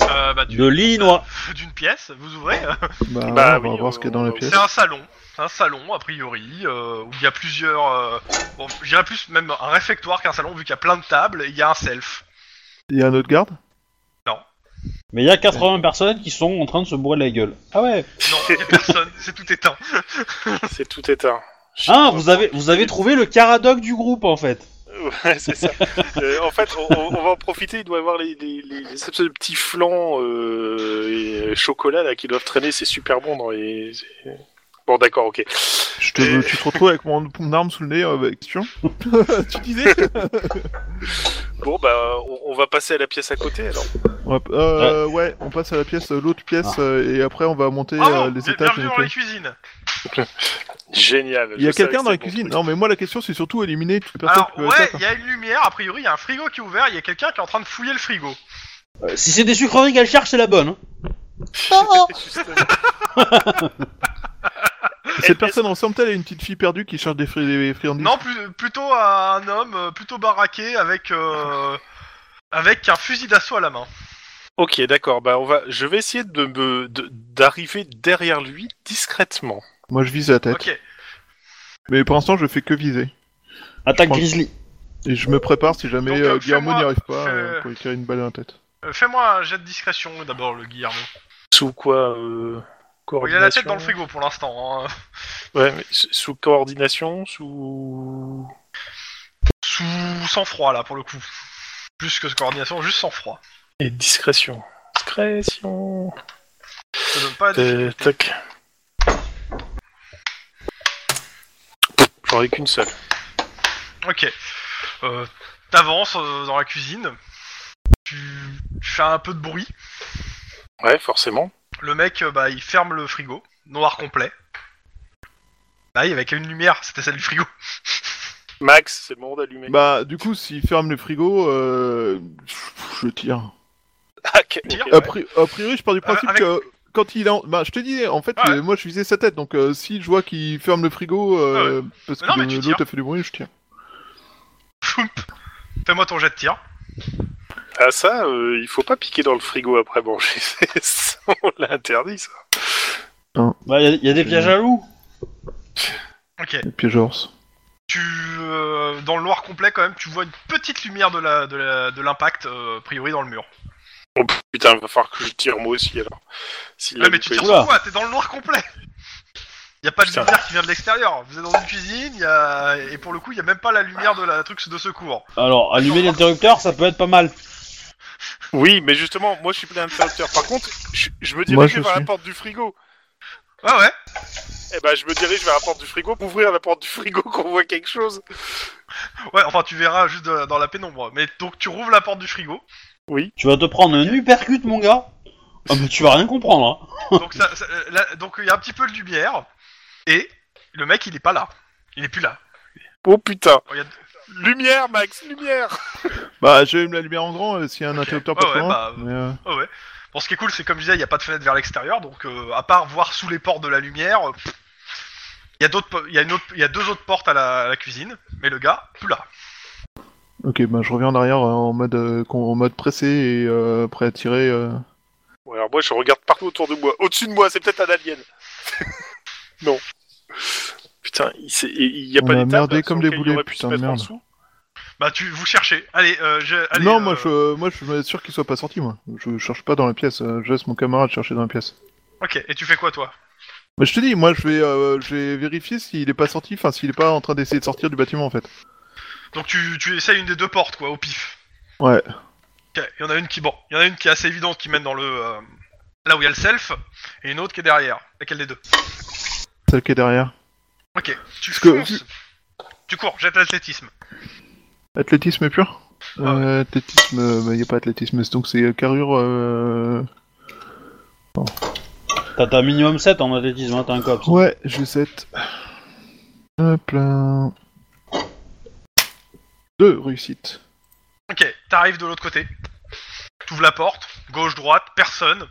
S2: Euh, bah, du-
S1: De l'Illinois.
S2: D'une pièce, vous ouvrez. euh,
S3: Bah,
S4: Bah
S3: on va
S4: oui,
S3: voir ce qu'il y a dans la
S4: on-
S3: pièce.
S2: C'est un salon. C'est un salon, a priori, euh, où il y a plusieurs. euh, bon, je dirais plus même un réfectoire qu'un salon, vu qu'il y a plein de tables et il y a un self.
S3: Il y a un autre garde
S1: Mais il y a 80 personnes qui sont en train de se bourrer la gueule. Ah ouais.
S2: Non, il y a personne, c'est tout éteint.
S4: C'est tout éteint.
S3: Hein,
S1: Ah vous avez vous avez trouvé le caradoc du groupe en fait.
S4: Ouais, c'est ça. Euh, en fait, on, on- on va en profiter. Il doit y avoir les, les, les, les espèces de petits flans euh, et euh, chocolat là, qui doivent traîner. C'est super bon dans les. c'est- Bon, d'accord, ok.
S3: Je te... Tu te retrouves avec mon, mon arme sous le nez, euh, bah, question Tu disais
S4: Bon, bah, on, on va passer à la pièce à côté alors.
S3: Ouais, euh, ouais, on passe à la pièce, euh, l'autre pièce, euh, et après on va monter
S2: Bravo
S3: euh,
S2: Ah,
S3: les
S2: bien-
S3: étages.
S2: Bienvenue
S3: avec
S2: dans
S3: les-
S2: les cuisines.
S4: Génial.
S3: Il y a
S4: je savais
S3: quelqu'un
S4: que
S3: dans la
S4: c'était
S3: cuisine
S4: bon
S3: Non, mais moi la question c'est surtout euh, éliminer toutes les personnes
S2: Alors,
S3: qui peuvent être là,
S2: ouais,
S3: quoi.
S2: il y a une lumière, a priori, il y a un frigo qui est ouvert, il y a quelqu'un qui est en train de fouiller le frigo.
S1: Euh, si c'est des sucreries qu'elle cherche, c'est la bonne. hein.
S3: Cette personne ressemble-t-elle à une petite fille perdue qui cherche des, fri- des friandises
S2: Non, plus- plutôt à un homme euh, plutôt baraqué avec euh, avec un fusil d'assaut à la main.
S4: Ok, d'accord. Bah, on va. Je vais essayer de me de- d'arriver derrière lui discrètement.
S3: Moi je vise la tête,
S2: Ok.
S3: mais pour l'instant je fais que viser.
S1: Attaque
S3: Je pense-
S1: Grizzly.
S3: Et je me prépare si jamais
S2: Donc,
S3: euh,
S2: euh,
S3: Guillermo
S2: fais-moi-
S3: n'y arrive pas euh,
S2: fais-
S3: pour lui tirer une balle dans la tête.
S2: Euh, Fais-moi un jet de discrétion d'abord, le Guillermo.
S4: Sous quoi euh,
S2: Bon, il
S4: coordination
S2: a la tête dans le frigo pour l'instant. hein.
S4: Ouais, mais s- sous coordination, sous.
S2: Sous sang froid là pour le coup. Plus que coordination, juste sang froid.
S4: Et discrétion. Discrétion.
S2: Ça donne pas la
S4: Euh,
S2: difficulté.
S4: tac. J'en ai qu'une seule.
S2: Ok. Euh, T'avances euh, dans la cuisine. Tu... tu fais un peu de bruit.
S4: Ouais, forcément.
S2: Le mec, euh, bah, il ferme le frigo, noir complet. Là, il y avait qu'une lumière, c'était celle du frigo.
S4: Max, c'est le moment d'allumer.
S3: Bah du coup s'il ferme le frigo, euh, je tire.
S4: Ah, que-
S2: Tire.
S4: ok.
S3: A, pri- a priori je pars du principe
S2: Euh, avec-
S3: que... Quand il est en... Bah, je te dis, en fait,
S2: Ah ouais.
S3: euh, moi je visais sa tête, donc euh, si je vois qu'il ferme le frigo, euh, parce
S2: Ah Mais non,
S3: que
S2: mais tu
S3: le-
S2: tires.
S3: l'autre a fait du bruit, je tire.
S2: Foup. Fais-moi ton jet de tir.
S4: Ah ça, euh, il faut pas piquer dans le frigo après manger. C'est- On l'interdit ça.
S1: Bah, y, a- y a des pièges à loups.
S2: Ok.
S3: Le piège à ours.
S2: Tu, euh, dans le noir complet quand même, tu vois une petite lumière de la de la- de l'impact euh, a priori dans le mur.
S4: Oh putain, va falloir que je tire moi aussi alors. S'il
S2: Ouais,
S4: l'a
S2: mais
S4: loupé.
S2: tu tires
S1: Oula.
S2: sur quoi T'es dans le noir complet. Y a pas de
S4: Putain.
S2: lumière qui vient de l'extérieur. Vous êtes dans une cuisine, y a... et pour le coup, y a même pas la lumière de la truc de secours.
S1: Alors, allumer l'interrupteur, ça peut être pas mal.
S4: Oui, mais justement, moi je suis plein d'interrupteurs. Par contre, je, je me dirige
S3: Moi, je
S4: vers la
S3: suis.
S4: porte du frigo.
S2: Ouais, ouais.
S4: Eh ben, je me dirige vers la porte du frigo pour ouvrir la porte du frigo qu'on voit quelque chose.
S2: Ouais, enfin, tu verras juste de- dans la pénombre. Mais donc, tu rouvres la porte du frigo.
S1: Tu vas te prendre un uppercut, mon gars. Ah, mais tu vas rien comprendre. Hein.
S2: Donc, ça, ça- euh, là- donc, il y a un petit peu de lumière. Et le mec, il est pas là. Il est plus là.
S4: Oh putain.
S2: Regarde.
S4: Lumière, Max, lumière.
S3: Bah, j'allume la lumière en grand euh, s'il y a un interrupteur
S2: Ouais,
S3: pas
S2: ouais,
S3: loin.
S2: bah,
S3: mais, euh,
S2: Bon, ce qui est cool, c'est comme je disais, il n'y a pas de fenêtre vers l'extérieur, donc euh, à part voir sous les portes de la lumière, il y, a d'autres po- y, a une autre- y a deux autres portes à la, à la cuisine, mais le gars, plus là.
S3: Ok, bah, je reviens en arrière euh, en mode, euh, con- en mode pressé et euh, prêt à tirer. euh.
S4: Ouais, alors moi je regarde partout autour de moi. Au-dessus de moi, c'est peut-être un alien. non. Putain, il s'est- il n'y a
S3: On
S4: pas
S3: a
S4: d'étape.
S3: merdé
S4: sur
S3: comme
S4: laquelle
S3: des
S4: il
S3: boulets,
S4: aurait pu se
S3: putain,
S4: mettre en
S3: merde.
S4: dessous.
S2: Bah, tu, vous cherchez. Allez, euh, je- allez,
S3: non,
S2: euh,
S3: moi, je, moi je suis sûr qu'il soit pas sorti, moi. Je cherche pas dans la pièce, euh, je laisse mon camarade chercher dans la pièce.
S2: Ok, et tu fais quoi, toi
S3: Bah, je te dis, moi je vais, euh, je vais vérifier s'il est pas sorti, enfin s'il est pas en train d'essayer de sortir du bâtiment en fait.
S2: Donc, tu, tu essayes une des deux portes, quoi, au pif.
S3: Ouais.
S2: Ok, il y en a une qui, bon, il y en a une qui est assez évidente, qui mène dans le... euh, là où il y a le self, et une autre qui est derrière. Laquelle des deux
S3: Celle qui est derrière.
S2: Ok, tu
S3: Parce que-
S2: fonces. Tu cours, jette l'athlétisme.
S3: Athlétisme pur
S2: Ouais.
S3: euh, Athlétisme, euh, bah, y a pas athlétisme, donc c'est euh, carrure. Euh...
S1: T'as t'as minimum 7 en athlétisme, hein, t'as un cops.
S3: Ouais, j'ai 7. Hop là. Deux réussites.
S2: Ok, t'arrives de l'autre côté. T'ouvres la porte, gauche, droite, personne.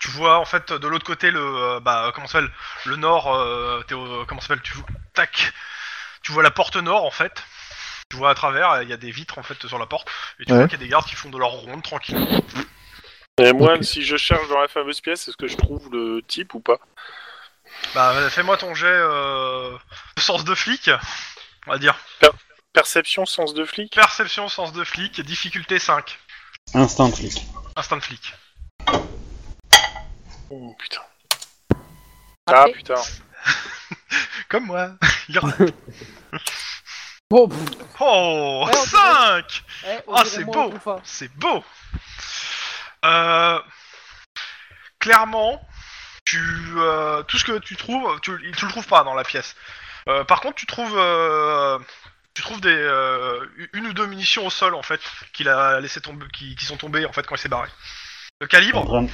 S2: Tu vois en fait de l'autre côté le euh, bah comment ça s'appelle le nord euh, t'es au- comment ça s'appelle tu tac tu vois la porte nord en fait tu vois à travers il y a des vitres en fait sur la porte et tu
S3: Ouais.
S2: vois qu'il y a des gardes qui font de leur ronde tranquille
S4: Et moi,
S3: Ok.
S4: si je cherche dans la fameuse pièce, est-ce que je trouve le type ou pas
S2: bah euh, fais-moi ton jet euh, de sens de flic on va dire
S4: Perception, sens de flic
S2: perception sens de flic difficulté 5
S1: Instinct flic.
S2: instinct de flic
S4: Oh, putain. Ah
S6: Parfait.
S4: putain.
S2: comme moi
S5: Bon, pff,
S2: oh
S5: Ouais, on dirait-
S2: 5
S5: eh, on
S2: Ah,
S5: dirait
S2: c'est
S5: moi
S2: beau.
S5: un confort.
S2: C'est beau. Euh, clairement, tu euh, tout ce que tu trouves, tu, tu le trouves pas dans la pièce. Euh, par contre, tu trouves euh, tu trouves des euh, une ou deux munitions au sol en fait qu'il a laissé tomber, qui, qui sont tombées en fait quand il s'est barré.
S1: Il est
S2: Le
S1: en
S2: calibre,
S1: train de-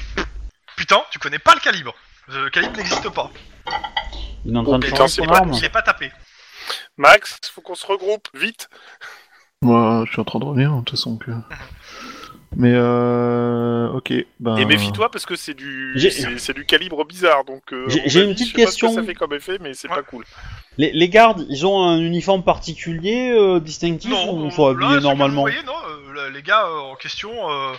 S2: putain, tu connais pas le calibre. Le calibre n'existe pas.
S1: Il est en train de
S4: putain,
S1: changer
S4: c'est
S1: son
S4: pas-
S1: arme.
S2: Il est pas tapé.
S4: Max, faut qu'on se regroupe, vite.
S3: Moi, je suis en train de revenir, de toute façon. Que... Mais euh. Ok, ben.
S4: Et méfie-toi parce que c'est du
S1: J'ai-
S4: c'est c'est du calibre bizarre. Donc euh,
S1: J'ai-
S4: à mon
S1: j'ai une
S4: avis,
S1: petite
S4: je sais pas ce que
S1: question.
S4: ça fait comme effet, mais c'est
S2: Ouais.
S4: pas cool.
S1: Les, les gardes, ils ont un uniforme particulier, euh, distinctif, ou ils sont
S2: là,
S1: habillés
S2: ce que vous
S1: normalement
S2: voyez, non, euh, là, les gars euh, en question, euh,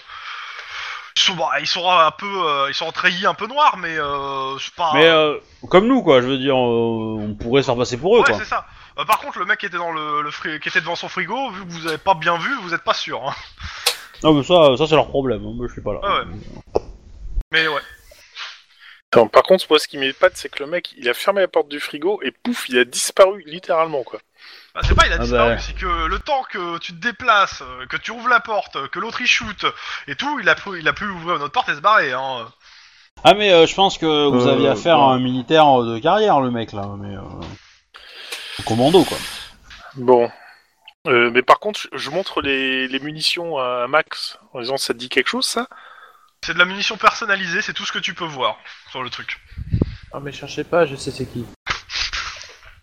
S2: ils sont, bah, ils sont un peu, euh, ils sont en treillis un peu noirs, mais euh, c'est pas.
S1: Mais euh, comme nous, quoi, je veux dire, euh, on pourrait s'en passer pour eux,
S2: ouais,
S1: quoi.
S2: c'est ça. Euh, par contre, le mec qui était dans le, le fri- qui était devant son frigo, vu que vous avez pas bien vu, vous êtes pas sûr. hein.
S1: Non, mais ça, ça c'est leur problème, hein, moi je suis pas là.
S2: Ah Mais ouais.
S4: Attends, par contre, moi, ce qui m'épate, c'est que le mec, il a fermé la porte du frigo et pouf, il a disparu littéralement, quoi.
S2: Bah, c'est pas, il a
S1: Ah
S2: disparu.
S1: bah.
S2: C'est que le temps que tu te déplaces, euh, que tu ouvres la porte, euh, que l'autre il shoot et tout, il a pu, il a pu ouvrir notre porte et se barrer. Hein.
S1: Ah, mais euh, je pense que vous
S3: Euh,
S1: aviez affaire à un militaire euh, de carrière, le mec, là, mais... Euh... un Commando, quoi.
S4: Bon. Euh, mais par contre, je, je montre les, les munitions à Max en disant ça te dit quelque chose, ça
S2: C'est de la munition personnalisée, c'est tout ce que tu peux voir sur le truc.
S5: Ah, mais cherchez pas, je sais c'est qui.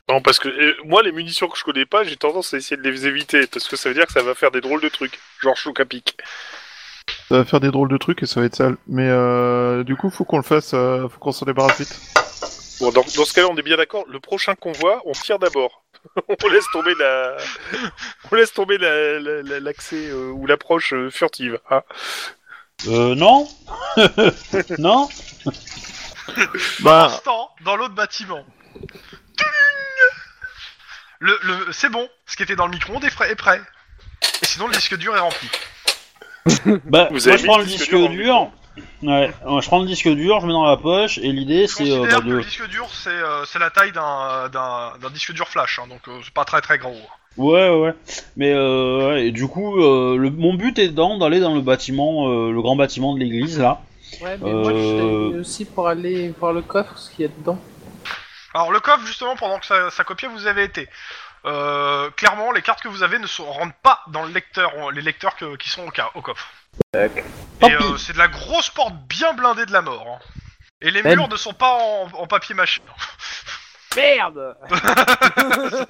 S4: Non, parce que euh, moi, les munitions que je connais pas, j'ai tendance à essayer de les éviter parce que ça veut dire que ça va faire des drôles de trucs, genre choc à pic.
S3: Ça va faire des drôles de trucs et ça va être sale. Mais euh, du coup, faut qu'on le fasse, euh, faut qu'on s'en débarrasse vite.
S4: Bon, dans, dans ce cas-là, on est bien d'accord. Le prochain convoi, on tire d'abord. on laisse tomber la, on laisse tomber la- la- la- l'accès euh, ou l'approche euh, furtive. hein.
S1: Euh, non Non
S2: Pour
S3: Bah,
S2: l'instant, dans l'autre bâtiment. Ting Le, le, c'est bon, ce qui était dans le micro-ondes est, frais- est prêt. Et sinon, le disque dur est rempli.
S1: Bah,
S4: Vous
S1: moi
S4: avez
S1: je
S4: mis
S1: prends le disque dur. Ouais, ouais, je prends le disque dur, je mets dans la poche, et l'idée
S2: Je
S1: c'est euh,
S2: considère
S1: bah,
S2: que le
S1: de.
S2: disque dur, c'est euh, c'est la taille d'un- d'un d'un disque dur flash, hein, donc euh, c'est pas très très gros.
S1: Ouais, ouais, ouais. Mais euh, ouais, et du coup, euh, le... mon but étant d'aller dans le bâtiment, euh, le grand bâtiment de l'église là.
S5: Ouais, mais
S1: Euh.
S5: moi, je suis aussi pour aller voir le coffre, ce qu'il y a dedans.
S2: Alors, le coffre, justement, pendant que ça, ça copiait, vous avez été. Euh, clairement, les cartes que vous avez ne sont, rentrent pas dans le lecteur, on- les lecteurs que- qui sont au, ca- au coffre.
S1: Tant
S2: Et
S1: pis.
S2: euh, c'est de la grosse porte bien blindée de la mort. hein. Et les
S5: Ben.
S2: murs ne sont pas en, en papier mâché.
S5: Merde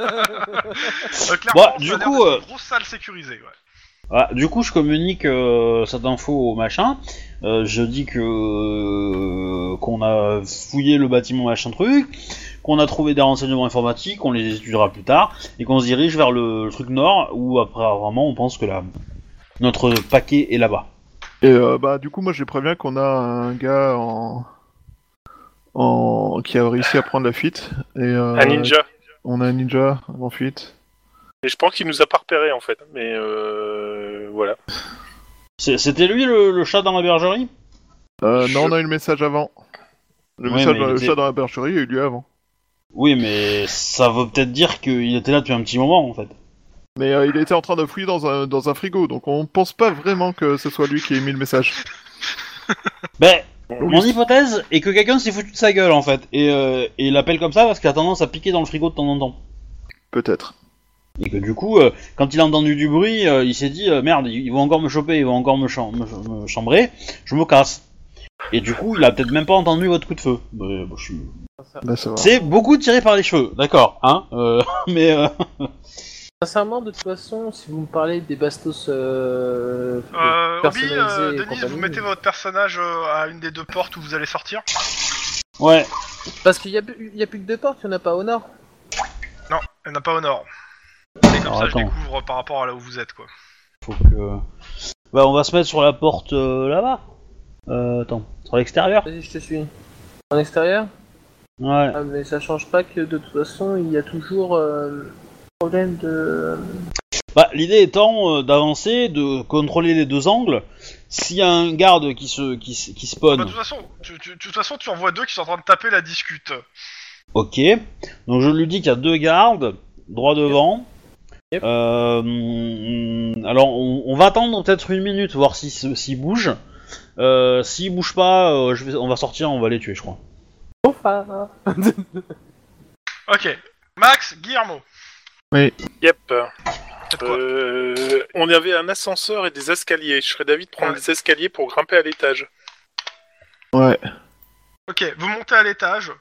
S2: Euh, clairement,
S1: Bah,
S2: ça
S1: du
S2: a l'air
S1: coup,
S2: d'être
S1: euh,
S2: une grosse salle sécurisée. Ouais.
S1: Ah, du coup, je communique euh, cette info au machin. Euh, je dis que euh, qu'on a fouillé le bâtiment machin truc, qu'on a trouvé des renseignements informatiques, qu'on les étudiera plus tard, et qu'on se dirige vers le, truc nord où après vraiment on pense que la notre paquet est là-bas.
S3: et, euh, bah, du coup, moi, je préviens qu'on a un gars en... en qui a réussi à prendre la fuite. Et, euh,
S4: Un ninja.
S3: On a un ninja en fuite.
S4: Et je pense qu'il nous a pas repéré en fait. Mais euh, voilà.
S1: C'est- C'était lui le, le chat dans la bergerie
S3: Euh,
S4: Je-
S3: Non, on a eu le message avant. Le
S1: Ouais,
S3: message
S1: mais
S3: dans
S1: il
S3: le
S1: était-
S3: chat dans la bergerie a eu lieu avant.
S1: Oui, mais ça veut peut-être dire qu'il était là depuis un petit moment en fait.
S3: Mais euh, il était en train de fouiller dans un, dans un frigo, donc on pense pas vraiment que ce soit lui qui ait mis le message.
S1: Ben, mon hypothèse est que quelqu'un s'est foutu de sa gueule en fait, et, euh, et il l'appelle comme ça parce qu'il a tendance à piquer dans le frigo de temps en temps.
S3: Peut-être.
S1: Et que du coup, euh, quand il a entendu du bruit, euh, il s'est dit euh, merde, ils ils vont encore me choper, ils vont encore me, cham- me ch- me chambrer, je me casse. Et du coup, il a peut-être même pas entendu votre coup de feu. Mais, bon, je suis-
S4: Ah.
S3: Bah, ça va.
S1: C'est beaucoup tiré par les cheveux, d'accord, hein euh, Mais euh,
S5: Sincèrement, de toute façon, si vous me parlez des bastos euh,
S2: Euh, Obi,
S5: personnalisés
S2: euh,
S5: et
S2: Denise, vous
S5: compagnie,
S2: mettez votre personnage euh, à une des deux portes où vous allez sortir
S1: ouais,
S5: Parce qu'il n'y a, plus- il y a plus que deux portes, il n'y en a pas au nord.
S2: Non, elle n'a pas au nord. Et comme
S1: Alors,
S2: ça, je
S1: Ah, attends.
S2: découvre par rapport à là où vous êtes, quoi.
S1: faut que. Bah, on va se mettre sur la porte euh, là-bas. Euh, attends, sur l'extérieur.
S5: Vas-y, je te suis. En extérieur
S1: Ouais.
S5: Ah, mais ça change pas que de toute façon, il y a toujours euh, problème de. euh,
S1: Bah, l'idée étant euh, d'avancer, de contrôler les deux angles. S'il y a un garde qui se qui, se- qui
S2: Bah,
S1: spawn,
S2: de toute façon, tu, tu- de toute façon, tu en vois deux qui sont en train de taper la discute.
S1: Ok. Donc je lui dis qu'il y a deux gardes, droit devant.
S5: Yep.
S1: Euh, mm, alors on, on va attendre peut-être une minute, voir si- s'il bouge. Euh, s'il bouge pas, euh, je vais- on va sortir, on va les tuer, je crois.
S5: Bonfa
S2: Ok. Max, Guillermo.
S4: Yep.
S2: faites quoi
S4: Euh, on avait un ascenseur et des escaliers. Je serais d'avis de prendre
S2: Ouais.
S4: les escaliers pour grimper à l'étage.
S3: Ouais.
S2: Ok, vous montez à l'étage.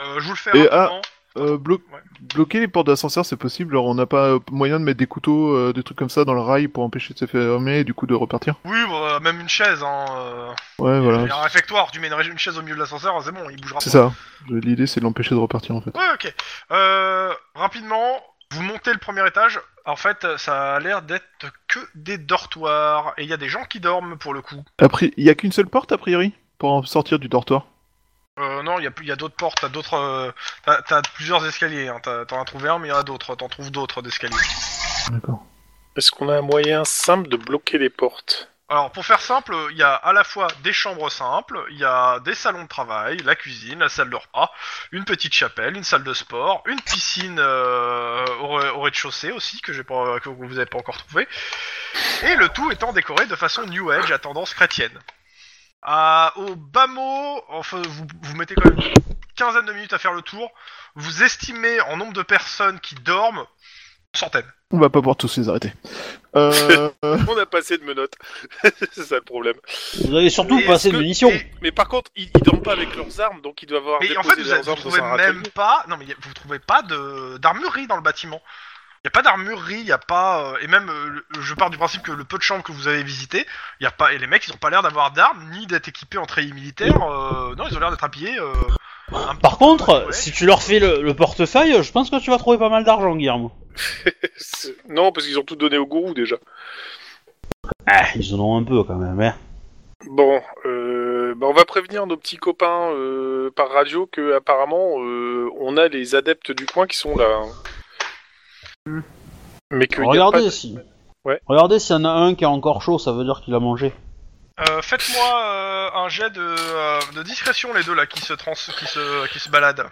S2: Euh, je vous le fais
S3: Et
S2: rapidement.
S3: Euh, blo-
S2: Ouais.
S3: Bloquer les portes d'ascenseur, c'est possible. Alors, on n'a pas euh, moyen de mettre des couteaux, euh, des trucs comme ça dans le rail pour empêcher de se fermer et du coup de repartir.
S2: Oui, bah, même une chaise. Hein.
S3: Ouais,
S2: euh,
S3: voilà.
S2: Il y a un réfectoire, tu mets une, une chaise au milieu de l'ascenseur, c'est bon, il bougera
S3: C'est
S2: pas.
S3: ça. L'idée, c'est de l'empêcher de repartir en fait.
S2: Ouais, ok. Euh, rapidement, vous montez le premier étage. En fait, ça a l'air d'être que des dortoirs. Et il y a des gens qui dorment pour le coup.
S3: Après, il y a qu'une seule porte a priori pour en sortir du dortoir.
S2: Euh, non, il y a, plus- il y a d'autres portes, t'as d'autres. euh, t'as- t'as plusieurs escaliers, hein. t'as- t'en as trouvé un, mais il y en a d'autres, t'en trouves d'autres d'escaliers.
S3: D'accord.
S4: Est-ce qu'on a un moyen simple de bloquer les portes
S2: Alors, pour faire simple, il y a à la fois des chambres simples, il y a des salons de travail, la cuisine, la salle de repas, une petite chapelle, une salle de sport, une piscine euh, au, re- au rez-de-chaussée aussi, que, j'ai pas, que vous n'avez pas encore trouvé, et le tout étant décoré de façon New Age à tendance chrétienne. À- au bas mot, enfin, vous, vous mettez quand même une quinzaine de minutes à faire le tour, vous estimez en nombre de personnes qui dorment, centaines.
S3: On va pas pouvoir tous les arrêter. Euh, euh,
S4: On a passé de menottes. C'est ça le problème.
S1: Vous avez surtout
S2: Et
S1: passé
S2: est-ce
S1: de
S2: que-
S1: munitions.
S2: et-
S4: Mais par contre, ils, ils dorment pas avec leurs armes, donc ils doivent avoir
S2: Mais en fait,
S4: déposé
S2: vous,
S4: leurs
S2: vous
S4: armes dans
S2: trouvez
S4: un
S2: même
S4: atelier.
S2: pas. Non, mais y a- vous trouvez pas de d'armurerie dans le bâtiment. Il y a pas d'armurerie, il y a pas. euh, et même, euh, le- je pars du principe que le peu de chambres que vous avez visitées, il y a pas. Et les mecs, ils ont pas l'air d'avoir d'armes ni d'être équipés en treillis militaire. euh, non, ils ont l'air d'être habillés. euh, Un petit
S1: Par
S2: peu,
S1: contre,
S2: ouais.
S1: si tu leur fais le, le portefeuille, je pense que tu vas trouver pas mal d'argent, Guillermo.
S4: C'est- Non, parce qu'ils ont tout donné au gourou déjà.
S1: Ah, ils en ont un peu quand même, hein.
S4: Bon, euh, bah, on va prévenir nos petits copains euh, par radio que apparemment euh, on a les adeptes du coin qui sont là. hein. Mais que y a
S1: Hmm. Regardez
S4: pas de-
S1: si.
S4: Ouais.
S1: Regardez s'il y en a un qui est encore chaud, ça veut dire qu'il a mangé.
S2: Euh, Faites-moi euh, un jet de, euh, de discrétion, les deux là, qui se, trans qui se, qui se baladent,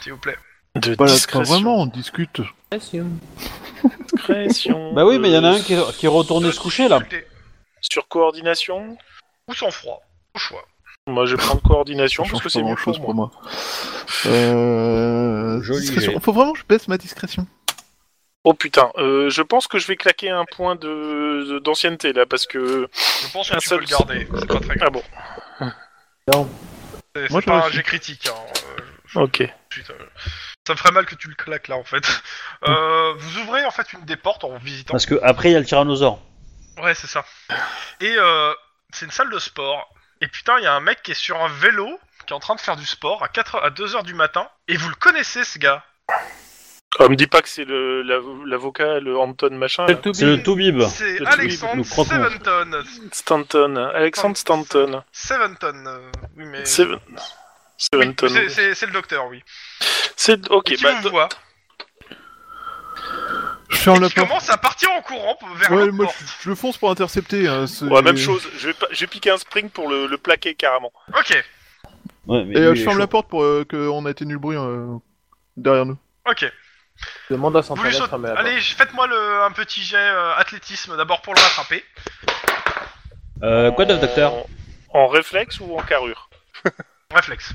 S2: s'il vous plaît.
S4: de
S3: Voilà, c'est pas
S4: discrétion.
S3: vraiment, on discute.
S4: Discrétion,
S1: Bah oui, mais il y en a
S4: euh,
S1: un qui, qui est retourné se coucher là.
S2: Difficulté.
S4: Sur coordination
S2: Ou sans froid, au choix.
S4: Moi, je vais prendre coordination
S3: Ça
S4: parce
S3: change pas
S4: que c'est mieux
S3: grand-chose
S4: pour moi.
S3: pour moi. Euh...
S1: Joli
S3: discrétion.
S1: jet.
S3: Faut vraiment que je baisse ma discrétion.
S4: Oh putain, euh, je pense que je vais claquer un point de de- d'ancienneté là parce que
S2: Je pense que
S4: Un
S2: tu
S4: seul-
S2: peux le garder, c'est pas très grave.
S4: ah bon,
S2: C'est c'est
S3: Moi, je le
S2: pas un
S3: suis.
S2: jet critique. hein, euh,
S4: ok.
S2: Putain, ça me ferait mal que tu le claques là en fait.
S3: Mm.
S2: Euh, vous ouvrez en fait une des portes en visitant.
S1: Parce que après, il y a le tyrannosaure.
S2: Ouais, c'est ça. Et euh, c'est une salle de sport. Et putain, il y a un mec qui est sur un vélo qui est en train de faire du sport à 4 à 2 heures du matin. Et vous le connaissez ce gars
S4: Ah, me dis pas que c'est le- l'av- l'avocat, le Anton machin, là.
S1: C'est le Toubib.
S2: C'est
S4: le
S1: truc,
S2: Alexandre
S1: le croque-mort.
S2: Seventon.
S4: Stanton, Alexandre Stanton,
S2: Seventon. euh, oui, mais.
S4: Seven-
S2: Oui,
S4: Seventon.
S2: c'est- c'est c'est le docteur, oui.
S4: C'est ok,
S2: qui
S4: bah,
S2: vous voit.
S3: Je
S2: Et
S3: ferme la
S2: qui
S3: porte.
S2: commence à partir en courant vers
S3: Ouais,
S2: l'autre
S3: moi
S2: porte.
S3: je, je fonce pour intercepter. hein, c'est-
S4: ouais, même chose. Je vais pas- je vais piquer un spring pour le, le plaquer carrément.
S2: Ok,
S1: Ouais, mais
S3: Et
S1: lui,
S3: euh,
S1: il
S3: je
S1: est
S3: ferme
S1: chaud.
S3: la porte pour euh, qu'on atténue le bruit euh, derrière nous.
S2: ok.
S5: Demande à
S2: Vous lui
S5: Santana de
S2: saute-
S5: fermer la porte.
S2: Allez, faites-moi le... un petit jet euh, athlétisme d'abord pour le rattraper.
S1: Euh, quoi
S4: En-
S1: d'autre, docteur
S4: En réflexe ou en carrure
S2: Réflexe.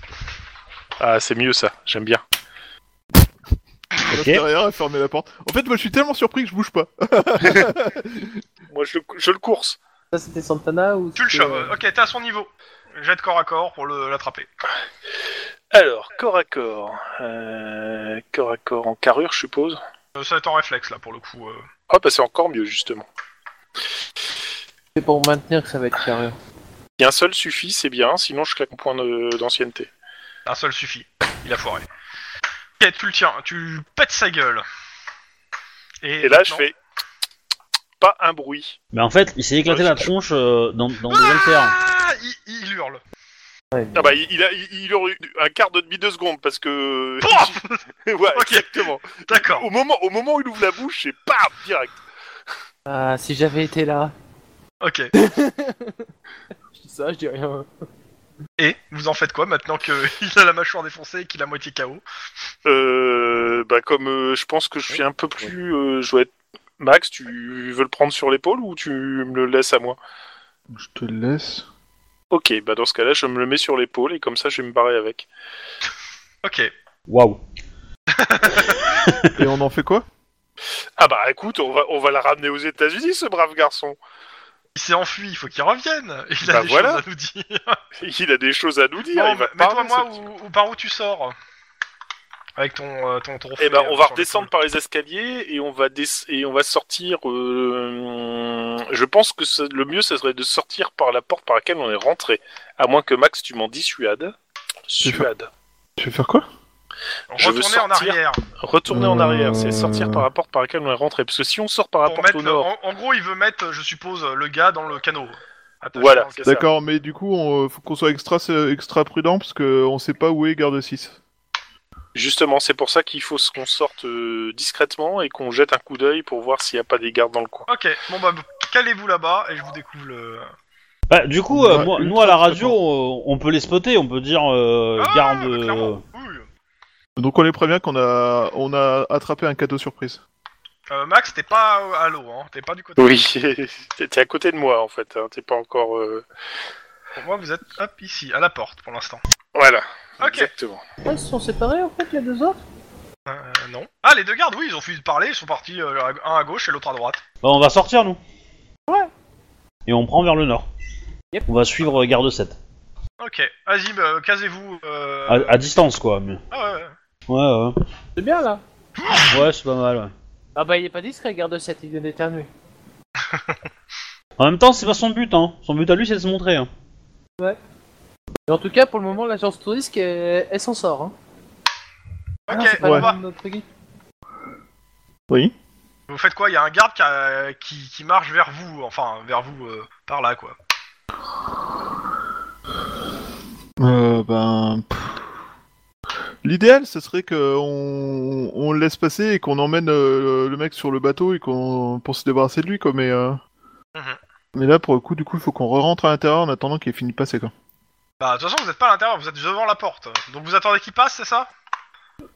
S4: Ah, c'est mieux ça. J'aime bien.
S3: Je reste
S1: Ok.
S3: derrière et fermer la porte. En fait, moi je suis tellement surpris que je bouge pas.
S4: Moi, je le, je le course.
S5: Ça c'était Santana ou
S2: Tu le
S5: c'était,
S2: chopes.
S5: euh,
S2: Ok, t'es à son niveau. Jet de corps à corps pour le l'attraper.
S4: Alors, corps à corps, Euh, corps à corps en carrure, je suppose.
S2: Euh, Ça va être en réflexe là pour le coup. euh.
S4: Ah, bah c'est encore mieux justement.
S5: C'est pour maintenir que ça va être carré.
S4: Si un seul suffit, c'est bien. Sinon, je claque un point de- d'ancienneté.
S2: Un seul suffit. Il a foiré. Ok, tu le tiens. Tu pètes sa gueule.
S4: Et là, je
S2: maintenant-
S4: fais pas un bruit.
S1: Mais en fait, il s'est éclaté
S4: Ouais,
S1: la
S4: c'est-
S1: tronche euh, dans, dans des haltères.
S2: Ah il, il hurle.
S4: Ah bah, il, il a, il, il aurait eu un quart de demi de seconde parce que.
S2: Pouf
S4: ouais,
S2: Ok.
S4: exactement.
S2: D'accord.
S4: Au moment, au moment où il ouvre la bouche, c'est pas direct.
S5: Ah, si j'avais été là.
S2: Ok.
S5: Je dis ça, je dis rien.
S2: Et vous en faites quoi maintenant qu'il a la mâchoire défoncée et qu'il a moitié KO
S4: Euh, bah comme euh, je pense que je suis un peu plus, euh, je dois être Max. Tu veux le prendre sur l'épaule ou tu me le laisses à moi
S3: Je te laisse.
S4: Ok, bah dans ce cas-là, je me le mets sur l'épaule et comme ça, je vais me barrer avec.
S2: Ok.
S1: Waouh.
S3: Et on en fait quoi
S4: Ah bah écoute, on va, on va la ramener aux États-Unis, ce brave garçon.
S2: Il s'est enfui, il faut qu'il revienne. Il a
S4: Bah
S2: des
S4: voilà.
S2: choses à nous dire.
S4: Il a des choses à nous dire.
S2: Non,
S4: il va
S2: mais toi,
S4: parler,
S2: moi,
S4: ce petit-
S2: ou, ou par où tu sors Avec ton, euh, ton, ton
S4: Eh
S2: trophée,
S4: ben,
S2: euh,
S4: on va
S2: sur
S4: redescendre par les escaliers et on va des- et on va sortir. euh, Je pense que ça- le mieux, ça serait de sortir par la porte par laquelle on est rentré, à moins que Max, tu m'en dissuades. Suade.
S3: Tu veux faire quoi
S2: l'épaule.
S4: je veux
S2: Retourner en
S4: sortir
S2: arrière.
S4: Retourner en arrière, c'est
S3: Euh.
S4: sortir par la porte par laquelle on est rentré. Parce que si on sort par la
S2: Pour
S4: porte
S2: mettre
S4: au
S2: le-
S4: nord,
S2: en, en gros, il veut mettre, je suppose, le gars dans le canot. Attaché
S4: Voilà,
S2: dans le
S4: c'est
S2: canot.
S4: ça.
S3: D'accord, mais du coup, on, faut qu'on soit extra, extra prudent parce qu'on sait pas où est garde 6.
S4: justement, c'est pour ça qu'il faut qu'on sorte euh, discrètement et qu'on jette un coup d'œil pour voir s'il n'y a pas des gardes dans le coin.
S2: Ok, bon bah, calez-vous là-bas et je vous découvre le.
S1: Bah, du coup, euh,
S3: Ouais,
S1: moi-
S3: ultra
S1: nous à la radio,
S3: discrètement.
S1: on, on peut les spotter, on peut dire euh,
S2: Ah,
S1: garde. euh,
S2: clairement. Oui.
S3: Donc on les prévient qu'on a, on a attrapé un cadeau surprise.
S2: Euh, Max, t'es pas euh, à l'eau, hein. T'es pas du côté.
S4: Oui, t'es t'es à côté de moi en fait, hein, t'es pas encore. euh,
S2: Pour moi, vous êtes hop ici, à la porte pour l'instant.
S4: Voilà.
S2: Ok.
S4: Exactement.
S5: Ah, ils se sont séparés en fait les deux autres
S2: Euh, non. Ah, les deux gardes, oui, ils ont fui de parler, ils sont partis, euh, un à gauche et l'autre à droite.
S1: bah, on va sortir, nous.
S5: Ouais.
S1: Et on prend vers le nord.
S5: Yep.
S1: On va suivre euh, garde 7.
S2: Ok, vas-y, bah, casez-vous. euh,
S1: À, à distance, quoi. Mais...
S2: ah, ouais, ouais.
S1: Ouais, ouais.
S5: C'est bien là.
S1: Ouais, c'est pas mal. ouais.
S5: Ah bah il est pas discret, garde 7, il vient d'éternuer.
S1: En même temps, c'est pas son but, hein. Son but à lui, c'est de se montrer. Hein.
S5: Mais en tout cas, pour le moment, l'agence touriste, elle, elle s'en sort. Hein. Ah non,
S2: Ok, bah,
S5: c'est pas
S2: on
S5: la
S2: va.
S5: même de notre guide.
S3: Oui.
S2: Vous faites quoi Il y a un garde qui, a- qui, qui marche vers vous, enfin vers vous euh, par là quoi.
S3: Euh, ben. pff. L'idéal, ce serait qu'on on le laisse passer et qu'on emmène euh, le mec sur le bateau et qu'on pour se débarrasser de lui, quoi. Mais, euh,
S2: Mhm.
S3: mais là, pour le coup, du coup, il faut qu'on rentre à l'intérieur en attendant qu'il ait fini de passer, quoi.
S2: Bah de toute façon vous êtes pas à l'intérieur, vous êtes devant la porte. Donc vous attendez qu'il passe, c'est ça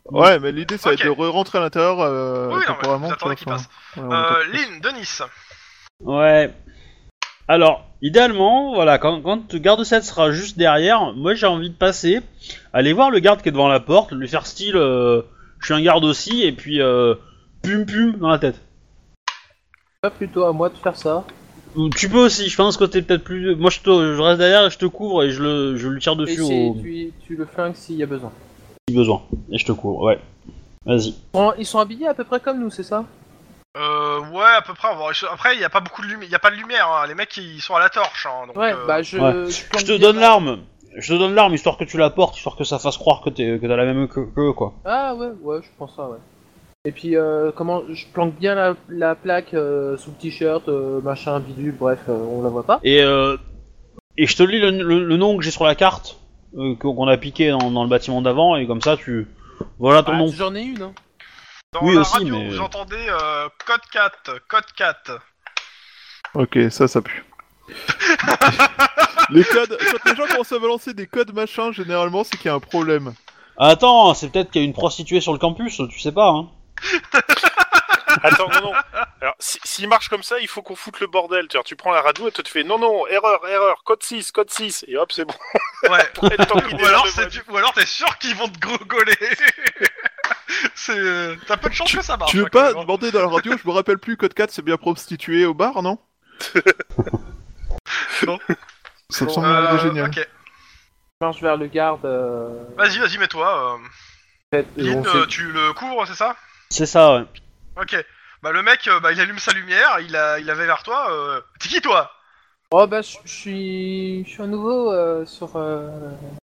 S3: Ouais, mais l'idée, ça va
S2: Ok.
S3: être de re-rentrer à l'intérieur euh,
S2: Oui, non, mais
S3: temporairement.
S2: vous
S3: tu vois,
S2: attendez qu'il
S3: enfin,
S2: passe.
S3: ouais, on attend
S2: Euh,
S3: qu'il passe.
S2: Lynn, Denis.
S1: Ouais. Alors, idéalement, voilà, quand, quand le garde 7 sera juste derrière, moi j'ai envie de passer, aller voir le garde qui est devant la porte, lui faire style, euh, je suis un garde aussi, et puis euh, pum pum dans la tête.
S5: Pas plutôt à moi de faire ça.
S1: Ou Tu peux aussi, je pense que t'es peut-être plus. Moi je, te, je reste derrière et je te couvre et je le, je le tire
S5: Et
S1: dessus
S5: c'est-
S1: au
S5: tu, tu le flingues s'il y a besoin.
S1: si besoin. Et je te couvre, ouais. Vas-y.
S5: Bon, ils sont habillés à peu près comme nous, c'est ça
S2: Euh, ouais, à peu près. on va voir les choses. Après, il n'y a pas beaucoup de lumière. Il a pas de lumière. hein. Les mecs, ils sont à la torche. hein, donc,
S5: Ouais,
S2: euh,
S5: bah je.
S1: ouais.
S5: Je, plante
S1: Je te
S5: bien
S1: donne
S5: ma-
S1: l'arme, je te donne l'arme histoire que tu la portes, histoire que ça fasse croire que t'es- que t'as la même que, que eux, quoi.
S5: Ah ouais, ouais, je prends ça, ouais. Et puis, euh, comment je planque bien la, la plaque euh, sous le t-shirt, euh, machin, bidule, bref, euh, on la voit pas.
S1: Et, euh, et je te lis le, le- le nom que j'ai sur la carte, euh, qu'on qu'on a piqué dans, dans le bâtiment d'avant, et comme ça tu. Voilà ton
S5: Ah,
S1: nom.
S5: J'en ai une, hein.
S2: dans
S1: oui,
S2: la
S1: aussi,
S2: radio,
S1: mais-
S2: vous entendez euh, code 4, code 4.
S3: Ok, ça, ça pue. les codes, quand les gens commencent à balancer des codes machin, généralement, c'est qu'il y a un problème.
S1: Ah, Attends, c'est peut-être qu'il y a une prostituée sur le campus, tu sais pas, hein.
S4: Attends, non, non. Alors, si- s'il marche comme ça, il faut qu'on foute le bordel. Tu, vois, tu prends la radio et toi, tu fais non, non, erreur, erreur, code 6, code 6. Et hop, c'est bon.
S2: Ouais.
S4: Et tant qu'il
S2: ou alors,
S4: démarre
S2: c'est
S4: le
S2: du- ou alors, t'es sûr qu'ils vont te grogoler. c'est. euh, T'as peu de chance que ça marche.
S3: tu veux
S2: hein,
S3: pas
S2: quand même, hein.
S3: demander dans la radio, je me rappelle plus, code 4, c'est bien prostitué au bar, non
S2: Non.
S3: Ça me
S5: Bon,
S3: semble
S2: Euh,
S3: génial.
S2: ok.
S5: Je marche vers le garde. euh,
S2: Vas-y, vas-y, mets-toi. euh.
S5: fait, et on
S2: Lynn,
S5: fait-
S2: euh, tu le couvres, c'est ça
S1: C'est ça, ouais.
S2: Ok. Bah le mec, euh, bah, il allume sa lumière. Il a, il avait vers toi. euh, T'es qui toi
S5: Oh bah, je je suis. Je suis à nouveau euh, sur. euh,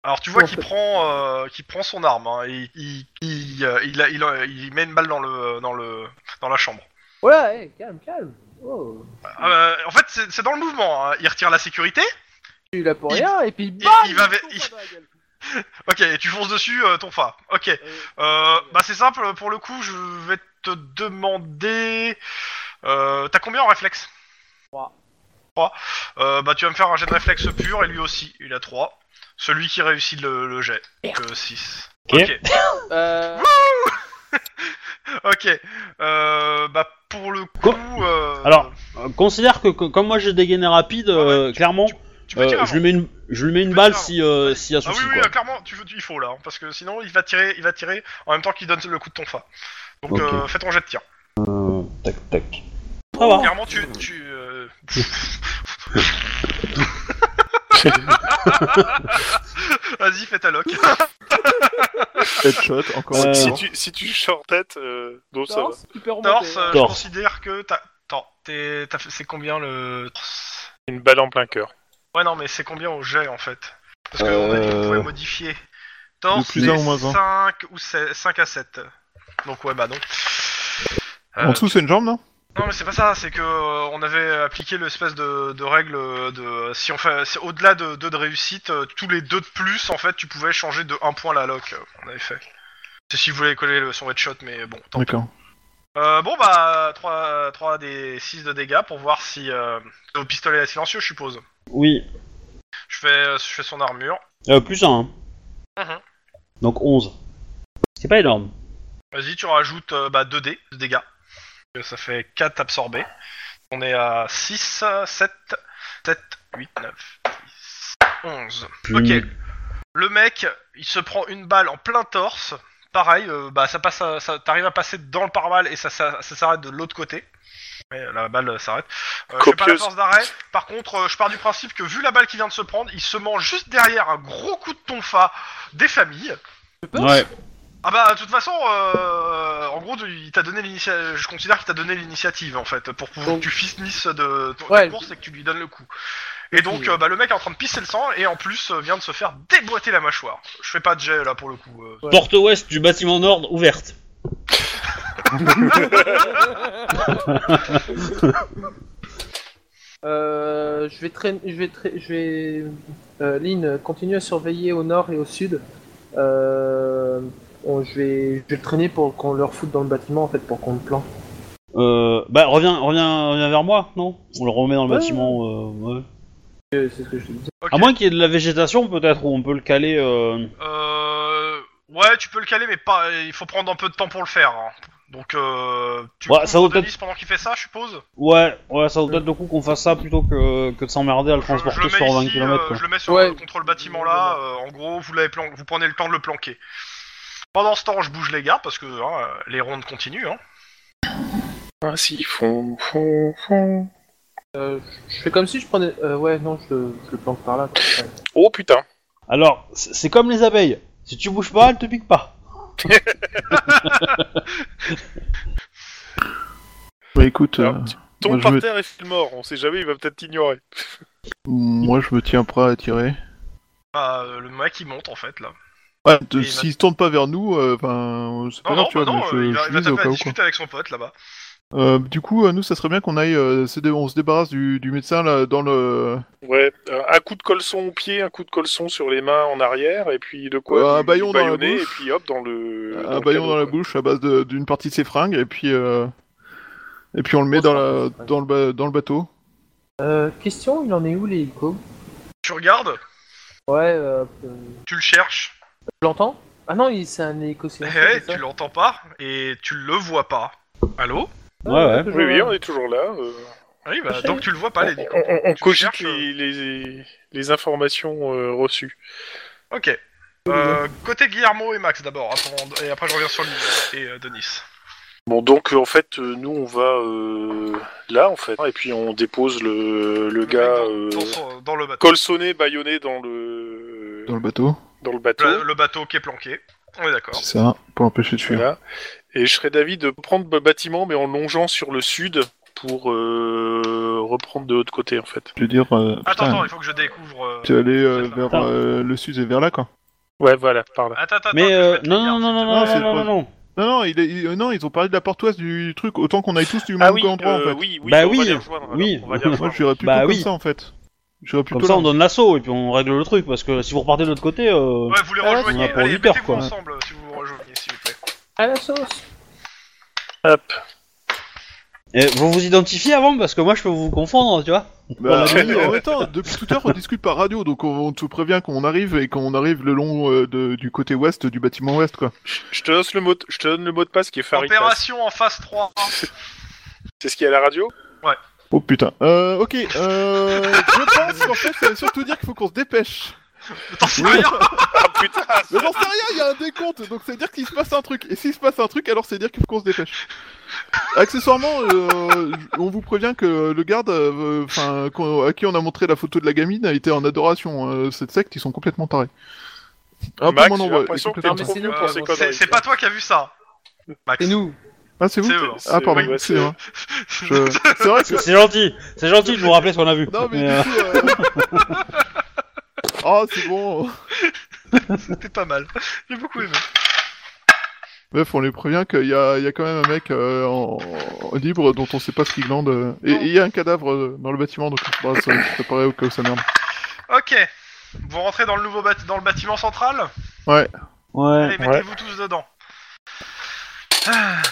S2: Alors tu vois
S5: Bon,
S2: qu'il
S5: en fait-
S2: prend, euh, qu'il prend son arme. hein, et il, il, euh, il, a- il, a- il met une balle dans le, dans le, dans la chambre.
S5: Voilà, hé, calme, calme. Oh.
S2: Ah, euh, en fait, c'est c'est dans le mouvement. hein. Il retire la sécurité.
S5: Je suis là pour
S2: Il-
S5: rien, et puis
S2: il
S5: BAM
S2: va
S5: me
S2: ver-
S5: tombe
S2: il-
S5: dans la gueule.
S2: Ok, et tu fonces dessus, euh, ton fa. Ok. Euh, bah c'est simple. Pour le coup, je vais te demander. Euh, T'as combien en réflexe
S5: Trois.
S2: 3. bah tu vas me faire un jet de réflexe pur et lui aussi. Il a 3. Celui qui réussit le, le jet. Donc 6.
S1: Ok.
S5: Euh,
S2: Ok. Euh, bah pour le coup.
S1: Quoi
S2: euh,
S1: Alors, Euh, considère que, que- comme moi j'ai dégainé rapide, euh,
S2: Ah ouais, tu-
S1: clairement,
S2: tu peux
S1: euh,
S2: tirer
S1: je
S2: avant.
S1: lui mets une, je lui mets une
S2: peux
S1: balle
S2: tirer
S1: si, euh,
S2: Vas-y.
S1: s'il y a
S2: Ah
S1: souci,
S2: oui, oui,
S1: quoi.
S2: euh, clairement, tu, il faut là, hein, parce que sinon il va tirer, il va tirer en même temps qu'il donne le coup de ton fa. Donc
S1: Ok.
S2: euh, fais ton jet de tir.
S1: Euh, tac, tac. Ça va.
S2: Clairement, tu, tu, euh, vas-y, fais ta loc.
S3: Headshot, encore
S1: Euh,
S3: une
S4: Si
S3: fois.
S4: tu, si tu short tête, euh, donc ça va.
S5: torse, tu peux remonter.
S2: Torse, euh, je
S1: Torse.
S2: considère que t'as, attends, t'es- t'as fait- c'est combien le,
S4: Une balle en plein cœur.
S2: ouais non mais c'est combien au jet en fait Parce que on a dit qu'on
S1: Euh,
S2: pouvait modifier. Torse,
S3: plus un
S2: c'est
S3: ou moins un.
S2: 5 ou 16 5 à 7. Donc ouais bah non. Euh,
S3: En dessous, c'est une jambe, non
S2: Non mais c'est pas ça, c'est que euh, on avait appliqué l'espèce de, de règle euh, de si on fait si- au-delà de 2 de réussite, euh, tous les deux de plus en fait tu pouvais changer de 1 point la lock, euh, on avait fait. C'est si vous voulez coller le, son headshot mais bon, tant pis.
S3: D'accord.
S2: Euh, bon bah 3, 3 des 6 de dégâts pour voir si euh, au pistolet silencieux je suppose.
S1: Oui,
S2: Je fais je fais son armure.
S1: Euh, plus 1.
S2: Mhm.
S1: Donc 11. C'est pas énorme.
S2: Vas-y, tu rajoutes euh, bah, 2 dés de dégâts. Euh, Ça fait 4 absorbés. On est à 6, 7, 7, 8, 9, 10, 11. Ok. Le mec, il se prend une balle en plein torse. Pareil, euh, bah ça passe, à- ça, t'arrives à passer dans le pare-balles et ça, ça, ça s'arrête de l'autre côté. Mais la balle euh, s'arrête. Euh, je fais pas la
S4: Copieuse.
S2: force d'arrêt. Par contre, euh, je pars du principe que vu la balle qui vient de se prendre, il se mange juste derrière un gros coup de tonfa des familles.
S1: Ouais.
S2: Ah bah de toute façon, euh, en gros, il t'a donné l'initiative. Je considère qu'il t'a donné l'initiative en fait pour pouvoir
S5: Donc-
S2: que tu finisses de ton ta
S5: Ouais.
S2: course et que tu lui donnes le coup. Et donc, euh, bah, le mec est en train de pisser le sang et en plus euh, vient de se faire déboîter la mâchoire. Je fais pas de jet là pour le coup. euh.
S5: Ouais.
S1: Porte ouest du bâtiment nord ouverte.
S5: Euh, je vais traîner, je vais trai- je vais. Euh, Lynn, continue à surveiller au nord et au sud. Euh, on- je vais, je vais le traîner pour qu'on leur foute dans le bâtiment en fait, pour qu'on le plante.
S1: Euh, bah reviens, reviens, reviens vers moi, non On le remet dans le bâtiment. euh, ouais.
S5: Euh, C'est ce que je te disais.
S2: Ok.
S1: À moins qu'il y ait de la végétation peut-être où on peut le caler. euh,
S2: Euh, Ouais, tu peux le caler, mais pas. Il faut prendre un peu de temps pour le faire. hein. Donc, euh, tu
S1: Ouais,
S2: couvres
S1: ça vaut
S2: Denis pendant qu'il fait ça, je suppose.
S1: Ouais, ouais, ça vaut peut-être le coup qu'on fasse ça plutôt que, que de s'emmerder à le
S2: Je, je
S1: transporter
S2: le
S1: sur
S2: mets
S1: 20
S2: ici,
S1: km.
S2: euh,
S1: Quoi.
S2: je le mets sur
S5: Ouais.
S2: le- contre le bâtiment là. euh, en gros, vous l'avez plan- vous prenez le temps de le planquer. Pendant ce temps, je bouge les gardes parce que hein, euh, les rondes continuent. Hein.
S4: Ah si, fond, fond, fond.
S5: Euh, je fais comme si je prenais. euh, ouais, non, je, le- je le planque par là. quoi. Ouais.
S4: Oh putain.
S1: Alors, c'est c'est comme les abeilles. Si tu bouges pas, elles te piquent pas.
S3: Bah écoute,
S4: Alors,
S3: euh,
S4: Tombe
S3: Moi, je
S4: par
S3: me-
S4: terre et file mort, on sait jamais, il va peut-être t'ignorer.
S3: moi je me tiens prêt à tirer.
S2: Bah, euh, le mec il monte en fait là.
S3: Ah, de-
S2: Et il va-
S3: s'il se tourne pas vers nous, euh, enfin, c'est pas
S2: Non, non,
S3: grave, tu vois,
S2: bah non,
S3: mais je,
S2: euh, il va, il
S3: je
S2: va
S3: vise au
S2: taper à
S3: cas où, quoi.
S2: discuter avec son pote là-bas.
S3: Euh, du coup, euh, nous, ça serait bien qu'on aille, euh, se dé- on se débarrasse du, du médecin là, dans le.
S4: Ouais, euh, un coup de colson au pied, un coup de colson sur les mains en arrière, et puis de
S3: Euh,
S4: quoi
S3: un
S4: du- du
S3: baillon dans la
S4: bâillonné,
S3: bouche.
S4: Et puis hop, dans le. dans
S3: un
S4: le
S3: baillon
S4: cadeau,
S3: dans la
S4: quoi.
S3: bouche à base de- d'une partie de ses fringues et puis euh, et puis on le met
S5: Grosse
S3: dans la
S5: partie de ses
S3: dans le ba- dans le bateau.
S5: Euh, question, il en est où l'hélico
S2: Tu regardes,
S5: Ouais, euh, euh,
S2: tu le cherches,
S5: je l'entends. Ah non, il- c'est un hélico
S2: Eh,
S5: silencieux, c'est ça
S2: tu l'entends pas et tu le vois pas. Allô
S1: Ouais, ouais.
S5: Ah, toujours hein.
S4: Oui, oui,
S5: là.
S4: on est toujours là. euh.
S2: Oui, bah,
S5: Parfait.
S2: donc tu le vois pas, les
S4: on,
S5: Eh,
S4: on- on- on
S2: Tu
S4: cogite
S2: cherches, euh.
S4: les, les- les informations euh, reçues.
S2: Ok. Euh, côté Guillermo et Max d'abord, attends, et après je reviens sur lui et euh, Denis.
S4: Bon, donc euh, en fait, euh, nous on va euh, là en fait, et puis on dépose le, le
S2: Le mec
S4: gars
S2: dans,
S4: euh,
S2: dans son- dans le bateau.
S4: colsonné, baillonné dans le
S3: Dans le bateau,
S4: dans le bateau.
S2: Le, le bateau qui est planqué. On est d'accord.
S3: c'est ça, pour l'empêcher de fuir.
S4: Voilà. Et je serais d'avis de prendre le bâtiment, mais en longeant sur le sud pour euh, reprendre de l'autre côté en fait.
S3: Je veux dire, euh,
S2: Attends,
S3: putain,
S2: attends, il faut que je découvre. euh,
S3: tu es allé euh,
S2: Attends.
S3: vers euh, le sud et vers là quoi.
S4: Ouais, voilà, par là.
S2: Attends, attends,
S1: Mais
S2: attends,
S1: euh,
S2: je vais te
S1: non,
S2: les
S1: non,
S2: gardes,
S1: non, non,
S3: Ah,
S1: non,
S3: c'est
S1: non,
S3: pas-
S1: non, non.
S3: Non non, il est- il- euh, non, ils ont parlé de la porte ouest du truc. Autant qu'on aille tous du
S4: Ah
S3: même
S4: oui,
S3: endroit
S4: euh,
S3: en fait.
S4: oui, oui,
S1: Bah
S4: on va
S1: oui,
S4: les rejoindre. alors,
S1: oui.
S4: on va les rejoindre.
S3: Moi j'irais plutôt
S1: Bah
S3: comme
S1: oui.
S3: ça en fait. J'irais plutôt
S1: Comme ça,
S3: là.
S1: on donne l'assaut et puis on règle le truc parce que si vous repartez de l'autre côté, euh,
S2: Ouais, vous les
S5: Ah,
S1: on a
S2: rejoignez.
S1: pour
S2: Allez,
S1: huit heures,
S2: mettez-vous
S1: quoi.
S2: ensemble si vous vous rejoignez, s'il vous plaît.
S5: eh, À la sauce
S4: Hop.
S1: et eh, vous vous identifiez avant parce que moi je peux vous confondre, tu vois.
S3: Bah,
S1: Pour
S4: la
S3: oui,
S4: nuit.
S3: en même temps, depuis tout à l'heure, on discute par radio, donc on, on te prévient qu'on arrive et qu'on arrive le long euh, de- du côté ouest du bâtiment ouest, quoi.
S4: Je te lance le mot, de- je te donne le mot de passe qui est Faritas.
S2: Opération en phase 3.
S4: C'est ce qu'il y a à la radio
S3: Oh putain. Euh, ok, euh, je pense qu'en fait, ça veut surtout dire qu'il faut qu'on se dépêche.
S2: T'en sais rien
S4: Ah putain
S3: Mais j'en sais rien, il y a un décompte, donc ça veut dire qu'il se passe un truc. Et s'il se passe un truc, alors c'est dire qu'il faut qu'on se dépêche. Accessoirement, euh, j- on vous prévient que le garde euh, enfin, qu'on- à qui on a montré la photo de la gamine a été en adoration. Euh, cette secte, ils sont complètement tarés. Un peu
S4: Max,
S3: moins
S4: j'ai
S3: nombreux.
S4: l'impression
S3: et
S4: que
S5: Non,
S3: complètement
S5: mais
S3: tarés.
S5: c'est nous
S4: Ah,
S2: Euh,
S5: pour ces
S2: c'est-
S4: conneries,
S2: C'est pas toi qui as vu ça, Max.
S5: C'est nous
S3: Ah, c'est vous
S2: C'est eux.
S3: Ah, pardon,
S4: ouais,
S3: c'est moi.
S2: Je-
S3: Je- C'est vrai que.
S1: C'est gentil, c'est gentil de vous rappeler ce qu'on a vu.
S3: Non, mais
S1: Mais, euh,
S3: du coup. euh, Ah, c'est bon.
S2: C'était pas mal. J'ai beaucoup aimé.
S3: Bref, on les prévient qu'il y a, il y a quand même un mec euh, en, en libre dont on sait pas ce qu'il glande. euh, et et il y a un cadavre euh, dans le bâtiment, donc on va se préparer au cas où ça merde.
S2: Ok. Vous rentrez dans le nouveau bâti- dans le bâtiment central
S1: Ouais.
S2: Allez, mettez-vous tous dedans. Ah.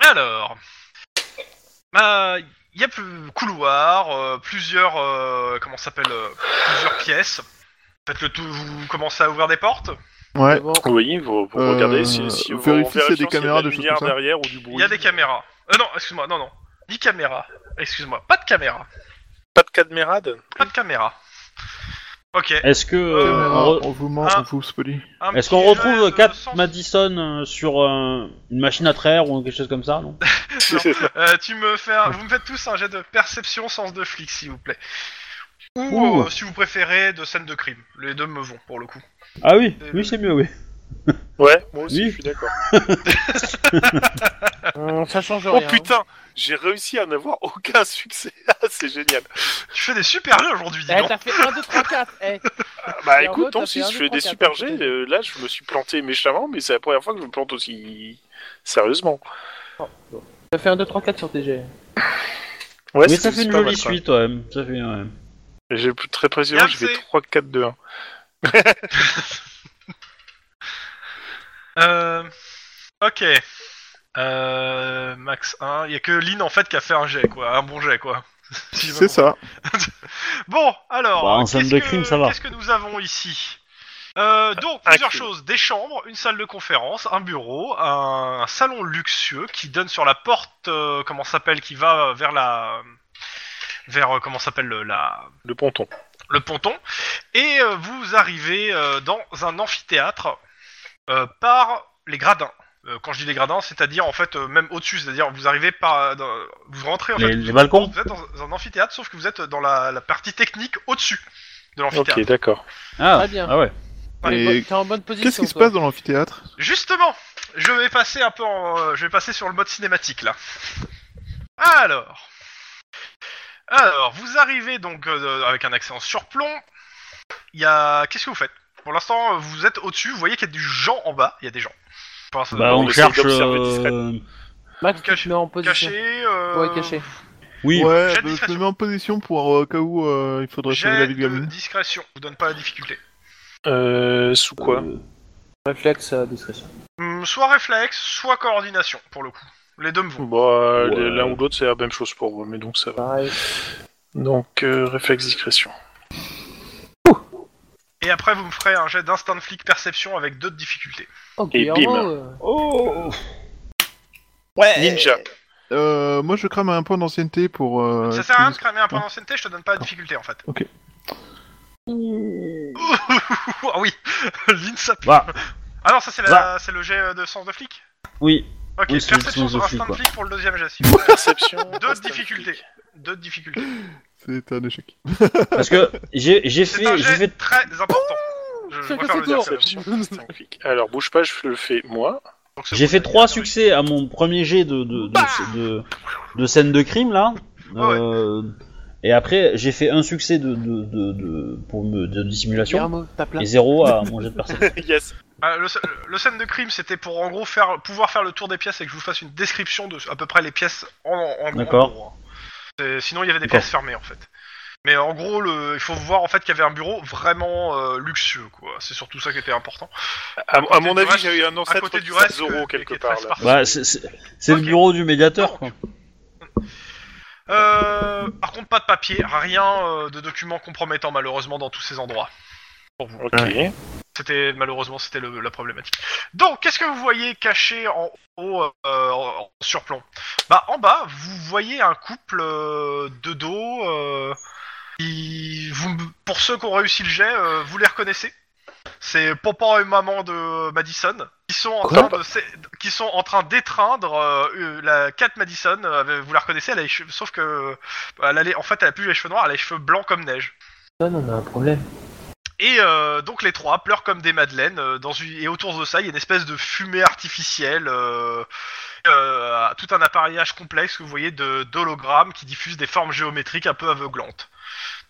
S2: Alors, bah, il y a plus couloir, euh, plusieurs euh, comment ça s'appelle, euh, plusieurs pièces. Faites le tout, vous commencez à ouvrir des portes.
S3: Ouais,
S5: Bon,
S4: Oui, vous, vous
S3: Euh,
S4: regardez si, si vous
S3: vérifie s'il y a des
S4: vérifiez
S3: caméras,
S4: de
S3: des choses
S4: lumière
S3: comme ça.
S4: derrière ou du bruit.
S2: Il y a des caméras. Euh, non, excuse-moi, non non, ni caméra. Excuse-moi, pas de caméra,
S4: Pas de cadmérade
S2: pas de caméra. Ok.
S1: Est-ce que euh,
S3: Caméra,
S1: on re-
S3: on vous ment,
S2: Ah.
S3: on vous spolie.
S2: un
S1: est-ce
S2: petit euh,
S1: qu'on
S2: jet
S1: retrouve
S2: de
S1: Kat
S2: sens-
S1: Madison euh, sur euh, une machine à traire ou quelque chose comme ça non
S2: Euh, tu me fais, un- vous me faites tous un jet de perception sens de flic, s'il vous plaît. Ou
S1: Ouh.
S2: euh, si vous préférez de scène de crime. Les deux me vont pour le coup.
S1: Ah oui,
S2: Euh,
S1: oui c'est mieux oui.
S4: Ouais, moi aussi,
S1: Oui.
S4: je suis d'accord.
S5: Hum, ça change
S4: Oh
S5: rien.
S4: putain, j'ai réussi à n'avoir aucun succès. Ah, c'est génial.
S2: Tu fais des super jeux aujourd'hui, dis
S5: Eh,
S2: donc.
S5: t'as fait 1, 2, 3, 4 Eh,
S4: Bah
S5: Et en
S4: écoute,
S5: gros,
S4: non,
S5: t'as
S4: si
S5: fait
S4: je
S5: un,
S4: fais
S5: deux,
S4: des
S5: trois,
S4: super
S5: quatre,
S4: G,
S5: peut-être.
S4: euh, là je me suis planté méchamment, mais c'est la première fois que je me plante aussi sérieusement.
S5: t'as fait 1, 2, 3, 4 sur TG.
S4: Ouais,
S1: Mais
S4: c'est-
S1: ça fait
S4: c'est
S1: une
S4: pas
S1: jolie
S4: mal, ça.
S1: suite, ouais. Ça fait, ouais.
S4: Et J'ai plus- très précisément,
S2: Bien,
S4: j'ai fait
S2: c'est-
S4: 3, 4, 2, 1.
S2: Euh, ok. Euh, max 1. Il y a que Lynn en fait qui a fait un jet, quoi. Un bon jet, quoi. Si je me
S3: C'est ça.
S2: Bon, alors.
S1: Bah, en scène
S2: qu'est-ce
S1: de
S2: que-
S1: crime, ça va.
S2: Qu'est-ce que nous avons ici Euh, donc,
S4: Un
S2: plusieurs
S4: crime.
S2: choses. Des chambres, une salle de conférence, un bureau, un, un salon luxueux qui donne sur la porte, euh, comment ça s'appelle, qui va vers la. vers, euh, comment ça s'appelle, le- la,
S4: Le ponton.
S2: le ponton. Et euh, vous arrivez euh, dans un amphithéâtre euh, par les gradins. Euh, quand je dis les gradins, c'est-à-dire en fait euh, même au-dessus, c'est-à-dire vous arrivez par, euh, dans- vous rentrez en
S1: Les-
S2: fait,
S1: les
S2: vous,
S1: balcons.
S2: Vous êtes dans un amphithéâtre, sauf que vous êtes dans la, la partie technique au-dessus de
S4: Ok,
S2: l'amphithéâtre.
S4: d'accord.
S1: Ah,
S5: Très bien.
S1: ah ouais.
S5: T'es
S3: Et
S5: bo- t'es en bonne position.
S3: qu'est-ce qui se
S5: toi.
S3: passe dans l'amphithéâtre
S2: Justement, je vais passer un peu, en- euh, je vais passer sur le mode cinématique là. Alors, alors vous arrivez donc euh, avec un accent surplomb. Il y a, qu'est-ce que vous faites Pour l'instant, euh, vous êtes au-dessus. Vous voyez qu'il y a du gens en bas. Il y a des gens. Enfin, c'est-
S1: Bah,
S4: on
S1: on
S4: essaye
S1: cherche.
S4: d'observer
S1: euh,
S5: Max, tu
S2: Caché-
S5: te mets en position.
S2: caché. euh,
S5: Ouais, caché.
S1: Oui,
S3: Ouais,
S2: Jet
S3: bah, je
S2: discrétion.
S3: me mets en position pour euh, au cas où euh, il faudrait sauver
S2: Jet
S3: la vie de
S2: de
S3: Gamine.
S2: discrétion. Je Vous donne pas la difficulté.
S4: Euh, sous quoi
S5: Réflexe à discrétion.
S2: Hum, soit réflexe, soit coordination pour le coup. Les deux me vont.
S4: Bah,
S1: Ouais.
S4: l'un ou l'autre, c'est la même chose pour vous, mais donc ça va.
S5: Pareil.
S4: Donc, euh, réflexe discrétion.
S2: Et après, vous me ferez un jet d'instinct de flic perception avec deux de difficulté.
S5: Oh,
S4: Et
S5: Guillermo,
S4: bim.
S5: euh,
S1: Oh Ouais
S4: Ninja.
S3: Euh, moi, je crame un point d'ancienneté pour. Euh,
S2: ça sert à rien de
S3: plus-
S2: cramer un point d'ancienneté. Je te donne pas la difficulté en fait. Ah oui, l'INSA.
S1: Bah,
S2: Ah non, ça c'est la-
S1: Bah.
S2: c'est le jet euh, de sens de flic
S1: oui.
S2: Ok,
S1: Oui, c'est le
S2: perception
S1: sens de
S2: sur
S1: flic,
S2: instinct
S1: quoi.
S2: de flic pour le deuxième jet. s'il vous plaît.
S4: Perception.
S2: Deux
S4: instinct
S2: difficultés.
S4: flic.
S2: Deux difficultés.
S3: C'est un échec.
S1: Parce que j'ai j'ai
S2: C'est un
S1: fait, j'ai
S2: jet
S1: fait
S2: très important. Je,
S5: Chacun
S2: préfère
S5: ses
S2: le dire. quand même.
S5: tours.
S4: Perception, instinct flic. Alors, bouge pas, je le fais moi.
S2: Donc, c'est
S1: J'ai
S2: bon,
S1: fait
S2: ça,
S1: trois
S2: c'est correct.
S1: succès à mon premier jet de, de,
S2: Bah
S1: de, de, de scène de crime, là.
S2: Ah ouais.
S1: Euh, et après, j'ai fait un succès de, de, de, de- pour me, de dissimulation
S5: Guillermo, tape là.
S1: et zéro à mon jet de personne.
S4: yes.
S2: Ah, le, se- le scène de crime, c'était pour en gros faire, pouvoir faire le tour des pièces et que je vous fasse une description de à peu près les pièces en, en, en
S1: D'accord.
S2: gros. C'est- Sinon, il y avait des
S1: D'accord.
S2: pièces fermées en fait. Mais en gros, le, il faut voir en fait qu'il y avait un bureau vraiment euh, luxueux, quoi. C'est surtout ça qui était important.
S4: À, à
S2: côté
S4: mon
S2: du
S4: avis,
S2: reste-
S4: j'ai eu un
S2: à
S4: ancêtre
S2: côté
S4: qui
S2: du
S4: s'appelle
S2: reste,
S4: Zorro
S2: que-
S4: quelque
S2: qui est
S4: part
S2: très
S4: là.
S2: sparse.
S1: Bah, c'est c'est- c'est
S2: Ok.
S1: le bureau du médiateur, quoi.
S2: Euh, par contre, pas de papier, rien euh, de documents compromettants malheureusement dans tous ces endroits.
S4: Ok.
S2: C'était malheureusement c'était le- la problématique. Donc, qu'est-ce que vous voyez caché en haut euh, en en surplomb Bah, en bas, vous voyez un couple euh, de dos. euh, qui- vous, pour ceux qui ont réussi le jet, euh, vous les reconnaissez C'est papa et maman de Madison qui sont en
S1: Quoi
S2: train de sé- qui sont en train d'étreindre euh, la Cat Madison. euh, vous la reconnaissez, elle a les cheveux- sauf que elle a les- en fait, elle a plus les cheveux noirs, elle a les cheveux blancs comme neige.
S5: Personne, on a un problème.
S2: Et euh, donc les trois pleurent comme des madeleines. euh, dans une- Et autour de ça, il y a une espèce de fumée artificielle, euh, euh, tout un appareillage complexe que vous voyez de d'hologrammes qui diffusent des formes géométriques un peu aveuglantes.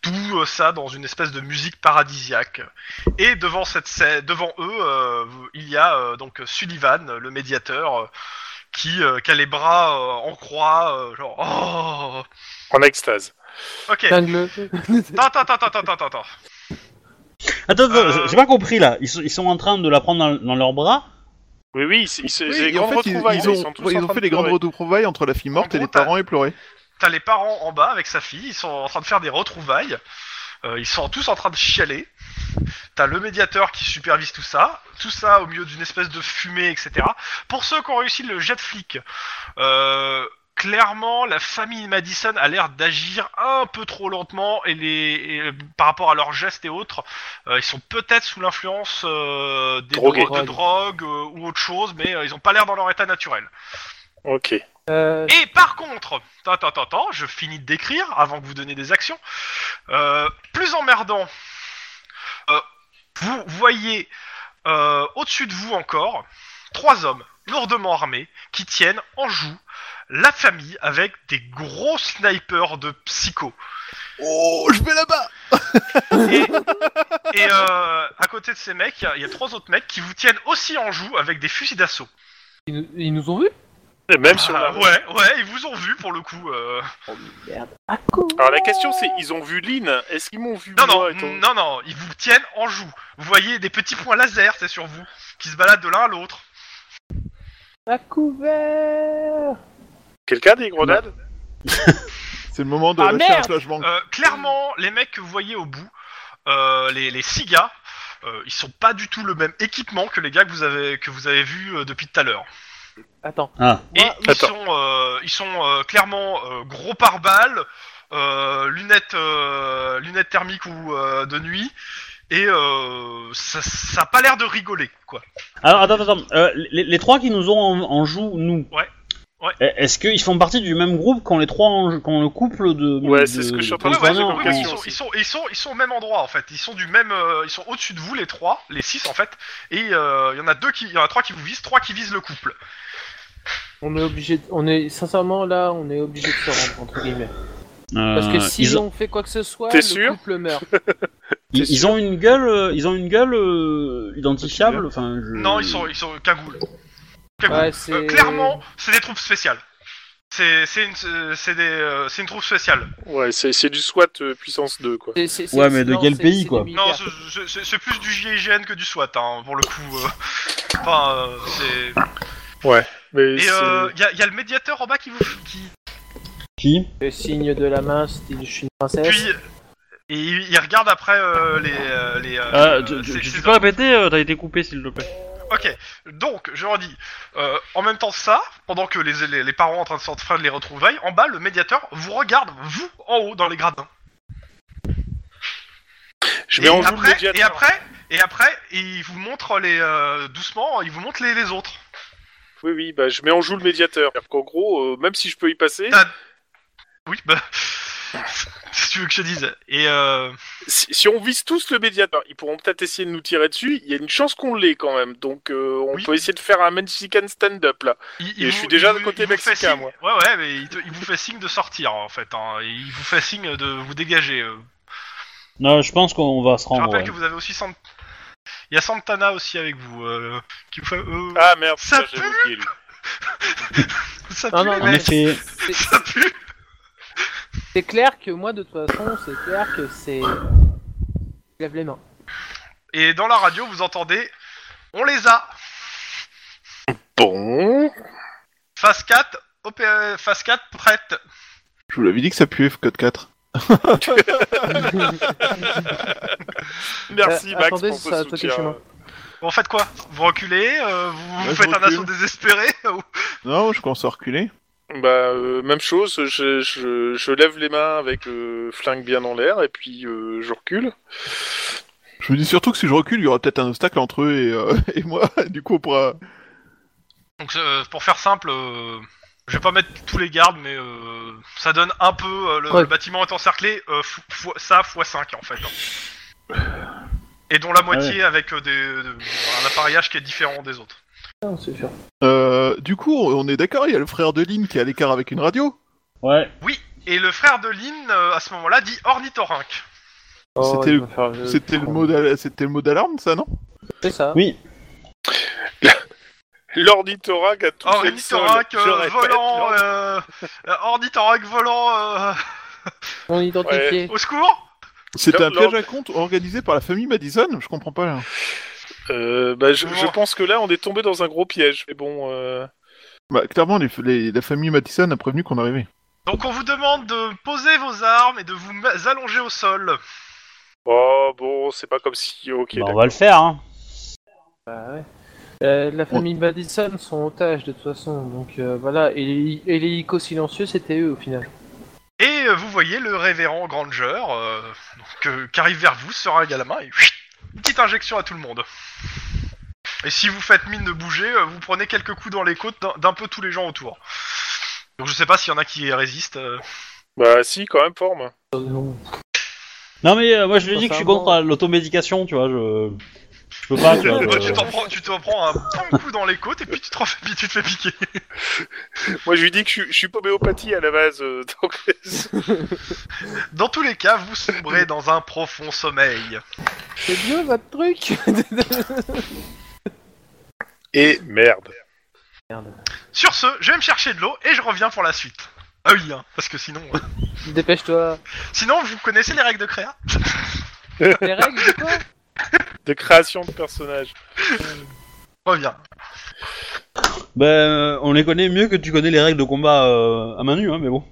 S2: Tout euh, ça dans une espèce de musique paradisiaque. Et devant cette scè- devant eux, euh, il y a euh, donc Sullivan, le médiateur, euh, qui, euh, qui a les bras euh, en croix, euh, genre.
S4: En extase.
S2: Oh ok.
S5: Dingue-le.
S2: Attends, attends, attends, attends, attends, attends.
S1: Attends, attends,
S2: Euh.
S1: j'ai pas compris, là. Ils sont, ils sont en train de la prendre dans, dans leurs bras.
S4: Oui, oui, c'est c'est
S3: Oui,
S4: les
S3: et en
S4: grandes
S3: fait, ils,
S4: retrouvailles.
S3: ils
S4: là,
S3: ont,
S4: ils sont tous
S3: ouais,
S4: en
S3: ils ont
S4: train
S3: fait
S4: de
S3: les grandes
S4: pleurer.
S3: retrouvailles entre la fille morte
S2: En
S3: et les
S2: gros, t'as-
S3: parents éplorés.
S2: T'as les parents en bas avec sa fille, ils sont en train de faire des retrouvailles. Euh, ils sont tous en train de chialer. T'as le médiateur qui supervise tout ça. Tout ça au milieu d'une espèce de fumée, etc. Pour ceux qui ont réussi le jet de flic, euh, clairement, la famille Madison a l'air d'agir un peu trop lentement et les, et euh, par rapport à leurs gestes et autres, euh, ils sont peut-être sous l'influence euh, des
S4: Drogués.
S2: dro- de drogue euh, ou autre chose, mais euh, ils ont pas l'air dans leur état naturel.
S4: Ok.
S5: Euh,
S2: Et par contre, attends, attends, attends, je finis de décrire avant que vous donniez des actions. Euh, plus emmerdant, euh, vous voyez Euh, Au-dessus de vous encore, trois hommes lourdement armés qui tiennent en joue la famille avec des gros snipers de psycho.
S3: Oh, je vais là-bas
S2: Et, et, euh, à côté de ces mecs, il y a- il y, a trois autres mecs qui vous tiennent aussi en joue avec des fusils d'assaut.
S5: Ils, nous- ils nous ont vus
S4: Et même si on
S2: Ah,
S4: a-
S2: ouais, ouais, ils vous ont vu pour le coup. euh.
S5: À quoi
S4: Alors la question c'est, ils ont vu Lynn, est-ce qu'ils m'ont vu
S2: Non, non,
S4: moi étant-
S2: non, non, ils vous tiennent en joue. Vous voyez des petits points laser, c'est sur vous, qui se baladent de l'un à l'autre.
S5: À couvert
S4: Quelqu'un a des grenades
S3: C'est le moment de
S5: Ah,
S3: lâcher un
S5: merde
S3: flashbang.
S2: Euh, clairement, les mecs que vous voyez au bout, euh, les, les six gars, euh, ils sont pas du tout le même équipement que les gars que vous avez, que vous avez vus euh, depuis tout à l'heure.
S5: Attends.
S1: Ah.
S2: Et
S5: Moi,
S2: ils
S4: Attends.
S2: sont, euh, ils sont euh, clairement euh, gros pare-balles, euh, lunettes, euh, lunettes thermiques ou euh, de nuit, et euh, ça, ça a pas l'air de rigoler, quoi.
S1: Alors attends, attends, euh, les, les trois qui nous ont en, en joue, nous.
S2: Ouais. Ouais.
S1: e- Est-ce qu'ils font partie du même groupe quand les trois, en- quand le couple de.
S4: Ouais,
S1: de-
S4: c'est ce que je suis en
S1: de-
S4: train de
S1: de-
S4: poser comme
S1: en-
S2: oui, oui,
S4: question.
S2: ils, sont, ils, sont, ils, sont, ils sont au même endroit en fait. Ils sont du même, euh, ils sont au-dessus de vous les trois, les six en fait. Et euh, il y en a deux qui, il y en a trois qui vous visent, trois qui visent le couple.
S5: on est obligé, de- on est sincèrement là, on est obligé de se rendre entre guillemets.
S1: Euh,
S5: Parce que si
S1: ils, ont-
S5: on fait quoi que ce soit,
S4: T'es
S5: le
S4: sûr
S5: couple meurt.
S1: ils- ils ont une gueule, euh, ils ont une gueule euh, identifiable. Enfin, je-
S2: Non, ils sont, ils sont cagoules. Cagoules.
S5: Ouais, c'est
S2: Euh, clairement, c'est des troupes spéciales. C'est c'est une, euh, c'est des, euh, c'est une troupe spéciale.
S4: Ouais, c'est c'est du SWAT euh, puissance 2 quoi.
S5: C'est- c'est- c'est-
S1: Ouais, mais de
S5: non,
S1: quel
S5: c'est-
S1: pays,
S5: c'est
S1: quoi
S5: des militaires.
S2: Non, c'est- c'est- c'est c'est plus du GIGN que du SWAT, hein, pour le coup. euh. Enfin, euh, c'est.
S4: Mais
S2: Et euh,
S4: c'est-
S2: il y, a- y a le médiateur en bas qui vous. Qui,
S1: Qui
S5: Le signe de la main, style je suis une princesse.
S2: puis. Et il il regarde après euh, les. euh, les euh,
S1: Euh, tu,
S2: ces-
S1: tu- tu
S2: ces
S1: peux répéter euh, T'as été coupé, s'il te plaît.
S2: Ok, donc je redis, euh, en même temps ça, pendant que les, les, les parents en train de s'en- faire les retrouvailles, en bas le médiateur vous regarde, vous, en haut, dans les gradins.
S4: je
S2: et,
S4: mets en joue le
S2: après,
S4: médiateur.
S2: et après, et après, il vous montre les euh, doucement, il vous montre les, les autres.
S4: Oui, oui, bah je mets en joue le médiateur. C'est-à-dire qu'en gros, euh, même si je peux y passer,
S2: T'as- Oui, bah. si tu veux que je te dise. Et euh,
S4: si, si on vise tous le médiateur, ils pourront peut-être essayer de nous tirer dessus. Il y a une chance qu'on l'ait quand même. Donc euh, on
S2: Oui.
S4: peut essayer de faire un Mexican stand-up là.
S2: il,
S4: Et je suis déjà de côté
S2: vous fait
S4: mexicain,
S2: signe- Ouais, ouais, mais il, te- il vous fait signe de sortir en fait. Hein. Et Il vous fait signe de vous dégager. euh.
S1: Non, je pense qu'on va se
S2: Je
S1: rendre.
S2: rappelle
S1: ouais.
S2: que vous avez aussi Sant- Il y a Santana aussi avec vous. euh, qui vous fait. euh,
S4: Ah merde,
S2: Ça
S4: putain, j'avais oublié lui.
S2: Ça pue,
S5: Non, non,
S2: les
S1: En
S5: non, mais-
S2: mecs,
S1: effet.
S5: C'est-
S2: ça pue.
S5: C'est clair que moi, de toute façon, c'est clair que c'est. Lève les mains.
S2: Et dans la radio, vous entendez On les a
S4: Bon.
S2: Phase 4, op... euh, phase 4 prête
S3: Je vous l'avais dit que ça puait, code 4.
S4: Merci
S5: Euh,
S4: Max
S5: attendez,
S4: pour ce
S5: ça a toqué
S4: soutien.
S5: chez moi.
S2: Vous faites quoi Vous reculez euh, Vous, vous
S3: Ouais, je
S2: faites un
S3: recule.
S2: assaut désespéré ou-
S3: Non, je commence à reculer.
S4: Bah euh, même chose, je, je, je lève les mains avec le flingue bien en l'air et puis euh, je recule.
S3: Je me dis surtout que si je recule, il y aura peut-être un obstacle entre eux et, euh, et moi. Du coup, on pourra.
S2: Donc euh, pour faire simple, euh, je vais pas mettre tous les gardes, mais euh, ça donne un peu... euh, le,
S5: Ouais.
S2: le bâtiment est encerclé, euh, fo- fo- ça x5 en fait. hein. Et dont la moitié avec euh, des, de- un appareillage qui est différent des autres.
S5: Non, Ah, c'est sûr.
S3: Euh, du coup, on est d'accord, il y a le frère de Lynn qui est à l'écart avec une radio.
S1: Ouais.
S2: Oui, et le frère de Lynn, euh, à ce moment-là, dit ornithorynque.
S5: Oh,
S3: C'était le-
S4: Euh,
S3: C'était le mot d'al- c'était le mot d'alarme, ça, non
S5: C'est ça.
S1: Oui.
S4: L'ornithorac a tout fait le sol.
S2: Ornithorynque
S4: Je
S2: euh,
S4: répète,
S2: volant,
S4: l'or-
S2: euh, euh, ornithorynque volant, euh,
S5: On identifié.
S2: au secours
S3: C'était un
S4: L'or-
S3: piège à compte organisé par la famille Madison Je comprends pas, là.
S4: Euh, bah, je,
S2: Bon.
S4: je pense que là on est tombé dans un gros piège. Mais bon, euh,
S3: Bah, clairement, les, les- la famille Madison a prévenu qu'on arrivait.
S2: Donc on vous demande de poser vos armes et de vous ma- allonger au sol.
S4: oh bon, c'est pas comme si. Ok.
S1: Bah, on
S4: d'accord.
S1: va le faire. Hein.
S5: Bah ouais. Euh, la famille Madison sont otages de toute façon, donc euh, voilà. Et les, et les icos silencieux, c'était eux au final.
S2: Et euh, vous voyez le révérend Granger euh, donc, euh, qui arrive vers vous, sera à la main et whitt, une petite injection à tout le monde. Et si vous faites mine de bouger, euh, vous prenez quelques coups dans les côtes d'un- d'un peu tous les gens autour. Donc je sais pas s'il y en a qui résistent. euh.
S4: Bah si, quand même forme.
S5: Euh, non.
S1: Non mais euh, moi je lui ai dit que je suis
S5: Sincèrement.
S1: contre l'automédication, tu vois. Je... peux pas, tu vois.
S2: Bah, tu
S1: euh,
S2: t'en prends, tu t'en prends un bon coup dans les côtes et puis tu te, refais- puis tu te fais piquer.
S4: Moi, je lui dis que je, suis- je suis pas homéopathie à la base. euh, donc,
S2: Dans tous les cas, vous sombrez dans un profond sommeil.
S5: C'est bien votre truc
S4: Et merde.
S2: Sur ce, je vais me chercher de l'eau et je reviens pour la suite. Ah oui, hein, parce que sinon, euh,
S5: Dépêche-toi.
S2: sinon vous connaissez les règles de créa.
S5: Les règles, c'est quoi
S4: De création de personnages.
S2: Reviens.
S1: Ben, euh, on les connaît mieux que tu connais les règles de combat euh, à main nue, hein, mais bon.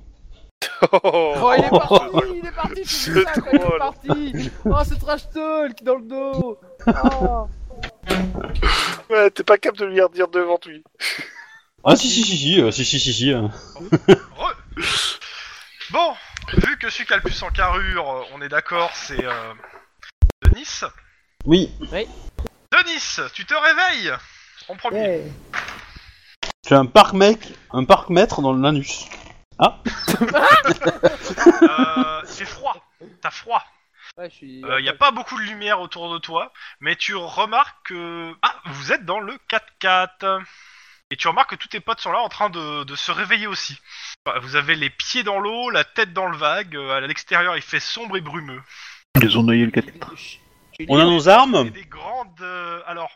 S5: Oh, il est parti, il est parti,
S4: Ce
S5: c'est ça, quoi, il
S4: troll.
S5: est parti Oh, ce trash talk dans le dos oh.
S4: oh. Ouais, T'es pas capable de lui redire devant lui.
S1: Ah si si si si euh, si si si si. euh.
S2: Re- Bon, vu que Sucalpus en carrure, euh, on est d'accord, c'est euh, Denis.
S1: Oui.
S2: Denis, tu te réveilles en premier.
S5: Yeah.
S1: Tu as un parc mec, un parc maître dans l'anus.
S2: Euh, c'est froid, t'as froid.
S5: Ouais, je suis...
S2: Il n'y Euh, a pas beaucoup de lumière autour de toi, mais tu remarques que... Ah, vous êtes dans le 4x4. Et tu remarques que tous tes potes sont là en train de, de se réveiller aussi. Enfin, Vous avez les pieds dans l'eau, la tête dans le vague, euh, à l'extérieur il fait sombre et brumeux.
S3: Ils ont noyé le 4
S5: Je suis libre.
S1: On a nos armes.
S2: Et des grandes... euh, alors,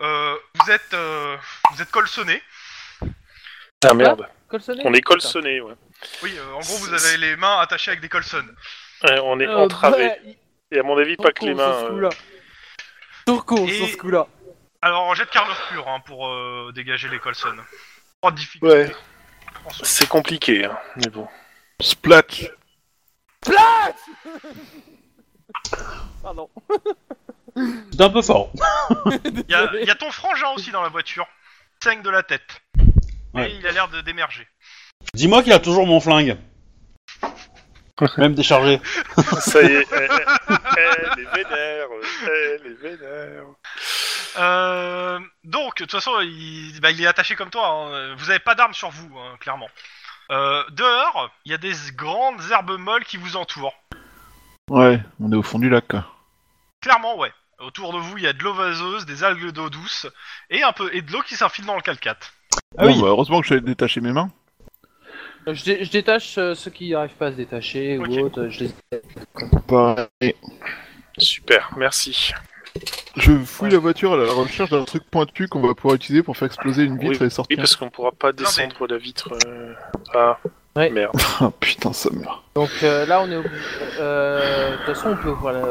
S2: euh, vous êtes euh, vous êtes colsonnés.
S4: Ah merde.
S5: Colsonné
S4: On est colsonné, ouais.
S2: Oui, euh, en gros vous avez les mains attachées avec des colsonnes.
S4: Ouais, On est
S5: Euh,
S4: entravé.
S5: bah, il-
S4: Et à mon avis,
S5: tourne
S4: pas que les
S5: sur ce
S4: mains. euh,
S5: coup-là. Tourcourt
S2: Et-
S5: sur ce coup-là.
S2: Alors, jet de carrure pure hein, pour euh, dégager les colsonnes. Trois difficultés.
S4: Ouais. C'est compliqué, hein. Mais bon.
S3: Splatch
S5: Pardon.
S1: C'est un peu fort.
S2: Il y, a- il y a ton frangin aussi dans la voiture. 5 de la tête.
S1: Ouais.
S2: Et il a l'air de d'émerger.
S1: Dis-moi qu'il a toujours mon flingue. Même déchargé.
S4: Ça y est. Elle, elle- elle est vénère. Elle est vénère.
S2: Euh, donc, de toute façon, il, bah, il est attaché comme toi. hein. Vous avez pas d'armes sur vous, hein, clairement. Euh, dehors, il y a des grandes herbes molles qui vous entourent.
S3: Ouais, on est au fond du lac quoi.
S2: Clairement, ouais. Autour de vous, il y a de l'eau vaseuse, des algues d'eau douce et un peu et de l'eau qui s'infile dans le calcate.
S1: Ah
S3: Bon,
S1: oui.
S3: bah, heureusement que je savais détacher mes mains.
S5: Je, dé- je détache euh, ceux qui n'arrivent pas à se détacher
S2: Ok.
S5: ou autre. euh, Je les...
S3: Bah, et
S4: Super, merci.
S3: je fouille la voiture à la recherche d'un truc pointu qu'on va pouvoir utiliser pour faire exploser une vitre et
S4: Oui,
S3: sortir.
S4: parce qu'on pourra pas
S2: mais-
S4: descendre la vitre. euh, Ah.
S5: Ouais.
S4: Merde.
S3: Ah putain, ça meurt.
S5: Donc euh, là, on est. obli- euh, De toute façon, on peut ouvrir la. On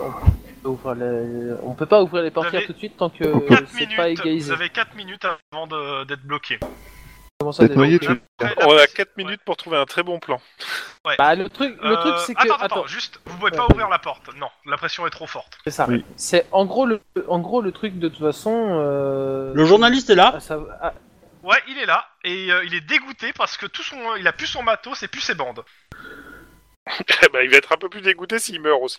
S5: peut, ouvrir la- on peut pas ouvrir les portières
S2: avez
S5: tout de suite tant que
S3: Quatre
S5: euh,
S2: 4
S5: c'est pas
S2: minutes, vous
S5: égalisé.
S2: avez 4 minutes avant de- d'être bloqué.
S5: Comment ça,
S3: D'être
S5: déjà
S3: noyé, tu
S2: Après,
S4: On a
S2: la-
S4: 4 minutes pour trouver un très bon plan.
S5: Bah, le truc, le truc
S2: Euh,
S5: c'est que.
S2: Attends, attends, juste, vous pouvez pas
S5: Ouais.
S2: ouvrir la porte. Non, la pression est trop forte.
S5: c'est ça.
S3: Oui.
S5: C'est en gros, le... en gros le truc de toute façon. euh,
S1: Le journaliste est là.
S5: ah, ça- ah,
S2: Ouais, il est là et euh, il est dégoûté parce que tout son, il a plus son matos et plus ses bandes.
S4: Eh ben, il va être un peu plus dégoûté s'il meurt aussi.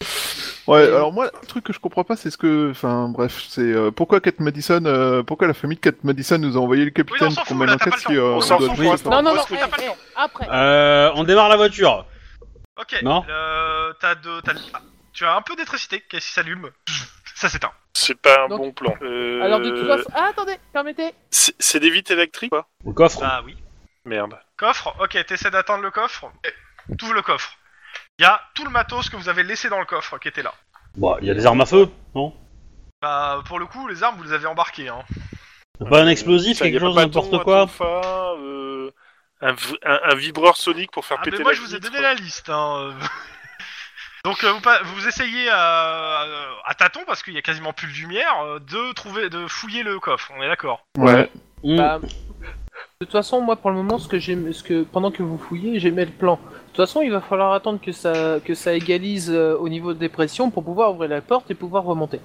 S3: Ouais,
S5: Et-
S3: alors moi, le truc que je comprends pas, c'est ce que. Enfin, bref, c'est euh, pourquoi Kate Madison. euh, pourquoi la famille de Kate Madison nous a envoyé le
S2: Oui,
S3: capitaine
S2: on s'en
S3: pour qu'on
S2: fout, là, t'as pas le
S3: euh,
S2: temps. On
S4: On s'en
S3: doit-
S4: fout
S1: oui.
S4: pour l'instant.
S5: Non, non,
S4: Moi,
S5: non,
S4: ce que-
S5: eh, eh, après.
S1: Euh, on démarre la voiture.
S2: Ok.
S1: Non.
S2: Euh, t'as deux, t'as- ah, tu as un peu d'électricité qui s'allume. Ça s'éteint.
S4: C'est pas un
S5: Donc-
S4: bon plan. Euh,
S5: Alors, de toute façon. Ah, attendez, permettez.
S4: C'est c'est des vitres électriques, quoi
S1: Le coffre.
S4: Ah
S2: Bah oui.
S4: Merde.
S2: Coffre. Ok, t'essaies d'atteindre le coffre. T'ouvres le coffre. Il y a tout le matos que vous avez laissé dans le coffre qui était là.
S1: Bah, il y a des armes à feu, non
S2: Bah pour le coup, les armes vous les avez embarquées. Hein.
S1: Y'a Pas un explosif,
S4: Ça, y a
S1: quelque
S4: pas
S1: chose,
S4: bâton,
S1: n'importe
S4: un
S1: quoi.
S4: tonfa, euh, un, v- un- un vibreur sonique pour faire
S2: Ah,
S4: péter
S2: mais moi
S4: la
S2: je vous ai
S4: vitre.
S2: donné la liste. Hein. Donc euh, vous, pa- vous essayez euh, à, à tâtons parce qu'il y a quasiment plus de lumière euh, de trouver, de fouiller le coffre. On est d'accord.
S3: Ouais.
S1: Hmm.
S5: Bah, de toute façon, moi, pour le moment, ce que j'ai, ce que pendant que vous fouillez, j'ai mis le plan. De toute façon, il va falloir attendre que ça, que ça égalise euh, au niveau des pressions pour pouvoir ouvrir la porte et pouvoir remonter.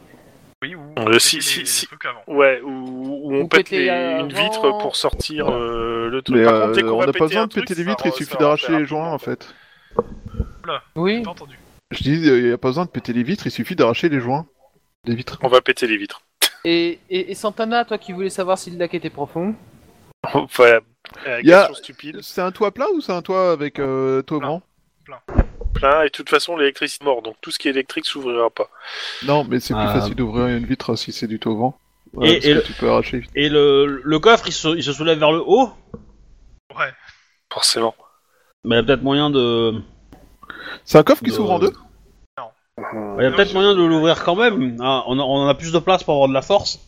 S2: Oui, ou
S4: Euh, si,
S2: c'était
S4: si,
S2: les-
S4: si.
S2: les trucs avant.
S4: Ouais, ou, ou on
S5: Ou
S4: pète
S5: péter euh,
S4: les-
S5: avant.
S4: une vitre pour sortir
S3: Voilà.
S4: euh, le truc.
S3: Mais
S4: Par
S3: euh,
S4: contre, dès qu'on
S3: on
S4: va
S3: n'a pas
S4: péter
S3: besoin
S4: un
S3: de
S4: truc,
S3: péter les
S4: ça
S3: vitres,
S4: va-
S3: il
S4: ça
S3: suffit
S4: va
S3: d'arracher
S4: faire
S3: les joints
S4: rapidement.
S3: en fait.
S5: Oui.
S2: J'ai pas entendu.
S3: Je dis, euh, il n'y a pas besoin de péter les vitres, il suffit d'arracher les joints des vitres.
S4: On va péter les vitres.
S5: Et, et, et Santana, toi qui voulais savoir si le lac était profond.
S4: Enfin, euh,
S3: Y a-
S4: question stupide.
S3: C'est un toit plat ou c'est un toit avec euh, toit
S2: Plat.
S3: grand
S4: plein, et de toute façon, l'électricité est morte, donc tout ce qui est électrique s'ouvrira pas.
S3: Non, mais c'est plus
S1: Euh.
S3: facile d'ouvrir une vitre si c'est du tout au vent.
S1: Et-
S3: Ouais, parce
S1: et
S3: que
S1: le-
S3: tu peux arracher.
S1: Et le, le coffre, il se, il se soulève vers le haut.
S2: Ouais.
S4: Forcément.
S1: Mais il y a peut-être moyen de.
S3: C'est un coffre qui
S1: de-
S3: s'ouvre en deux
S1: Il y a peut-être moyen de l'ouvrir quand même. Ah, on, a, on a plus de place pour avoir de la force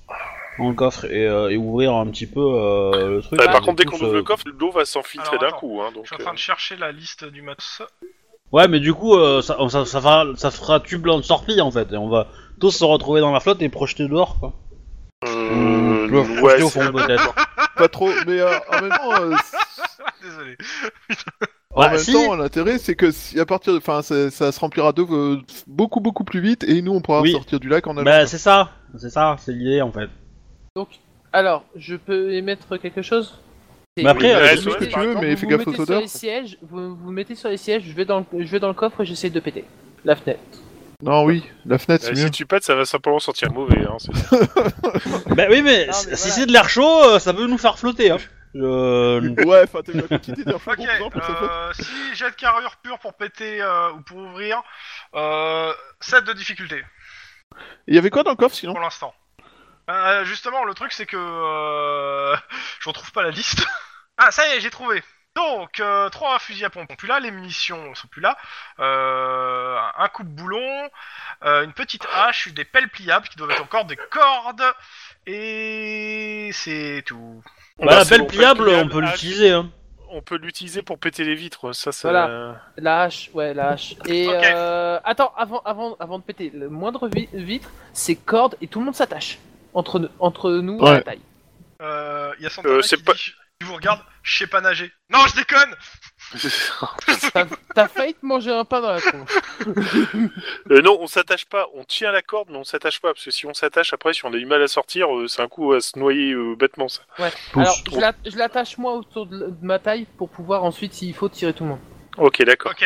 S1: dans le coffre et, euh, et ouvrir un petit peu euh, le truc.
S4: Bah, par
S1: Du
S4: contre, dès
S1: coup,
S4: qu'on
S1: ça-
S4: ouvre le coffre, l'eau va s'enfiltrer
S2: Alors,
S4: d'un
S2: attends.
S4: coup. Hein, donc,
S2: Je suis en train
S4: euh,
S2: de chercher la liste du matos.
S1: Ouais, mais du coup, euh, ça, ça, ça fera, ça fera tubulant de sortie en fait. Et on va tous se retrouver dans la flotte et projeter dehors quoi.
S4: euh,
S1: Ou
S4: ouais,
S1: projeter au
S4: c'est-
S1: fond peut-être.
S3: Pas trop, mais euh, en même temps, euh,
S2: Ah, Désolé.
S1: Ouais,
S3: en même
S1: Bah, si.
S3: temps, l'intérêt, c'est que si à partir de, enfin, ça, ça se remplira d'eau euh, beaucoup beaucoup plus vite, et nous, on pourra
S1: Oui.
S3: sortir du lac en allant.
S1: Bah, c'est ça. C'est ça, c'est l'idée en fait.
S5: Alors, je peux émettre quelque chose
S1: Mais après,
S4: euh,
S5: vous
S4: Ouais,
S5: vous
S4: c'est vrai,
S5: mettez-
S4: tu
S3: veux, mais
S5: vous
S3: fais
S5: vous
S3: gaffe aux
S5: mettez
S3: odeurs.
S5: Sur les sièges, vous vous mettez sur les sièges, je vais dans le, je vais dans le coffre et j'essaye de péter la fenêtre.
S3: Non, oui, la fenêtre,
S4: euh,
S3: c'est mieux.
S4: si tu pètes, ça va simplement sentir mauvais. Hein, c'est ça.
S1: bah oui, mais,
S5: mais
S1: si
S5: voilà.
S1: c'est de l'air chaud, euh, ça peut nous faire flotter. Hein. Je- bah,
S3: Ouais, enfin, t'as eu la petite idée d'air chaud
S2: Ok,
S3: pour ça, pour ça, peut-être.
S2: euh, si j'ai de carrure pure pour péter euh, ou pour ouvrir, euh, 7 de difficulté
S3: Il y avait quoi dans le coffre sinon
S2: pour l'instant. Euh, justement, le truc c'est que. Euh, je retrouve pas la liste. ah, ça y est, j'ai trouvé! Donc, euh, trois fusils à pompe sont plus là, les munitions sont plus là, euh, un coupe-boulon, euh, une petite hache, des pelles pliables qui doivent être encore des cordes, et c'est tout.
S1: Bah, la
S4: c'est
S1: pelle
S4: bon,
S1: pliable,
S4: pelle
S1: on peut
S4: pliable,
S1: l'utiliser. Hein.
S4: ah, On peut l'utiliser pour péter les vitres. Ça, ça...
S5: Voilà. La hache, ouais, la hache. Et
S2: Ok.
S5: euh, attends, avant, avant, avant de péter, le moindre vi- vitre, c'est corde et tout le monde s'attache entre nous, entre nous à la
S3: Ouais.
S5: taille.
S2: Euh, Il y a son
S4: Euh,
S2: qui
S4: c'est pas-
S2: dit, je vous regarde, je sais pas nager. Non, je déconne!
S5: T'as- T'as failli te manger un pain dans la tronche.
S4: Euh, non, on s'attache pas. On tient la corde, mais on s'attache pas. Parce que si on s'attache, après, si on a du mal à sortir, euh, c'est un coup à se noyer euh, bêtement, ça.
S5: Ouais.
S3: Pousse.
S5: Alors, je la- je l'attache moi autour de, de ma taille pour pouvoir ensuite, s'il faut, tirer tout le monde.
S4: Ok, d'accord.
S2: Ok,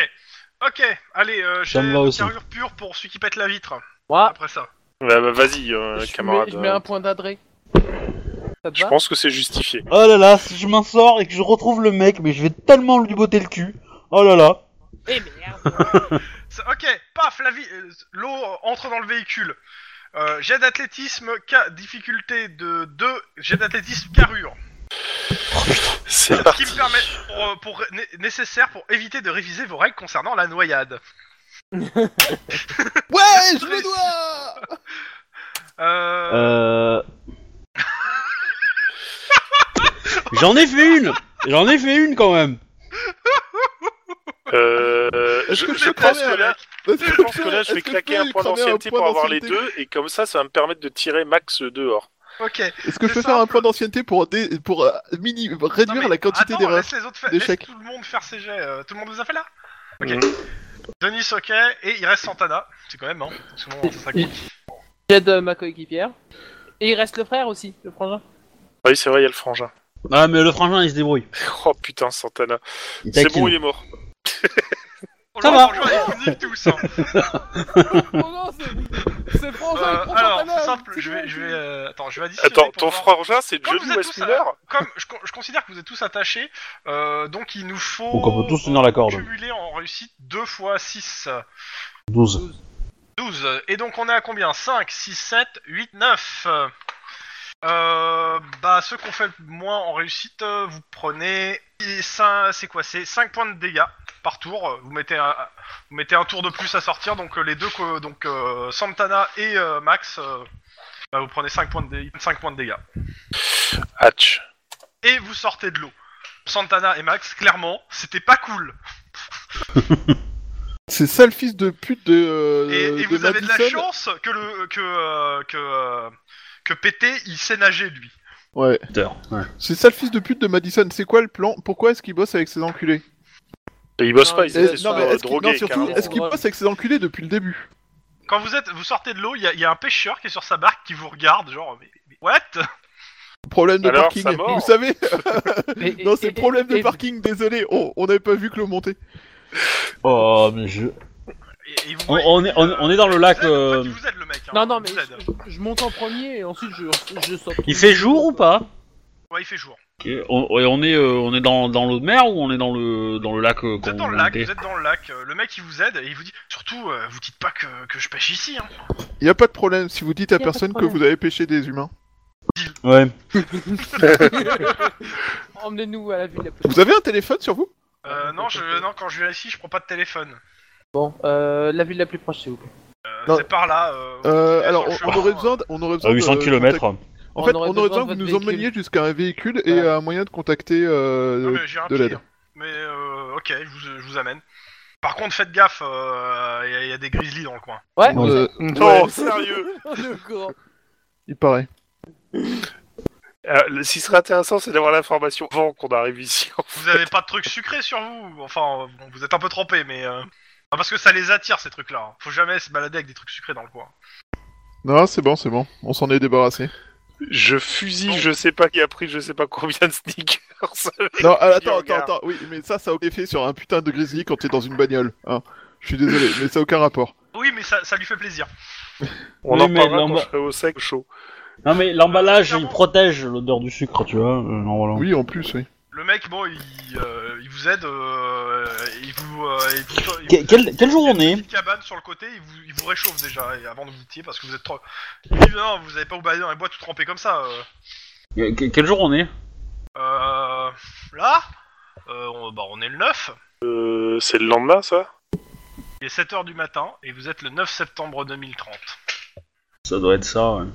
S2: ok, allez, euh, j'ai
S1: Ça me va
S2: une
S1: aussi.
S2: carrure pure pour celui qui pète la vitre,
S5: Moi,
S2: après ça.
S4: Bah, bah, vas-y, euh,
S5: je,
S4: camarade.
S5: mets, je mets un point d'adré. Ça te
S4: Je
S5: va
S4: pense que c'est justifié.
S1: Oh là là, si je m'en sors et que je retrouve le mec, mais je vais tellement lui botter le cul. Oh là là.
S5: Eh merde
S2: Ça- Ok, paf, la vi- euh, l'eau euh, entre dans le véhicule. Euh, jet d'athlétisme, ca- difficulté de 2, jet d'athlétisme carrure. Ce
S4: C'est
S2: qui me
S4: parti.
S2: permet pour, euh, pour- né- nécessaire pour éviter de réviser vos règles concernant la noyade.
S3: Ouais, je le dois
S2: Euh,
S1: Euh... J'en ai fait une J'en ai fait une quand même
S4: Euh,
S3: Est-ce
S4: je,
S3: que
S4: je
S3: tu veux
S4: pense
S3: cramer
S4: que
S3: un-
S4: là,
S3: Parce
S4: je pense que là, je
S3: est-ce
S4: vais
S3: que
S4: claquer
S3: peux
S4: un point
S3: cramer
S4: d'ancienneté pour avoir les
S3: d'ancienneté
S4: deux, et comme ça, ça va me permettre de tirer max dehors.
S2: Ok,
S3: Est-ce que
S2: C'est
S3: je peux faire un
S2: simple.
S3: point d'ancienneté pour, dé- pour euh, mini... réduire
S2: Non, mais
S3: la quantité
S2: attends,
S3: d'erreurs
S2: Laisse les autres faire, laisse
S3: d'échecs.
S2: tout le monde faire ses jets. euh, tout le monde les a fait là Ok.
S4: Mhm.
S2: Denis, ok, et il reste Santana. C'est quand même, hein. Sinon, ça serait
S5: Il- J'aide euh, ma coéquipière. Et il reste le frère aussi, le frangin.
S4: Oui, c'est vrai, il y a le frangin.
S1: Ah mais le frangin il se débrouille.
S4: Oh putain, Santana.
S1: Il
S4: C'est
S1: taquine.
S4: bon, il est mort.
S2: Oh,
S1: Ça
S2: le
S1: va.
S2: frangin, il vous nique tous. hein.
S5: Oh non, c'est- c'est le frangin,
S2: Euh,
S5: il prend
S2: alors,
S5: son
S2: c'est
S5: talent,
S2: simple, je vais,
S5: bon,
S2: je
S5: c'est
S2: vais,
S5: bon.
S2: euh, attends, je vais additionner
S4: Attends,
S2: pour
S4: ton
S2: voir.
S4: frangin, c'est
S2: Comme vous
S4: Johnny
S2: êtes tous euh,
S4: Westmiller
S2: Comme je, con- je considère que vous êtes tous attachés, euh, donc il nous faut
S1: Donc on peut tous tenir la corde.
S2: cumuler en réussite 2 fois 6, euh,
S1: 12.
S2: 12. Et donc on est à combien 5, 6, 7, 8, 9. Euh, bah ceux qu'on fait le moins en réussite, euh, vous prenez 5, c'est quoi C'est 5 points de dégâts par tour. Vous mettez un, vous mettez un tour de plus à sortir, donc euh, les deux, co- donc euh, Santana et euh, Max, euh, bah, vous prenez 5 points de, dé- 5 points de dégâts.
S4: Hatch.
S2: et vous sortez de l'eau. Santana et Max, clairement, c'était pas cool.
S3: C'est ça le fils de pute de. euh,
S2: et et
S3: de
S2: vous avez de la
S3: Madison
S2: chance que le que euh, que euh, que pété, il sait nager lui.
S3: Ouais. C'est ça le fils de pute de Madison. C'est quoi le plan Pourquoi est-ce qu'il bosse avec ses enculés
S4: Et il bosse pas, ils
S5: Et-
S3: Eh,
S4: étaient
S5: ils
S3: Non,
S4: sur
S3: mais
S4: euh,
S3: est-ce qu'il non,
S4: drogués,
S3: surtout,
S4: carrément.
S3: est-ce qu'il
S5: Ouais.
S3: bosse avec ses enculés depuis le début
S2: Quand vous êtes vous sortez de l'eau, il y, a- il y a un pêcheur qui est sur sa barque qui vous regarde, genre mais, mais what
S3: Problème de
S4: Alors,
S3: parking.
S4: ça mord.
S3: Vous savez
S5: Et- et-
S3: Non, c'est
S5: et-
S3: problème de
S5: et-
S3: parking, désolé. Oh, on n'avait pas vu que l'eau montait.
S1: Oh mais je...
S2: Et- et vous
S1: On,
S2: voyez,
S1: on est, on, on est dans le
S2: il
S1: lac...
S2: vous aide, en
S1: euh,
S2: fait, il vous aide le mec. hein,
S5: Non, non,
S2: il
S5: mais
S2: vous aide.
S5: je, je monte en premier et ensuite je, je sors.
S1: Il fait jour ou pas
S2: Ouais, il fait jour.
S1: Ok. On, et on est, euh, on est dans, dans l'eau de mer ou on est dans le, dans le lac euh,
S2: Vous êtes
S1: qu'on-
S2: dans le lac,
S1: qu'on
S2: vous
S1: était
S2: êtes dans le lac. Euh, Le mec il vous aide et il vous dit surtout, euh, vous dites pas que, que je pêche ici. Hein.
S3: Il n'y a pas de problème si vous dites
S5: Y
S3: à
S5: a pas de
S3: personne que
S5: problème.
S3: vous avez pêché des humains.
S1: Ouais.
S5: Emmenez-nous à la ville la plus
S3: Vous avez un téléphone sur vous
S2: Euh, non, je, non, quand je viens ici, je prends pas de téléphone.
S5: Bon, euh, la ville la plus proche, s'il vous plaît.
S2: Euh,
S3: Non.
S2: c'est par là. euh,
S3: euh,
S2: dans
S3: Alors,
S2: le
S3: on,
S2: chemin,
S3: on aurait
S2: hein.
S3: besoin, de- on aurait besoin
S1: À 800
S3: de-
S1: km.
S3: En fait, on
S5: On aurait
S3: aurait
S5: besoin
S3: besoin,
S5: de
S3: que vous
S5: votre
S3: nous emmeniez jusqu'à un véhicule et
S5: Voilà.
S3: un moyen de contacter. euh,
S2: Non,
S4: Ah
S2: mais j'ai un
S3: de
S2: pied,
S3: l'aide.
S2: hein. Mais euh, ok, je vous, je vous amène. Par contre, faites gaffe, il y, a des grizzlies dans le coin.
S5: Ouais,
S1: Non.
S3: euh,
S4: Non, sérieux
S5: le grand.
S3: il paraît.
S4: Alors, Euh, le- Ce qui serait intéressant, c'est d'avoir l'information avant qu'on arrive ici.
S2: Vous avez pas de trucs sucrés sur vous Enfin, bon, vous êtes un peu trempés, mais. euh, ah, parce que ça les attire ces trucs-là. hein. Faut jamais se balader avec des trucs sucrés dans le coin.
S3: Non, c'est bon, c'est bon. On s'en est débarrassé.
S4: Je fusille, je sais pas qui a pris, je sais pas combien de sneakers.
S3: Non, ah, attends, attends,
S4: regarde.
S3: attends. Oui, mais ça, ça a aucun effet sur un putain de grizzly quand t'es dans une bagnole. hein. Je suis désolé, mais ça a aucun rapport.
S2: Oui, mais ça, ça lui fait plaisir.
S4: On
S1: Oui,
S4: en
S1: mais
S4: parlera
S1: l'emba-
S4: quand je serai au sec, au chaud.
S1: Non mais l'emballage il protège l'odeur du sucre, tu vois. euh, normalement.
S3: Oui, en plus, oui.
S2: Le mec, bon, il, euh, il vous aide, euh, il vous. euh, il vous- il
S1: Que- quel-
S2: vous-
S1: quelle
S2: il y a
S1: journée
S2: une petite cabane sur le côté, il vous, il vous réchauffe déjà et avant de vous tirer parce que vous êtes trop. Il dit, non, vous avez pas vous balader dans les bois tout trempé comme ça. euh.
S1: Que- que- Quel jour on est
S2: Euh, là, euh, on, bah, on est le 9,
S4: Euh, c'est le lendemain, ça
S2: il est 7h du matin et vous êtes le 9 septembre 2030.
S1: Ça doit être ça, ouais.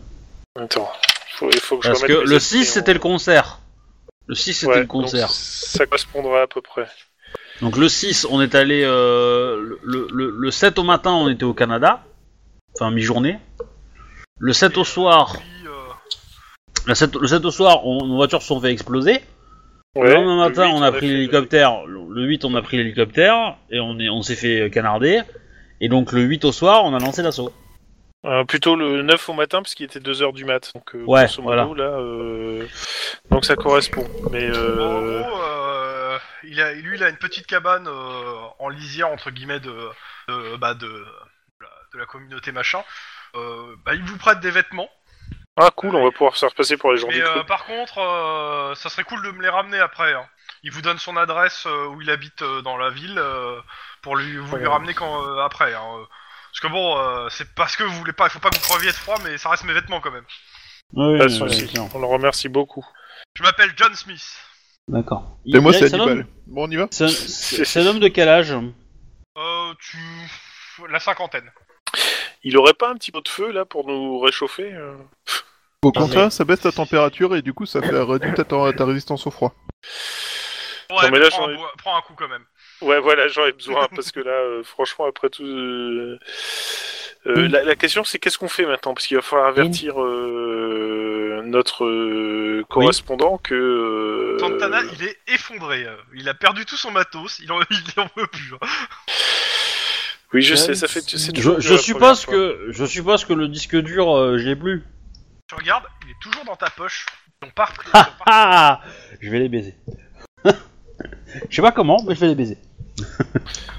S4: Attends, il faut, il faut que je
S1: Parce que
S4: remette mes
S1: le 6
S4: esprits en-
S1: c'était le concert. Le 6 c'était
S4: Ouais,
S1: le concert.
S4: donc ça correspondrait à peu près.
S1: Donc le 6, on est allé... euh, le- le, le- le 7 au matin, on était au Canada. Enfin, mi-journée. Le 7 au soir,
S2: Puis, euh,
S1: le 7, le 7 au soir, on- nos voitures se sont fait exploser.
S4: Ouais,
S1: le lendemain matin,
S4: huit,
S1: on a
S4: fait- euh,
S1: pris l'hélicoptère. Le le 8, on a pris l'hélicoptère. Et on est- on s'est fait canarder. Et donc le 8 au soir, on a lancé l'assaut.
S4: Euh, plutôt le 9 au matin, parce qu'il était 2h du mat. Donc, euh,
S1: Ouais,
S4: grosso modo, là, euh, donc ça correspond. Mais
S2: En
S4: euh,
S2: gros, euh, il a, lui, il a une petite cabane euh, en lisière, entre guillemets, de, de, bah, de, de la, de la communauté machin. Euh, bah, il vous prête des vêtements.
S4: Ah, cool, on va pouvoir se repasser pour les gens
S2: Mais
S4: du
S2: euh,
S4: cru.
S2: par contre, euh, ça serait cool de me les ramener après. hein. Il vous donne son adresse euh, où il habite euh, dans la ville euh, pour lui, vous lui
S4: Ouais.
S2: ramener quand, euh, après. hein. Parce que bon, euh, c'est parce que vous voulez pas, il faut pas que vous creviez de froid, mais ça reste mes vêtements quand même.
S4: Pas de souci. on le remercie beaucoup.
S2: Je m'appelle John Smith.
S1: D'accord. Il-
S3: Et moi,
S1: il-
S3: c'est
S1: un homme-
S3: Hannibal. Bon, on y va
S1: c'est un- C'est c'est un homme de quel âge
S2: Euh, tu. La cinquantaine.
S4: Il aurait pas un petit pot de feu, là, pour nous réchauffer euh
S3: Au contraire, ça baisse ta température et du coup, ça fait réduire ta, ta- ta résistance au froid.
S2: Ouais,
S4: mais là,
S2: prends,
S4: j'en ai-
S2: un, bo- prends un coup quand même.
S4: Ouais, voilà, j'en ai besoin, parce que là, euh, franchement, après tout... euh, euh, la, la question, c'est qu'est-ce qu'on fait maintenant Parce qu'il va falloir avertir euh, notre euh, correspondant que... euh,
S2: Santana, il est effondré. euh, Il a perdu tout son matos. Il en, il en veut plus. hein.
S4: Oui, je sais, ça fait... c'est toujours
S1: Ah Je,
S4: dur
S1: je
S4: la
S1: suppose
S4: euh, première
S1: que je suppose que le disque dur, euh, je l'ai plus.
S2: Tu regardes, il est toujours dans ta poche. Ils ont pas repris- ils ont
S1: Ah
S2: pas
S1: ah Je vais les baiser. je sais pas comment, mais je vais les baiser.
S4: fois.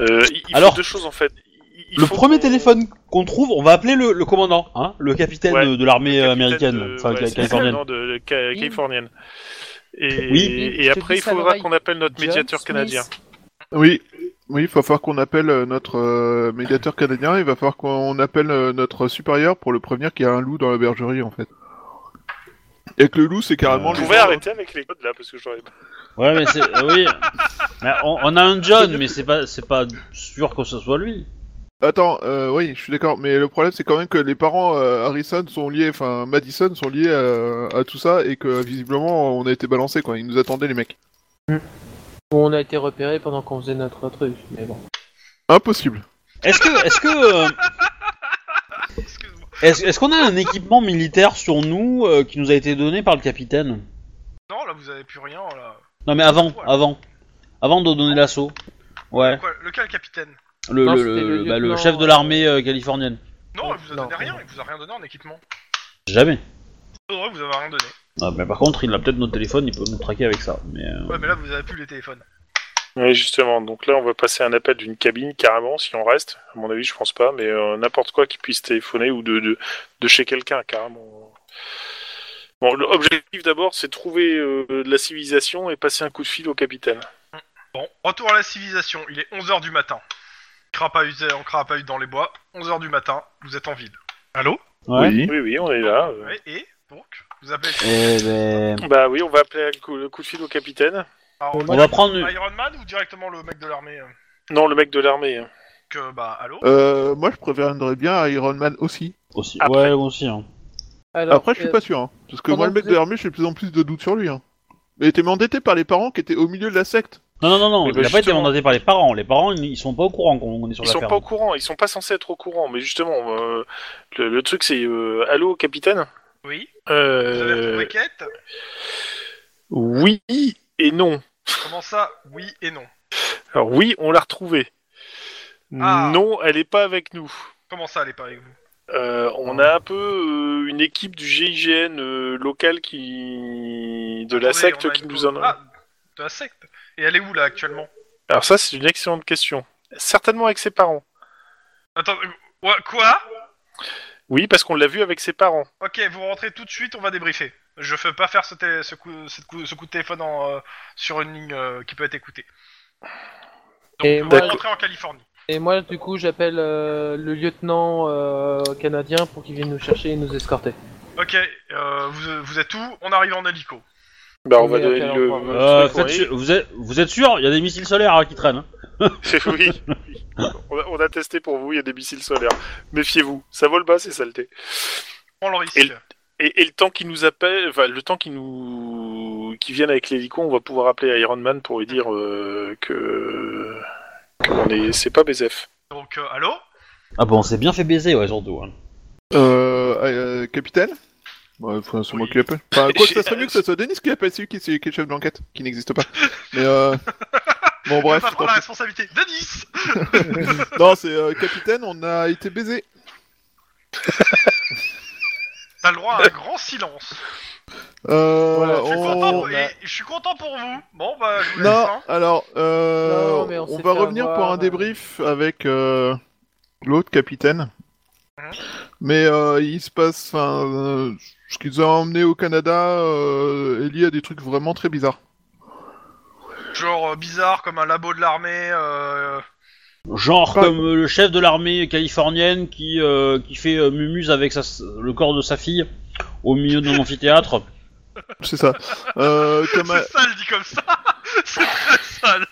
S4: Euh, il il
S1: Alors,
S4: faut deux choses, en fait. Il- il
S1: le
S4: faut
S1: premier
S4: qu'on-
S1: téléphone qu'on trouve, on va appeler le, le commandant, hein, le capitaine
S4: Ouais,
S1: de, de l'armée
S4: capitaine
S1: euh, américaine,
S4: de-
S1: enfin
S4: ouais,
S1: ca-
S4: c'est
S1: californienne.
S4: le nom de- de ca- californienne. Et,
S1: Oui.
S4: et
S5: Je te
S4: après,
S5: dis
S4: il
S5: ça à
S4: faudra
S5: l'oreille.
S4: qu'on appelle notre
S5: John
S4: médiateur
S5: Smith.
S4: canadien.
S3: Oui, oui, il va falloir qu'on appelle euh, notre euh, médiateur canadien, il va falloir qu'on appelle euh, notre supérieur pour le prévenir qu'il y a un loup dans la bergerie en fait. Et que le loup c'est carrément
S1: Euh,
S4: On
S3: le
S1: Vous
S4: pouvait
S3: genre-
S4: arrêter avec les codes là parce que j'aurais pas.
S1: Ouais, mais c'est euh, oui. Mais on, on a un John, mais c'est pas c'est pas sûr que ce soit lui.
S3: Attends, euh, oui, je suis d'accord, mais le problème c'est quand même que les parents euh, Harrison sont liés, enfin Madison sont liés euh, à tout ça et que visiblement on a été balancés quoi, ils nous attendaient les mecs.
S5: Bon, on a été repéré pendant qu'on faisait notre truc, mais bon.
S3: Impossible.
S1: Est-ce que est-ce que euh,
S2: repris, excuse-moi.
S1: est-ce est-ce qu'on a un équipement militaire sur nous euh, qui nous a été donné par le capitaine
S2: Non, là, vous avez plus rien. Là.
S1: Non, mais avant, avant, avant de donner l'assaut. Ouais.
S2: Quoi, lequel capitaine
S1: Le,
S5: Non,
S1: le-
S5: c'était
S1: le-
S5: le
S1: bah, le
S5: lieutenant,
S1: chef de
S5: euh,
S1: l'armée euh, californienne.
S2: Non, il vous a
S5: Non.
S2: donné rien, il vous a rien donné en équipement.
S1: Jamais.
S2: Non, vous avez rien donné.
S1: Ah, mais par contre, il a peut-être notre téléphone, il peut nous traquer avec ça. Mais euh,
S2: Ouais, mais là, vous avez plus les téléphones.
S4: Oui, justement. Donc là, on va passer un appel d'une cabine carrément si on reste. À mon avis, je pense pas, mais euh, n'importe quoi qui puisse téléphoner ou de, de, de chez quelqu'un carrément. Bon, l'objectif d'abord, c'est trouver euh, de la civilisation et passer un coup de fil au capitaine.
S2: Bon, retour à la civilisation, il est 11h du matin. Crapahut, en crapahut dans les bois, 11h du matin, vous êtes en ville. Allô
S1: Ouais.
S3: Oui.
S4: Oui, oui, on est là. euh.
S2: Ouais, Et donc, vous appelez.
S1: Eh ben,
S4: Bah oui, on va appeler un coup- le coup de fil au capitaine.
S2: Alors,
S1: on va prendre.
S4: Euh.
S1: une-
S2: Iron Man ou directement le mec de l'armée euh,
S4: Non, le mec de l'armée. hein.
S2: Que, bah, allô
S3: Euh, moi, je préférerais bien Iron Man aussi.
S1: Aussi.
S4: Après.
S1: Ouais, moi aussi. hein.
S5: Alors,
S3: Après, je suis
S5: euh,
S3: pas sûr. hein, parce que
S5: pendant
S3: moi, le
S5: que
S3: mec
S5: vous
S3: de l'armée, j'ai de plus en plus de doutes sur lui. Hein. Il était endetté par les parents qui étaient au milieu de la secte.
S1: Non, non, non, non.
S4: Mais
S1: il
S4: bah,
S1: a pas été
S4: justement.
S1: mandaté par les parents. Les parents, ils, ils sont pas au courant qu'on qu'on est sur
S4: Ils
S1: la
S4: sont
S1: ferme.
S4: pas au courant, ils sont pas censés être au courant. Mais justement, euh, le, le truc, c'est euh, allô, capitaine.
S2: Oui Vous avez
S4: Euh,
S2: retrouvé Kate
S4: oui et non.
S2: Comment ça Oui et non.
S4: Alors oui, on l'a retrouvée.
S2: Ah.
S4: Non, elle est pas avec nous.
S2: Comment ça, elle est pas avec vous
S4: Euh, on a un peu euh, une équipe du GIGN euh, locale qui de
S2: Attendez,
S4: la
S2: on
S4: secte
S2: a
S4: qui
S2: une-
S4: nous en a.
S2: Ah, de la secte Et elle est où, là, actuellement
S4: Alors ça, c'est une excellente question. Certainement avec ses parents.
S2: Attends, euh, ouais, quoi
S4: Oui, parce qu'on l'a vu avec ses parents.
S2: Ok, vous rentrez tout de suite, on va débriefer. Je veux pas faire ce, té- ce coup, cette coup- ce coup de téléphone en, euh, sur une ligne euh, qui peut être écoutée. Donc,
S5: Et
S2: vous
S5: moi,
S2: rentrez en Californie.
S5: Et moi, du coup, j'appelle euh, le lieutenant euh, canadien pour qu'il vienne nous chercher et nous escorter.
S2: Ok, euh, vous, vous êtes où On arrive en hélico.
S4: Bah, on
S5: Oui,
S4: va
S5: à
S4: donner
S5: quel
S4: le.
S5: endroit,
S4: le
S1: Euh,
S4: truc,
S1: faites su- vous, êtes, vous êtes sûr Il y a des missiles solaires hein, qui traînent. hein.
S4: on est- oui. On a, on a testé pour vous, il y a des missiles solaires. Méfiez-vous, ça vole bas, c'est saleté.
S2: Prends le risque.
S4: Et- Et, et le temps qu'il nous appelle, enfin, le temps qu'il nous. qui viennent avec l'hélico, on va pouvoir appeler Iron Man pour lui dire euh, que. que on est... c'est pas BZF.
S2: Donc, euh, allô
S1: Ah bon, on s'est bien fait baiser, ouais, surtout. hein.
S3: Euh, euh, capitaine Ouais, enfin, c'est moi
S2: Oui.
S3: qui l'appelle. Enfin, quoi que ça
S4: J'ai-
S3: serait mieux que ce soit Denis qui l'appelle, celui qui, celui qui est chef d'enquête, qui n'existe pas. Mais euh...
S2: On
S3: Bon,
S2: va
S3: bref.
S2: pas prendre la responsabilité. Denis
S3: Non, c'est euh, capitaine, on a été baisé.
S2: T'as le droit à un grand silence.
S3: Euh,
S5: Voilà,
S2: Je suis,
S5: Oh,
S2: content
S3: on...
S2: pour, et je suis content pour vous. Bon, bah, je vous laisse.
S3: Non,
S2: hein.
S3: alors, euh,
S5: Non, mais on
S3: on,
S5: s'est
S3: va
S5: fait
S3: revenir pour
S5: avoir, euh,
S3: un débrief avec euh, l'autre capitaine.
S2: Mhm.
S3: Mais euh, il se passe, enfin, euh, ce qu'ils ont emmené au Canada euh, est lié à des trucs vraiment très bizarres.
S2: Genre euh, bizarre comme un labo de l'armée. euh,
S1: Genre
S3: Pas-
S1: comme euh, le chef de l'armée californienne qui, euh, qui fait euh, mumuse avec sa, le corps de sa fille au milieu d'un amphithéâtre.
S3: C'est ça. Euh, comme,
S2: C'est sale dit comme ça. C'est très sale.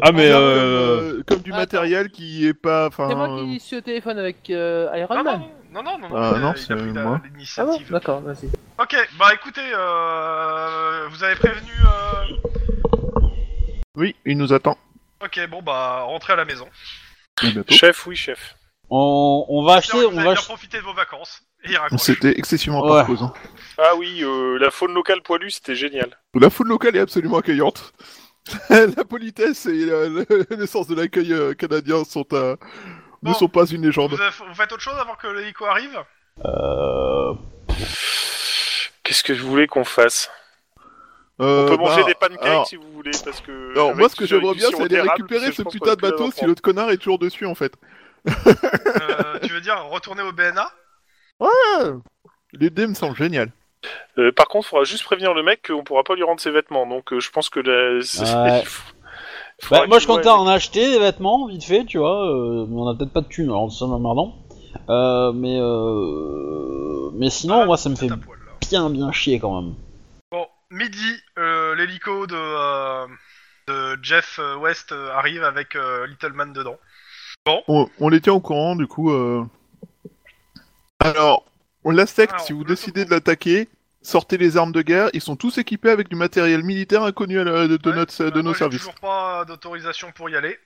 S1: Ah mais...
S3: comme,
S1: Euh...
S3: euh, comme du
S5: Attends.
S3: matériel qui est pas, enfin,
S5: C'est moi
S3: euh,
S5: qui suis au téléphone avec euh, Iron
S2: Non,
S5: Man.
S2: non, non, non, non,
S3: Ah,
S2: il a-
S3: non,
S2: il a pris
S3: c'est
S2: la-
S3: moi.
S5: Ah bon
S2: l'initiative.
S5: D'accord, vas-y.
S2: Ok, bah écoutez, euh, vous avez prévenu. euh,
S3: oui, il nous attend.
S2: Ok, bon bah rentrez à la maison.
S3: À bientôt.
S4: Chef, oui, chef.
S1: On, on va acheter...
S2: J'espère que vous
S1: On
S2: avez
S1: va
S2: bien
S1: ach-
S2: profité de vos vacances. Et il raccroche.
S3: C'était excessivement hein.
S1: Ouais.
S3: imposant.
S4: Ah oui, euh, la faune locale poilue, c'était génial.
S3: La foule locale est absolument accueillante. la politesse et euh, le, le sens de l'accueil euh, canadien sont euh,
S2: Bon.
S3: ne sont pas une légende.
S2: Vous, avez- vous faites autre chose avant que l'hélico arrive
S1: Euh,
S4: Qu'est-ce que je voulais qu'on fasse On peut
S3: Euh,
S4: manger
S3: bah,
S4: des pancakes
S3: alors-
S4: si vous voulez, parce que.
S3: alors,
S4: avec-
S3: moi, ce que
S4: sur-
S3: j'aimerais bien,
S4: sur
S3: c'est aller
S4: d'érable,
S3: récupérer
S4: parce
S3: ce
S4: que je pense
S3: putain de
S4: qu'on va
S3: bateau
S4: plus
S3: si l'autre connard est toujours dessus, en fait.
S2: Euh, Tu veux dire retourner au BNA
S3: L'idée me semble géniale.
S4: Euh, par contre, il faudra juste prévenir le mec qu'on pourra pas lui rendre ses vêtements. Donc, euh, je pense que la... c'est-
S1: Ouais.
S4: il faut- il faudra
S1: bah, moi je
S4: qu'il-
S1: comptais
S4: ouais,
S1: en acheter des vêtements vite fait, tu vois, euh, mais on a peut-être pas de thunes, alors ça m'emmerdant. Euh, mais euh, mais sinon,
S2: Ah,
S1: moi ça me fait
S2: C'est à poil, là.
S1: bien bien chier quand même.
S2: Bon, midi, euh, l'hélico de, euh, de Jeff euh, West euh, arrive avec euh, Little Man dedans.
S3: On, on les tient au courant, du coup. euh. Alors, on la
S4: Ah,
S3: secte,
S2: Alors,
S3: si vous
S2: le-
S3: décidez de l'attaquer, sortez les armes de guerre. Ils sont tous équipés avec du matériel militaire inconnu à la- de, de
S2: Ouais,
S3: notre,
S2: euh,
S4: bah,
S3: de
S2: moi,
S3: nos
S2: j'ai
S3: services.
S2: toujours pas d'autorisation pour y aller.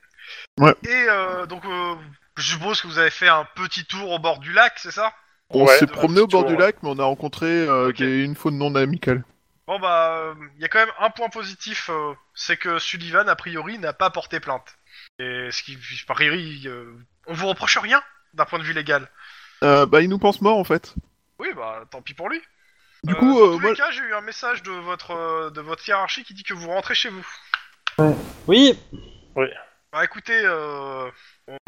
S3: Ouais.
S2: Et euh, donc, euh, je suppose que vous avez fait un petit tour au bord du lac, c'est ça
S3: On
S4: Ouais,
S3: s'est
S4: de-
S3: promené au bord du
S4: toujours,
S3: lac, mais on a rencontré euh,
S2: Ok.
S3: des- une faune non amicale.
S2: Bon bah, il y a quand même un point positif, euh, c'est que Sullivan a priori n'a pas porté plainte. Et ce qui, a priori, euh, on vous reproche rien d'un point de vue légal.
S3: Euh, bah, ils nous pensent morts, en fait.
S2: Oui bah, tant pis pour lui.
S3: Du
S2: Euh,
S3: coup,
S2: dans
S3: euh,
S2: tous
S3: moi,
S2: les cas, j'ai eu un message de votre euh, de votre hiérarchie qui dit que vous rentrez chez vous.
S1: Oui,
S2: Bah écoutez, euh,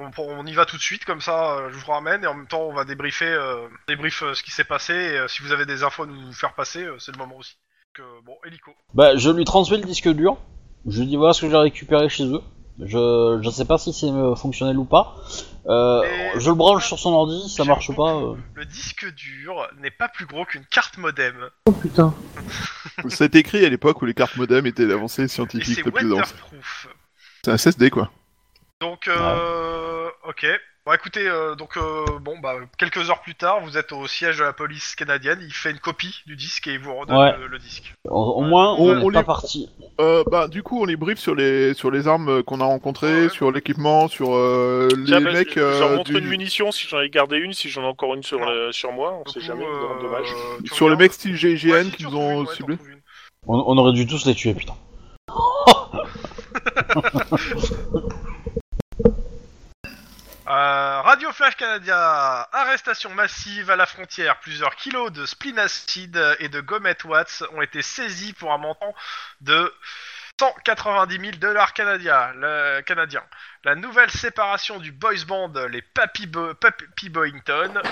S2: On, on y va tout de suite, comme ça, euh, je vous ramène, et en même temps, on va débriefer, euh, débrief euh, ce qui s'est passé, et euh, si vous avez des infos à nous faire passer, euh, c'est le moment aussi. Donc, euh, bon, hélico.
S1: Bah, je lui transmets le disque dur. Je lui dis voilà ce que j'ai récupéré chez eux. Je je sais pas si c'est euh, fonctionnel ou pas. Euh,
S2: Et-
S1: je le branche sur son ordi, ça
S2: J'ai
S1: marche
S2: le
S1: pas.
S2: compte.
S1: euh.
S2: Le disque dur n'est pas plus gros qu'une carte modem,
S5: Oh putain.
S3: C'est écrit à l'époque où les cartes modem étaient l'avancée
S2: et
S3: scientifique
S2: c'est
S3: la plus avancée.
S2: waterproof.
S3: C'est un SSD quoi.
S2: Donc, euh,
S3: Ah.
S2: ok. Bon, écoutez, euh, donc, euh, bon, bah, quelques heures plus tard, vous êtes au siège de la police canadienne. Il fait une copie du disque et il vous redonne
S1: Ouais.
S2: le, le disque.
S1: Au, au moins,
S3: On-
S1: on, n'est
S3: on
S1: pas
S3: les-
S1: parti.
S3: Euh, bah, du coup, on les briefe sur les, sur les armes euh, qu'on a rencontrées,
S2: Ouais.
S3: sur l'équipement, sur euh, les
S4: Tiens, bah,
S3: mecs.
S4: je- je leur
S3: euh,
S4: montre
S3: du-
S4: une munition si j'en ai gardé une, si j'en ai encore une sur,
S2: Non.
S4: euh, sur moi, on
S2: Ah.
S4: sait
S2: Du coup,
S4: jamais,
S2: euh,
S4: dommage.
S2: tu
S3: Sur les
S2: regardes-
S3: mecs style GIGN
S2: Ouais, si, tu
S3: qui nous
S2: en trouves une,
S3: ont
S2: ouais, t'en
S3: ciblés.
S2: trouves une.
S1: On, on aurait dû tous les tuer, putain.
S2: Euh, Radio Flash Canada, arrestation massive à la frontière. Plusieurs kilos de splinacide et de gommette Watts ont été saisis pour un montant de 190 000 dollars canadiens. Le- canadiens. La nouvelle séparation du boys band, les Pappy, Bo- Pappy Boyington.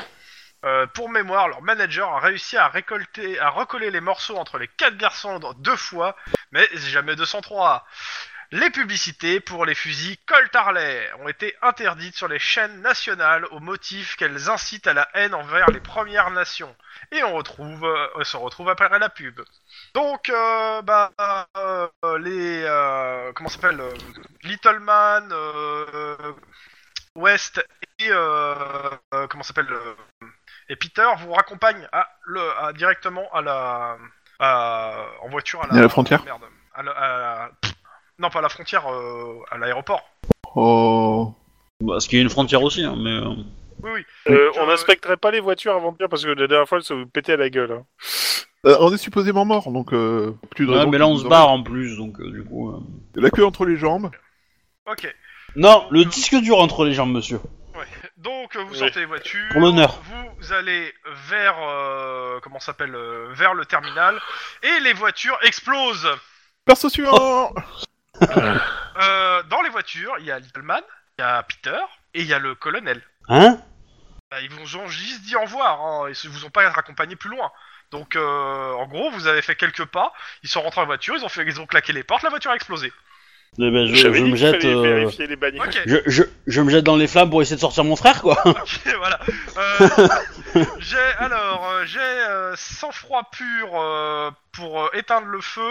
S2: Euh, pour mémoire, leur manager a réussi à récolter, à recoller les morceaux entre les quatre garçons dans- deux fois, mais jamais 203. Les publicités pour les fusils Colt Harley ont été interdites sur les chaînes nationales au motif qu'elles incitent à la haine envers les Premières Nations. Et on retrouve, euh, on se retrouve après la pub. Donc, euh, bah, euh, les, euh, comment ça s'appelle, euh, Little Man, euh, West et euh, euh, comment ça s'appelle, euh, et Peter vous raccompagnent à, le, à- directement à la, à- en voiture à la,
S3: Et à la frontière
S2: Merde, à la- à la- non, pas à la frontière, euh, à l'aéroport.
S3: Oh.
S1: parce qu'il y a une frontière aussi, hein, mais. euh,
S2: Oui, oui.
S4: Euh,
S2: Donc,
S4: on
S2: euh,
S4: n'inspecterait pas les voitures avant de dire parce que la dernière fois, elles se vous pétaient à la gueule. hein.
S3: Euh, on est supposément mort, donc euh, plus de
S1: ouais,
S3: raison
S1: mais là,
S3: qu'ils
S1: on
S3: nous
S1: se
S3: emmènent.
S1: barre en plus, donc euh, du coup. euh.
S3: La queue entre les jambes.
S2: Ok.
S1: Non, le disque dur entre les jambes, monsieur.
S2: Donc euh, vous
S4: Oui.
S2: sortez les voitures.
S1: Pour l'honneur.
S2: Vous allez vers euh, comment ça s'appelle euh, vers le terminal et les voitures explosent.
S3: Perso suivant
S2: Euh, dans les voitures, il y a Little Man, il y a Peter et il y a le colonel.
S1: Hein
S2: Bah, ils vous ont juste dit au revoir. Hein, ils vous ont pas raccompagné plus loin. Donc euh, en gros, vous avez fait quelques pas. Ils sont rentrés en voiture. Ils ont fait, ils ont claqué les portes. La voiture a explosé.
S1: Eh ben, je,
S4: J'avais
S1: je
S4: dit
S1: me
S4: qu'il
S1: jette.
S4: fallait
S1: euh,
S4: vérifier les bagnoles.
S2: Ok.
S1: Je, je, je me jette dans les flammes pour essayer de sortir mon frère, quoi.
S2: Ok, voilà. Euh, j'ai alors euh, j'ai euh, sang-froid pur euh, pour euh, éteindre le feu,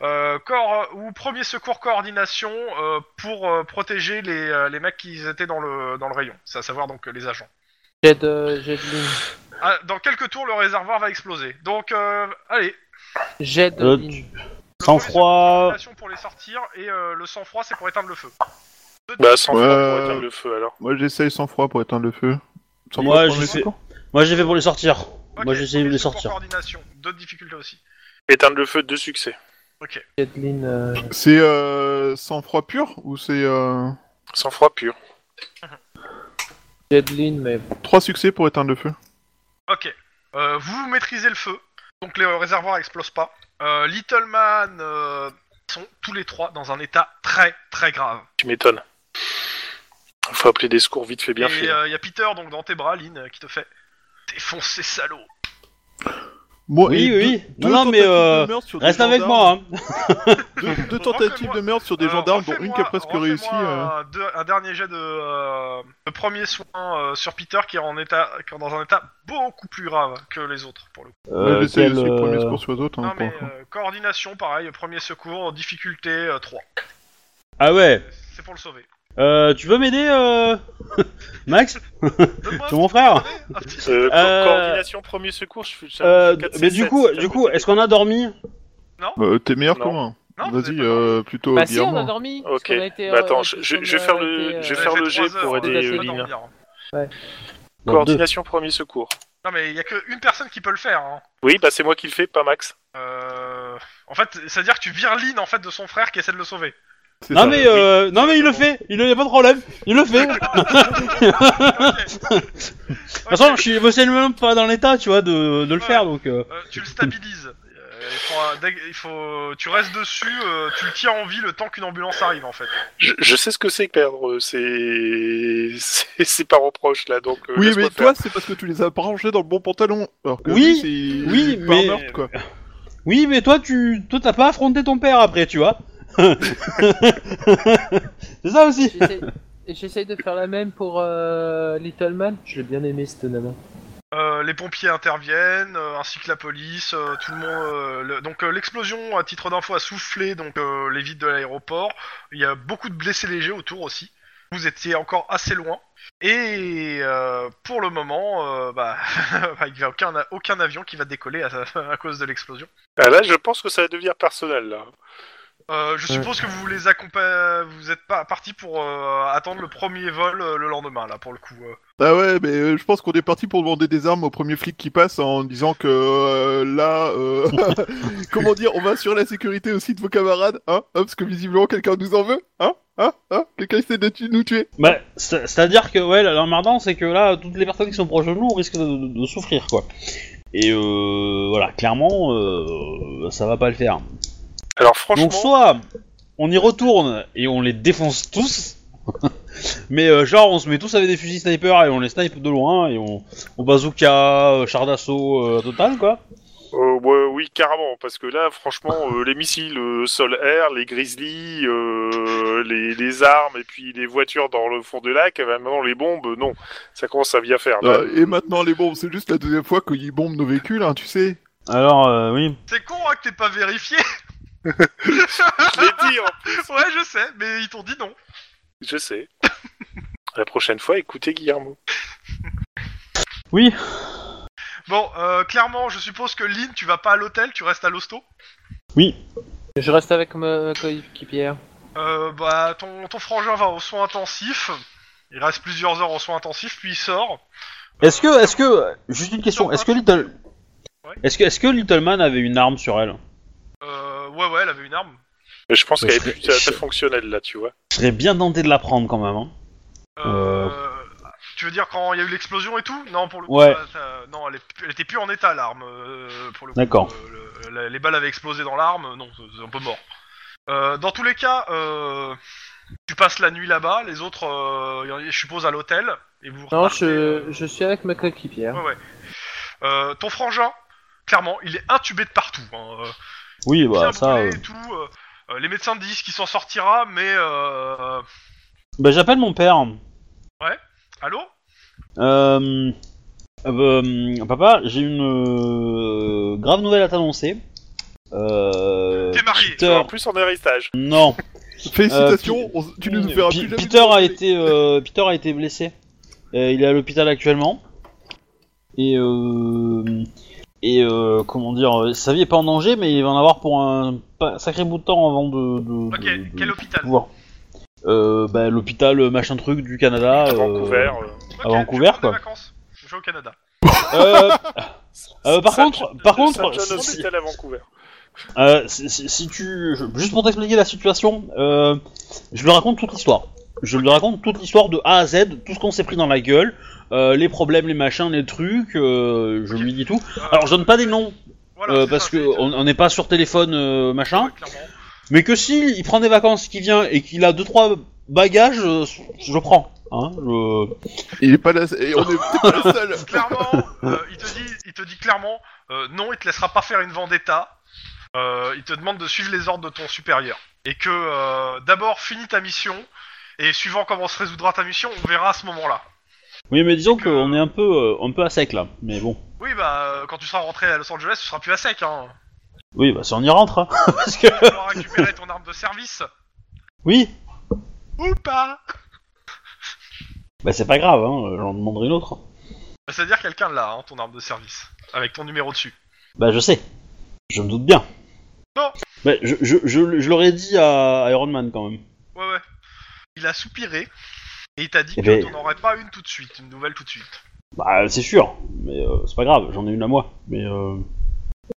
S2: euh, corps ou premier secours coordination euh, pour euh, protéger les, euh, les mecs qui étaient dans le dans le rayon, c'est à savoir donc euh, les agents.
S5: J'aide euh, j'aide Lynn.
S2: Ah, dans quelques tours le réservoir va exploser. Donc euh, allez.
S5: J'aide
S1: Euh,
S5: Lynn.
S2: le
S1: Sans
S2: premier secours
S1: froid.
S2: coordination pour les sortir et euh, le sang-froid c'est pour éteindre le feu.
S4: Bah, sans froid
S3: Euh,
S4: pour éteindre le feu alors.
S3: Moi j'essaye sans froid pour éteindre le feu. Sans
S1: Moi,
S3: froid pour
S1: je
S3: le
S1: sais-
S3: secours
S1: Moi, j'ai fait pour les sortir.
S2: Ok,
S1: Moi, j'ai essayé de
S2: premier
S1: les
S2: secours
S1: sortir.
S2: Coordination, d'autres difficultés aussi.
S4: Éteindre le feu, deux succès.
S5: J'aide Lynn. euh,
S3: C'est euh, sans froid pur ou c'est euh,
S4: Sans froid pur.
S5: J'aide Lynn, mais.
S3: trois succès pour éteindre le feu
S2: Ok. Euh, vous maîtrisez le feu, donc les réservoirs explosent pas. Euh, Little Man euh, sont tous les trois dans un état très très grave.
S4: Tu m'étonnes. Faut appeler des secours vite fait, bien
S2: Et euh,
S4: fait.
S2: il y a Peter donc dans tes bras, Lynn, euh, qui te fait défoncer salaud.
S3: Moi,
S1: Oui, oui,
S3: et deux-
S1: oui.
S3: deux
S1: Non, non, mais,
S3: tentatives
S1: euh,
S3: de meurtre sur des
S1: Reste avec
S3: gendarmes.
S1: moi, hein.
S3: Deux, deux tentatives de meurtre sur des
S2: Alors,
S3: gendarmes, dont une
S2: Euh, refais-moi-
S3: qui a presque
S2: refais-moi
S3: réussi. euh.
S2: Un, deux- un dernier jet de, euh, de premier soin euh, sur Peter qui est en état, qui est dans un état beaucoup plus grave que les autres pour le coup.
S3: Ouais,
S1: Euh,
S3: J'essaye
S1: quel,
S3: aussi premier
S1: euh,
S3: secours sur les autres. hein,
S2: Non
S3: pour
S2: mais
S3: l'instant.
S2: euh, coordination, pareil, premier secours, difficulté euh, 3.
S1: Ah ouais.
S2: C'est pour le sauver.
S1: Euh, tu veux m'aider, euh... Max
S2: Donne-moi
S1: C'est mon frère
S2: un petit-
S4: Euh, co-
S1: Euh,
S4: coordination, premier secours, je suis je suis-
S1: euh,
S4: quatre,
S1: Mais
S4: c'est
S1: du
S4: sept,
S1: coup,
S4: c'est
S1: du
S4: pas
S1: coup,
S4: possible.
S1: est-ce qu'on a dormi
S3: Euh, T'es meilleur que
S4: Non.
S3: moi.
S2: Non, vous avez
S3: Vas-y,
S2: pas
S3: euh, plutôt
S5: Bah si, on a euh,
S3: Guillermo.
S5: dormi.
S4: Ok. Bah, attends, je- je- je vais faire le- je vais
S2: Ça
S4: faire
S2: fait
S4: le jet
S2: trois heures,
S4: pour aider,
S2: hein, tu
S5: euh,
S2: vas
S4: Lina.
S2: dormir, hein.
S1: Non, deux.
S4: Coordination, premier secours.
S2: Non, mais il y a qu'une personne qui peut le faire. hein.
S4: Oui, bah c'est moi qui le fais, pas Max.
S2: Euh, En fait, c'est-à-dire que tu vires Lynn en fait de son frère qui essaie de le sauver.
S3: C'est
S1: Non
S3: ça.
S1: mais, euh, non mais il le fait, il y a pas de problème, il le fait. De toute façon, je suis émotionnellement pas dans l'état, tu vois, de, de le
S2: Ouais.
S1: faire, donc. euh,
S2: Euh, tu le stabilises. Euh, il faut, un- dès- il faut- tu restes dessus, euh, tu le tiens en vie le temps qu'une ambulance arrive en fait.
S4: Je, je sais ce que c'est perdre euh, ses, ses, ses parents proches, là, donc... euh,
S3: Oui,
S4: laisse-moi
S3: mais
S4: faire.
S3: toi, c'est parce que tu les as pas rangés dans le bon pantalon. Alors que
S1: Oui,
S3: lui, c'est
S1: oui,
S3: par
S1: mais-
S3: meurtre, quoi.
S1: Oui, mais toi, tu, toi, t'as pas affronté ton père après, tu vois. c'est ça aussi.
S5: J'essaie- Et j'essaye de faire la même pour euh, Little Man. Je l'ai bien aimé cette nana.
S2: Euh, les pompiers interviennent, euh, ainsi que la police, euh, tout le monde. euh, le- donc euh, l'explosion, à titre d'info, a soufflé donc euh, les vides de l'aéroport. Il y a beaucoup de blessés légers autour aussi. Vous étiez encore assez loin. Et euh, pour le moment, euh, bah, il n'y a aucun, aucun avion qui va décoller à, à cause de l'explosion.
S4: Ah, là, je pense que ça va devenir personnel, là.
S2: Euh, je suppose que vous les accompagnez. Vous êtes pas partis pour euh, attendre le premier vol euh, le lendemain, là, pour le coup. euh.
S3: Ah ouais, mais euh, je pense qu'on est parti pour demander des armes au premier flic qui passe en disant que euh, là, euh, comment dire, on va assurer la sécurité aussi de vos camarades, hein, hein, parce que visiblement quelqu'un nous en veut, hein, hein, hein, quelqu'un essaie de tu- nous tuer.
S1: Bah, c'est- c'est-à-dire que, ouais, l'emmerdant, c'est que là, toutes les personnes qui sont proches de nous risquent de, de- de souffrir, quoi. Et euh, voilà, clairement, euh, ça va pas le faire.
S4: Alors, franchement...
S1: Donc soit on y retourne et on les défonce tous, mais euh, genre on se met tous avec des fusils sniper et on les snipe de loin et on, on bazooka, euh, char d'assaut euh, total quoi.
S4: Euh, ouais, oui, carrément, parce que là, franchement, euh, les missiles euh, sol-air, les grizzlies, euh, les, les armes, et puis les voitures dans le fond du lac, et ben, maintenant les bombes, euh, non, ça commence à bien faire. là.
S3: Euh, et maintenant les bombes, c'est juste la deuxième fois qu'ils bombent nos véhicules, hein, tu sais.
S1: Alors euh, oui.
S2: C'est con hein, que t'aies pas vérifié.
S4: Je l'ai dit, en plus.
S2: ouais, je sais, mais ils t'ont dit non.
S4: Je sais. La prochaine fois, écoutez Guillermo.
S2: Bon, euh, clairement, je suppose que Lynn, tu vas pas à l'hôtel, tu restes à l'hosto.
S5: Je reste avec ma, ma coéquipière.
S2: Euh, bah, ton, ton frangin va aux soins intensifs. Il reste plusieurs heures aux soins intensifs, puis il sort.
S1: Est-ce que est-ce que juste une question, est-ce que Little
S2: Ouais.
S1: est-ce que est-ce que Little Man avait une arme sur elle
S2: Euh, ouais, ouais, elle avait une arme.
S4: Mais je pense
S1: Ouais,
S4: qu'elle est
S1: je-
S4: plus tout à fait
S1: je-
S4: fonctionnelle, là, tu vois.
S1: Je serais bien tenté de la prendre quand même. Hein.
S2: Euh, Tu veux dire quand il y a eu l'explosion et tout Non, pour le coup,
S1: Ouais.
S2: ça- ça- non, elle, est- elle était plus en état, l'arme. euh, pour le coup.
S1: D'accord.
S2: Euh, le- la- les balles avaient explosé dans l'arme, non, c'est c'est un peu mort. Euh, dans tous les cas, euh, tu passes la nuit là-bas, les autres, euh, je suppose, à l'hôtel, et vous
S5: Non,
S2: repartez,
S5: je,
S2: euh,
S5: je suis avec ma coéquipière.
S2: Ouais, ouais. Euh, ton frangin, clairement, il est intubé de partout. hein. Euh,
S1: Oui
S2: bien
S1: bah ça.
S2: brûlé
S1: euh.
S2: et tout. euh, euh, les médecins disent qu'il s'en sortira, mais euh...
S1: Bah j'appelle mon père.
S2: allô
S1: Euh, euh, papa, j'ai une euh, grave nouvelle à t'annoncer. Euh,
S2: T'es marié,
S1: Peter-
S4: En plus, en héritage.
S1: Non.
S3: Félicitations, on s- tu ne nous feras
S1: Pi-
S3: plus jamais.
S1: Peter
S3: de-
S1: a été euh, Peter a été blessé. Euh, il est à l'hôpital actuellement. Et euh, et euh, comment dire, euh, sa vie est pas en danger, mais il va en avoir pour un pa- sacré bout de temps avant de. de-
S2: Ok,
S1: de- de-
S2: quel hôpital
S1: pouvoir. Euh, bah, l'hôpital euh, machin truc du Canada.
S4: à
S1: euh,
S4: Vancouver. euh,
S2: Ok,
S1: à Vancouver,
S2: je vais prendre des
S1: quoi.
S2: vacances. Je vais au Canada.
S1: euh, Euh, par
S4: Saint-
S1: contre- par contre,
S4: Saint John
S1: si-
S4: Hospital à Vancouver.
S1: Euh, si, si- si tu, je- juste pour t'expliquer la situation, euh, je lui raconte toute l'histoire. Je lui raconte toute l'histoire de A à Z, tout ce qu'on s'est pris dans la gueule, euh, les problèmes, les machins, les trucs. euh, je lui dis tout.
S2: Euh,
S1: Alors je donne pas des noms
S2: voilà,
S1: euh,
S2: c'est
S1: parce
S2: ça,
S1: que
S2: c'est-
S1: on on n'est pas sur téléphone euh, machin,
S2: Ouais, clairement.
S1: mais que s'il prend des vacances, qu'il vient et qu'il a deux trois bagages, euh, je prends. Hein, je-
S3: Il est pas là, et on est peut-être pas le seul.
S2: clairement, euh, il, te dit, il te dit clairement, euh, non, il te laissera pas faire une vendetta. Euh, il te demande de suivre les ordres de ton supérieur. Et que euh, d'abord, finis ta mission, et suivant comment se résoudra ta mission, on verra à ce moment-là.
S1: Oui, mais disons qu'on est un peu, euh, un peu à sec là. Mais bon,
S2: Oui, bah, euh, quand tu seras rentré à Los Angeles, tu seras plus à sec, hein.
S1: oui, bah si on y rentre, hein, parce que
S2: Tu pourras récupérer ton arme de service.
S1: oui,
S2: Ou pas
S1: bah c'est pas grave, hein, j'en demanderai une autre.
S2: Bah, C'est-à-dire quelqu'un là, hein, ton arme de service. Avec ton numéro dessus.
S1: Bah je sais, je me doute bien.
S2: Non.
S1: Bah, je, je, je, je l'aurais dit à Iron Man quand même.
S2: Ouais, ouais. Il a soupiré, et il t'a dit
S1: Eh
S2: que
S1: ben-
S2: t'en aurais pas une tout de suite, une nouvelle tout de suite.
S1: Bah c'est sûr, mais euh, c'est pas grave, j'en ai une à moi. Mais euh,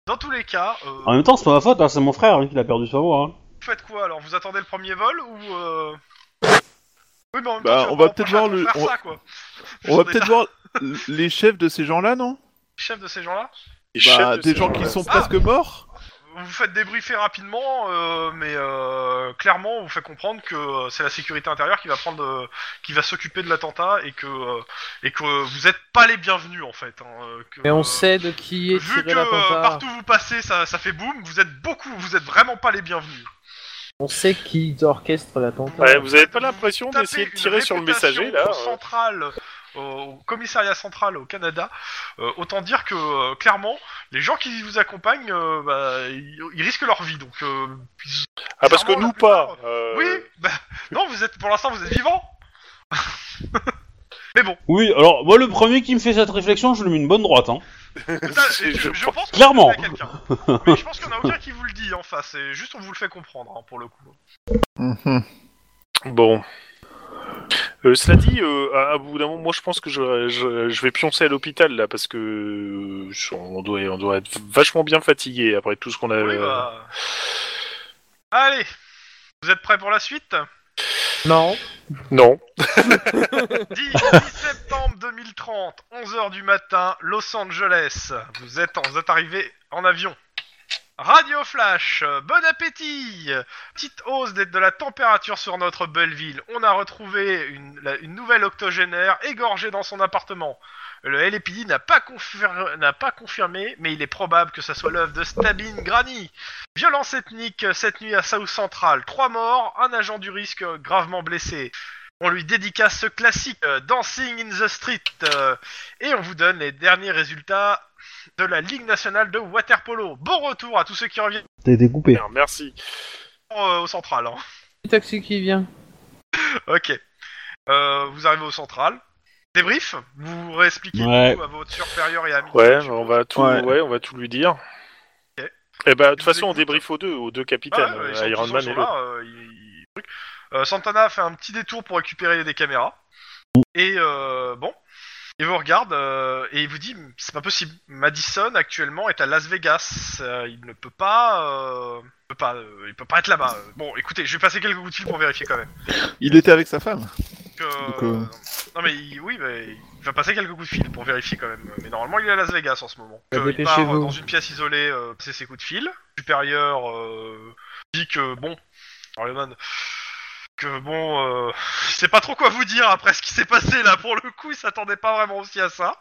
S2: Dans tous les cas, euh,
S1: en même temps c'est pas ma faute, hein, c'est mon frère hein, qui l'a perdu sa voix. Hein.
S2: Vous faites quoi alors Vous attendez le premier vol ou euh... Oui, mais en même
S3: Bah,
S2: temps, tu vas
S3: on va
S2: pas
S3: peut-être
S2: reprocher à
S3: voir
S2: ton
S3: le-
S2: frère
S3: on-
S2: ça, quoi.
S3: On va
S2: J'en ai
S3: peut-être
S2: pas.
S3: voir les chefs de ces gens-là, non
S2: Chef de ces gens-là
S4: Les chefs
S3: Bah,
S4: de
S3: des
S4: ces
S3: gens qui
S4: gens-là. Ah.
S3: sont presque morts.
S2: vous faites débriefer rapidement, euh, mais euh, clairement, on vous fait comprendre que euh, c'est la sécurité intérieure qui va prendre, euh, qui va s'occuper de l'attentat et que euh, et que euh, vous n'êtes pas les bienvenus en fait. hein, euh, que,
S5: Mais on
S2: euh,
S5: sait de qui est
S2: Vu
S5: tiré
S2: que euh,
S5: l'attentat.
S2: partout où vous passez, ça, ça fait boum. Vous êtes beaucoup, vous êtes vraiment pas les bienvenus.
S5: On sait qui orchestre l'attentat.
S4: Ouais, vous avez pas l'impression
S2: Tapez
S4: d'essayer de
S2: une
S4: tirer sur le
S2: réputation
S4: messager, là euh.
S2: au central, euh, au commissariat central au Canada. euh, autant dire que euh, clairement, les gens qui vous accompagnent, euh, bah, ils, ils risquent leur vie. Donc euh,
S4: Ah, parce que
S2: Bizarrement, la
S4: nous
S2: plupart-
S4: pas euh,
S2: oui, bah, non, vous êtes pour l'instant vous êtes vivant. Mais bon,
S1: Oui, alors moi le premier qui me fait cette réflexion, je lui mets une bonne droite. Hein.
S2: ça,
S4: C'est-
S2: je,
S4: je
S2: je
S4: pense-
S2: pense que
S1: Clairement.
S2: vous êtes à quelqu'un. Mais je pense qu'il n'y en a aucun qui vous le dit en face. C'est juste on vous le fait comprendre hein, pour le coup.
S3: Mhm.
S4: Bon. Euh, cela dit, euh, à, à bout d'un moment, moi je pense que je, je, je vais pioncer à l'hôpital là parce que euh, on doit, on doit être vachement bien fatigué après tout ce qu'on a.
S2: Oui, bah... Allez, vous êtes prêts pour la suite
S5: Non.
S4: euh, Non.
S2: 10, 10 septembre 2030, 11h du matin, Los Angeles. Vous êtes, vous êtes arrivé en avion. Radio Flash, euh, bon appétit Petite hausse des- de la température sur notre belle ville. On a retrouvé une, la- une nouvelle octogénaire égorgée dans son appartement. Le LAPD n'a pas, confir- n'a pas confirmé, mais il est probable que ça soit l'œuvre de Stabine Granny. Violence ethnique euh, cette nuit à South Central. Trois morts, un agent du risque euh, gravement blessé. On lui dédicace ce classique euh, Dancing in the Street euh, et on vous donne les derniers résultats de la Ligue nationale de waterpolo. Bon retour à tous ceux qui reviennent
S1: T'es découpé.
S4: Merde, merci.
S2: euh, au central. hein.
S5: Le taxi qui vient.
S2: Ok. Euh, vous arrivez au central. Débrief. Vous réexpliquez
S1: Ouais.
S2: tout à votre supérieur et ami.
S4: Ouais, on va tout,
S1: Ouais.
S4: ouais. on va tout lui dire.
S2: Ok.
S4: Et bah de toute
S2: Vous
S4: façon, on
S2: écoute.
S4: débriefe aux deux, aux
S2: Ah
S4: deux
S2: ouais,
S4: capitaines,
S2: ouais, ils
S4: euh,
S2: sont-
S4: Iron
S2: ils
S4: Man
S2: sont
S4: et l'autre.
S2: là, euh, ils- ils- truc. Euh, Santana fait un petit détour pour récupérer des caméras. Et euh, bon, il vous regarde euh, et il vous dit c'est pas possible. Madison actuellement est à Las Vegas. Euh, il ne peut pas, euh, il peut pas, euh, il peut pas être là-bas. Euh, Bon, écoutez, je vais passer quelques coups de fil pour vérifier quand même.
S3: Il était avec sa femme.
S2: Donc, euh,
S3: Donc, euh,
S2: Non mais il- oui, mais il va passer quelques coups de fil pour vérifier quand même. Mais normalement, il est à Las Vegas en ce moment. il
S5: Bah,
S2: part euh,
S5: dépêchez-vous.
S2: dans une pièce isolée, euh, passer ses coups de fil. Le Supérieur euh, dit que bon, Ironman, que bon, euh, je sais pas trop quoi vous dire après ce qui s'est passé là. Pour le coup, il s'attendait pas vraiment aussi à ça.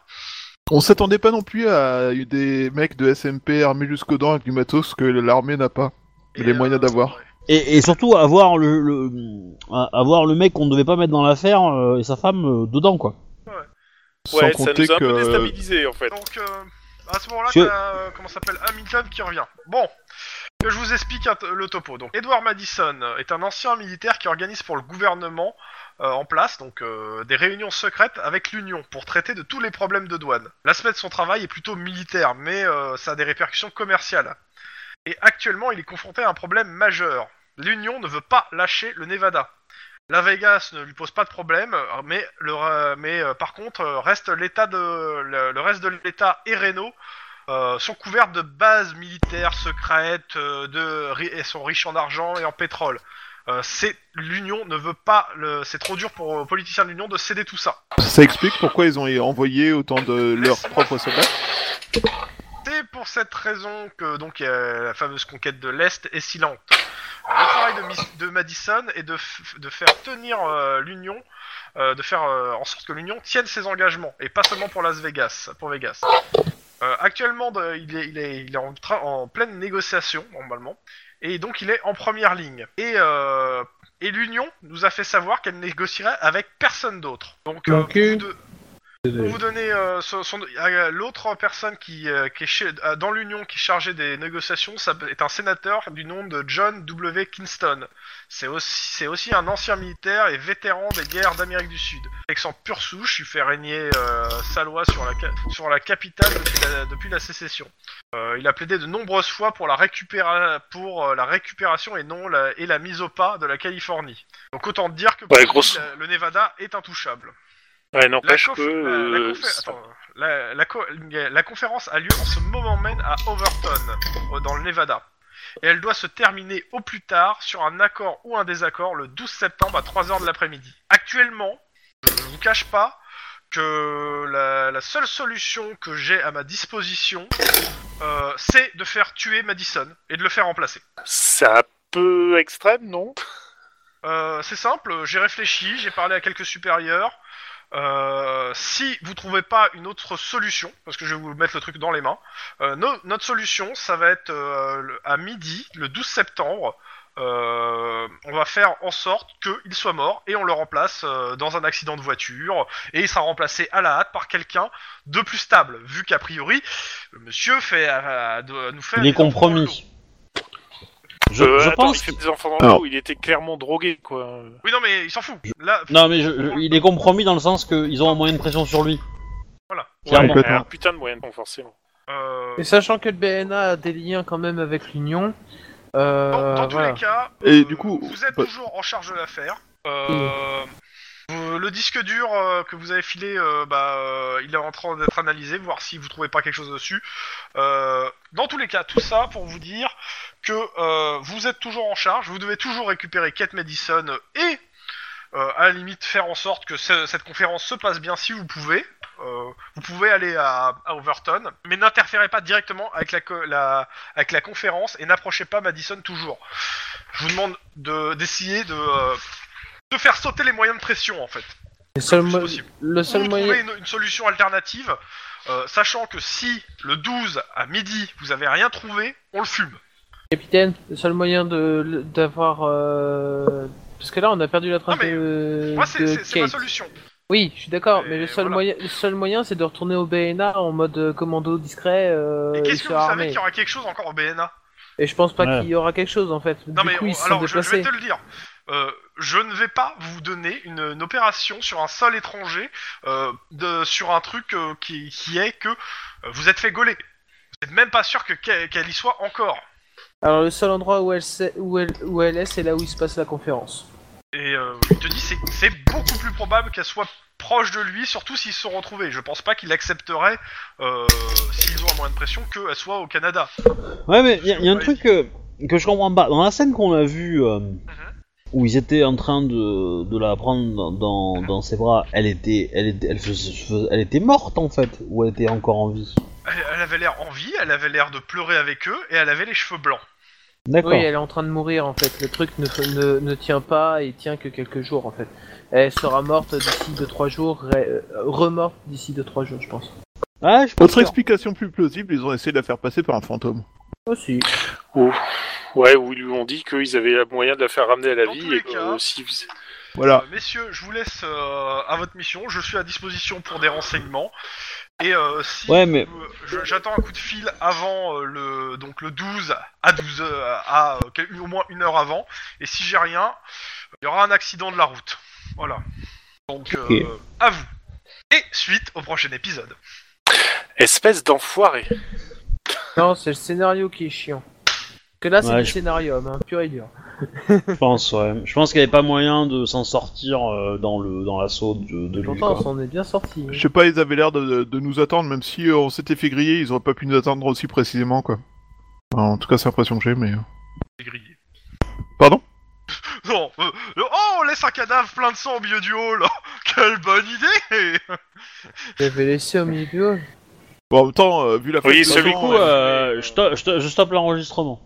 S3: On s'attendait pas non plus à des mecs de SMP armés jusqu'aux dents avec du matos que l'armée n'a pas.
S2: Et, euh,
S3: Les moyens d'avoir.
S1: Et, et surtout avoir le, le- à- avoir le mec qu'on ne devait pas mettre dans l'affaire euh, et sa femme euh, dedans quoi.
S4: Ouais,
S3: Sans
S4: ça
S3: compter
S4: nous a un
S3: que.
S4: peu déstabilisé en fait.
S2: Donc, euh, à ce moment-là,
S1: Je-
S2: t'as, euh, comment ça s'appelle Hamilton qui revient. Bon, que je vous explique un t- le topo. Donc, Edward Madison euh, est un ancien militaire qui organise pour le gouvernement euh, en place donc euh, des réunions secrètes avec l'Union pour traiter de tous les problèmes de douane. L'aspect de son travail est plutôt militaire, mais euh, ça a des répercussions commerciales. Et actuellement, il est confronté à un problème majeur. L'Union ne veut pas lâcher le Nevada. La Vegas ne lui pose pas de problème, euh, mais, le, euh, mais euh, par contre, euh, reste l'état de, le, le reste de l'État et Reno euh, sont couverts de bases militaires secrètes euh, de, ri- et sont riches en argent et en pétrole. Euh, c'est l'Union ne veut pas, le- c'est trop dur pour aux politiciens de l'Union de céder tout ça.
S3: Ça explique pourquoi ils ont envoyé autant de leurs propres soldats.
S2: C'est pour cette raison que donc euh, la fameuse conquête de l'Est est si lente. Euh, Le travail de, Miss- de Madison est de, f- de faire tenir euh, l'Union, euh, de faire euh, en sorte que l'Union tienne ses engagements, et pas seulement pour Las Vegas, pour Vegas. Euh, actuellement, de- il est, il est- il est en, train- en pleine négociation, normalement, et donc il est en première ligne. Et, euh, et l'Union nous a fait savoir qu'elle négocierait avec personne d'autre. Donc, euh,
S5: Ok.
S2: vous deux- pour vous donner euh, son- son- euh, l'autre personne qui, euh, qui est chez- euh, dans l'Union qui est chargée des négociations ça peut- est un sénateur du nom de John W. Kingston. C'est aussi, c'est aussi un ancien militaire et vétéran des guerres d'Amérique du Sud. Texan pure souche, il fait régner euh, sa loi sur la, ca- sur la capitale depuis la, depuis la sécession. Euh, il a plaidé de nombreuses fois pour la, récupéra- pour, euh, la récupération et, non la, et la mise au pas de la Californie. Donc autant dire que pour
S4: Ouais,
S2: lui,
S4: grosse-
S2: la- le Nevada est intouchable.
S4: Ouais,
S2: La,
S4: n'empêche
S2: conf-
S4: que.
S2: euh, la
S4: euh,
S2: confé-
S4: c'est-
S2: attends, la- la co- la conférence a lieu en ce moment même à Overton, euh, dans le Nevada. Et elle doit se terminer au plus tard sur un accord ou un désaccord le 12 septembre à 3h de l'après-midi. Actuellement, je ne vous cache pas que la, la seule solution que j'ai à ma disposition, euh, c'est de faire tuer Madison et de le faire remplacer.
S4: C'est un peu extrême, non
S2: Euh, c'est simple, j'ai réfléchi, j'ai parlé à quelques supérieurs. Euh, si vous trouvez pas une autre solution, parce que je vais vous mettre le truc dans les mains, euh, no- notre solution, ça va être euh, le- à midi, le 12 septembre, euh, on va faire en sorte qu'il soit mort et on le remplace euh, dans un accident de voiture et il sera remplacé à la hâte par quelqu'un de plus stable, vu qu'a priori, le monsieur fait, euh, doit nous fait
S1: Il est compromis. Je,
S4: Euh,
S1: je
S4: attends,
S1: pense.
S4: Il
S1: qu'il-
S4: fait des enfants dans
S3: Alors.
S4: le dos, il était clairement drogué, quoi.
S2: Oui, non, mais il s'en fout. Là,
S1: Non, mais je- je- il est compromis dans le sens qu'ils ont un moyen de pression sur lui.
S2: Voilà.
S1: Clairement.
S3: Ouais,
S4: Un putain de moyen de temps, forcément.
S2: euh,
S5: Et sachant que le BNA a des liens quand même avec l'Union, euh,
S2: Dans, dans
S5: voilà.
S2: tous les cas,
S3: Et
S2: euh,
S3: du coup,
S2: vous êtes
S3: bah-
S2: toujours en charge de l'affaire. Euh, vous- Le disque dur euh, que vous avez filé, euh, bah, euh, il est en train d'être analysé, voir si vous trouvez pas quelque chose dessus. Euh, dans tous les cas, tout ça pour vous dire que euh, vous êtes toujours en charge, vous devez toujours récupérer Kate Madison et euh, à la limite faire en sorte que ce- cette conférence se passe bien si vous pouvez. Euh, vous pouvez aller à, à Overton, mais n'interférez pas directement avec la, co- la- avec la conférence et n'approchez pas Madison toujours. Je vous demande de- d'essayer de, euh, de faire sauter les moyens de pression en fait.
S5: Le seul,
S2: plus
S5: mo-
S2: possible.
S5: le seul
S2: Ou
S5: moyen.
S2: trouver une, une solution alternative, euh, sachant que si le 12 à midi vous avez rien trouvé, on le fume.
S5: Capitaine, le seul moyen de d'avoir euh, parce que là on a perdu la trace
S2: Ah, mais,
S5: de,
S2: Moi c'est-
S5: de
S2: c'est c'est ma
S5: Kate.
S2: solution.
S5: Oui, je suis d'accord,
S2: Et
S5: mais le seul
S2: voilà.
S5: moyen, le seul moyen, c'est de retourner au BNA en mode euh, commando discret euh,
S2: Et
S5: et
S2: qu'est-ce que
S5: se
S2: vous savez
S5: armer.
S2: qu'il y aura quelque chose encore au BNA
S5: Et je pense pas
S1: Ouais.
S5: qu'il y aura quelque chose en fait.
S2: Non
S5: du
S2: mais
S5: coup,
S2: on-
S5: ils se sont
S2: alors je, je
S5: déplacés.
S2: vais te le dire. Euh, je ne vais pas vous donner une, une opération sur un sol étranger euh, de, sur un truc euh, qui, qui est que euh, vous êtes fait gauler. Vous n'êtes même pas sûr que qu'elle qu'elle y soit encore.
S5: Alors le seul endroit où elle, sait- où elle, où elle est, c'est là où il se passe la conférence.
S2: Et euh, je te dis, c'est c'est beaucoup plus probable qu'elle soit proche de lui, surtout s'ils se sont retrouvés. Je pense pas qu'il accepterait, euh, s'ils ont un moyen de pression, qu'elle soit au Canada.
S1: Ouais, mais il y, a- y a un truc euh, que je comprends pas. Dans la scène qu'on a vue, euh, où ils étaient en train de, de la prendre dans, dans, dans ses bras, elle était, elle était, elle, faisait- faisait- elle était morte en fait, ou elle était encore en vie.
S2: Elle, elle avait l'air en vie, elle avait l'air de pleurer avec eux, et elle avait les cheveux blancs.
S1: D'accord.
S5: Oui, elle est en train de mourir en fait. Le truc ne, ne, ne tient pas et tient que quelques jours en fait. Elle sera morte d'ici 2-3 jours, ré- euh, remorte d'ici 2-3 jours, je pense.
S1: Ah, je pense
S3: Autre
S1: que-
S3: explication plus plausible, ils ont essayé de la faire passer par un fantôme.
S5: Aussi.
S4: Ouais, où ils lui ont dit qu'ils avaient le moyen de la faire ramener à la
S2: Dans tous
S4: vie.
S2: les
S4: et que,
S2: cas-
S4: euh, si-
S3: Voilà.
S1: Ah.
S2: Euh, messieurs, je vous laisse euh, à votre mission, je suis à disposition pour des renseignements. Et euh, si
S1: Ouais, mais
S2: vous- je- j'attends un coup de fil avant euh, le donc le 12 à 12 euh, à euh, quel- au moins une heure avant et si j'ai rien, euh, il y aura un accident de la route. Voilà. Donc euh,
S1: Ok.
S2: à vous. Et suite au prochain épisode.
S4: Espèce d'enfoiré.
S5: Non, c'est le scénario qui est chiant. Que là, c'est
S1: Ouais,
S5: le
S1: je-
S5: scénario, hein, pur et dur.
S1: je pense, ouais. Je pense qu'il n'y avait pas moyen de s'en sortir euh, dans le dans l'assaut de, de lui.
S5: Pourtant, on
S1: quoi.
S5: s'en est bien sorti. hein.
S3: Je sais pas, ils avaient l'air de, de nous attendre, même si euh, on s'était fait griller, ils auraient pas pu nous attendre aussi précisément, quoi. Enfin, en tout cas, c'est l'impression que j'ai, mais... euh.
S2: C'est grillé.
S3: Pardon
S2: Non. euh, le- oh, on laisse un cadavre plein de sang au milieu du hall. Quelle bonne idée.
S5: J'avais laissé au milieu du hall.
S3: Bon, en même temps, euh, vu la
S4: Oui,
S3: de
S4: celui-
S1: Du
S3: gens,
S1: coup,
S3: euh,
S1: euh, je, to- je to- je stoppe l'enregistrement.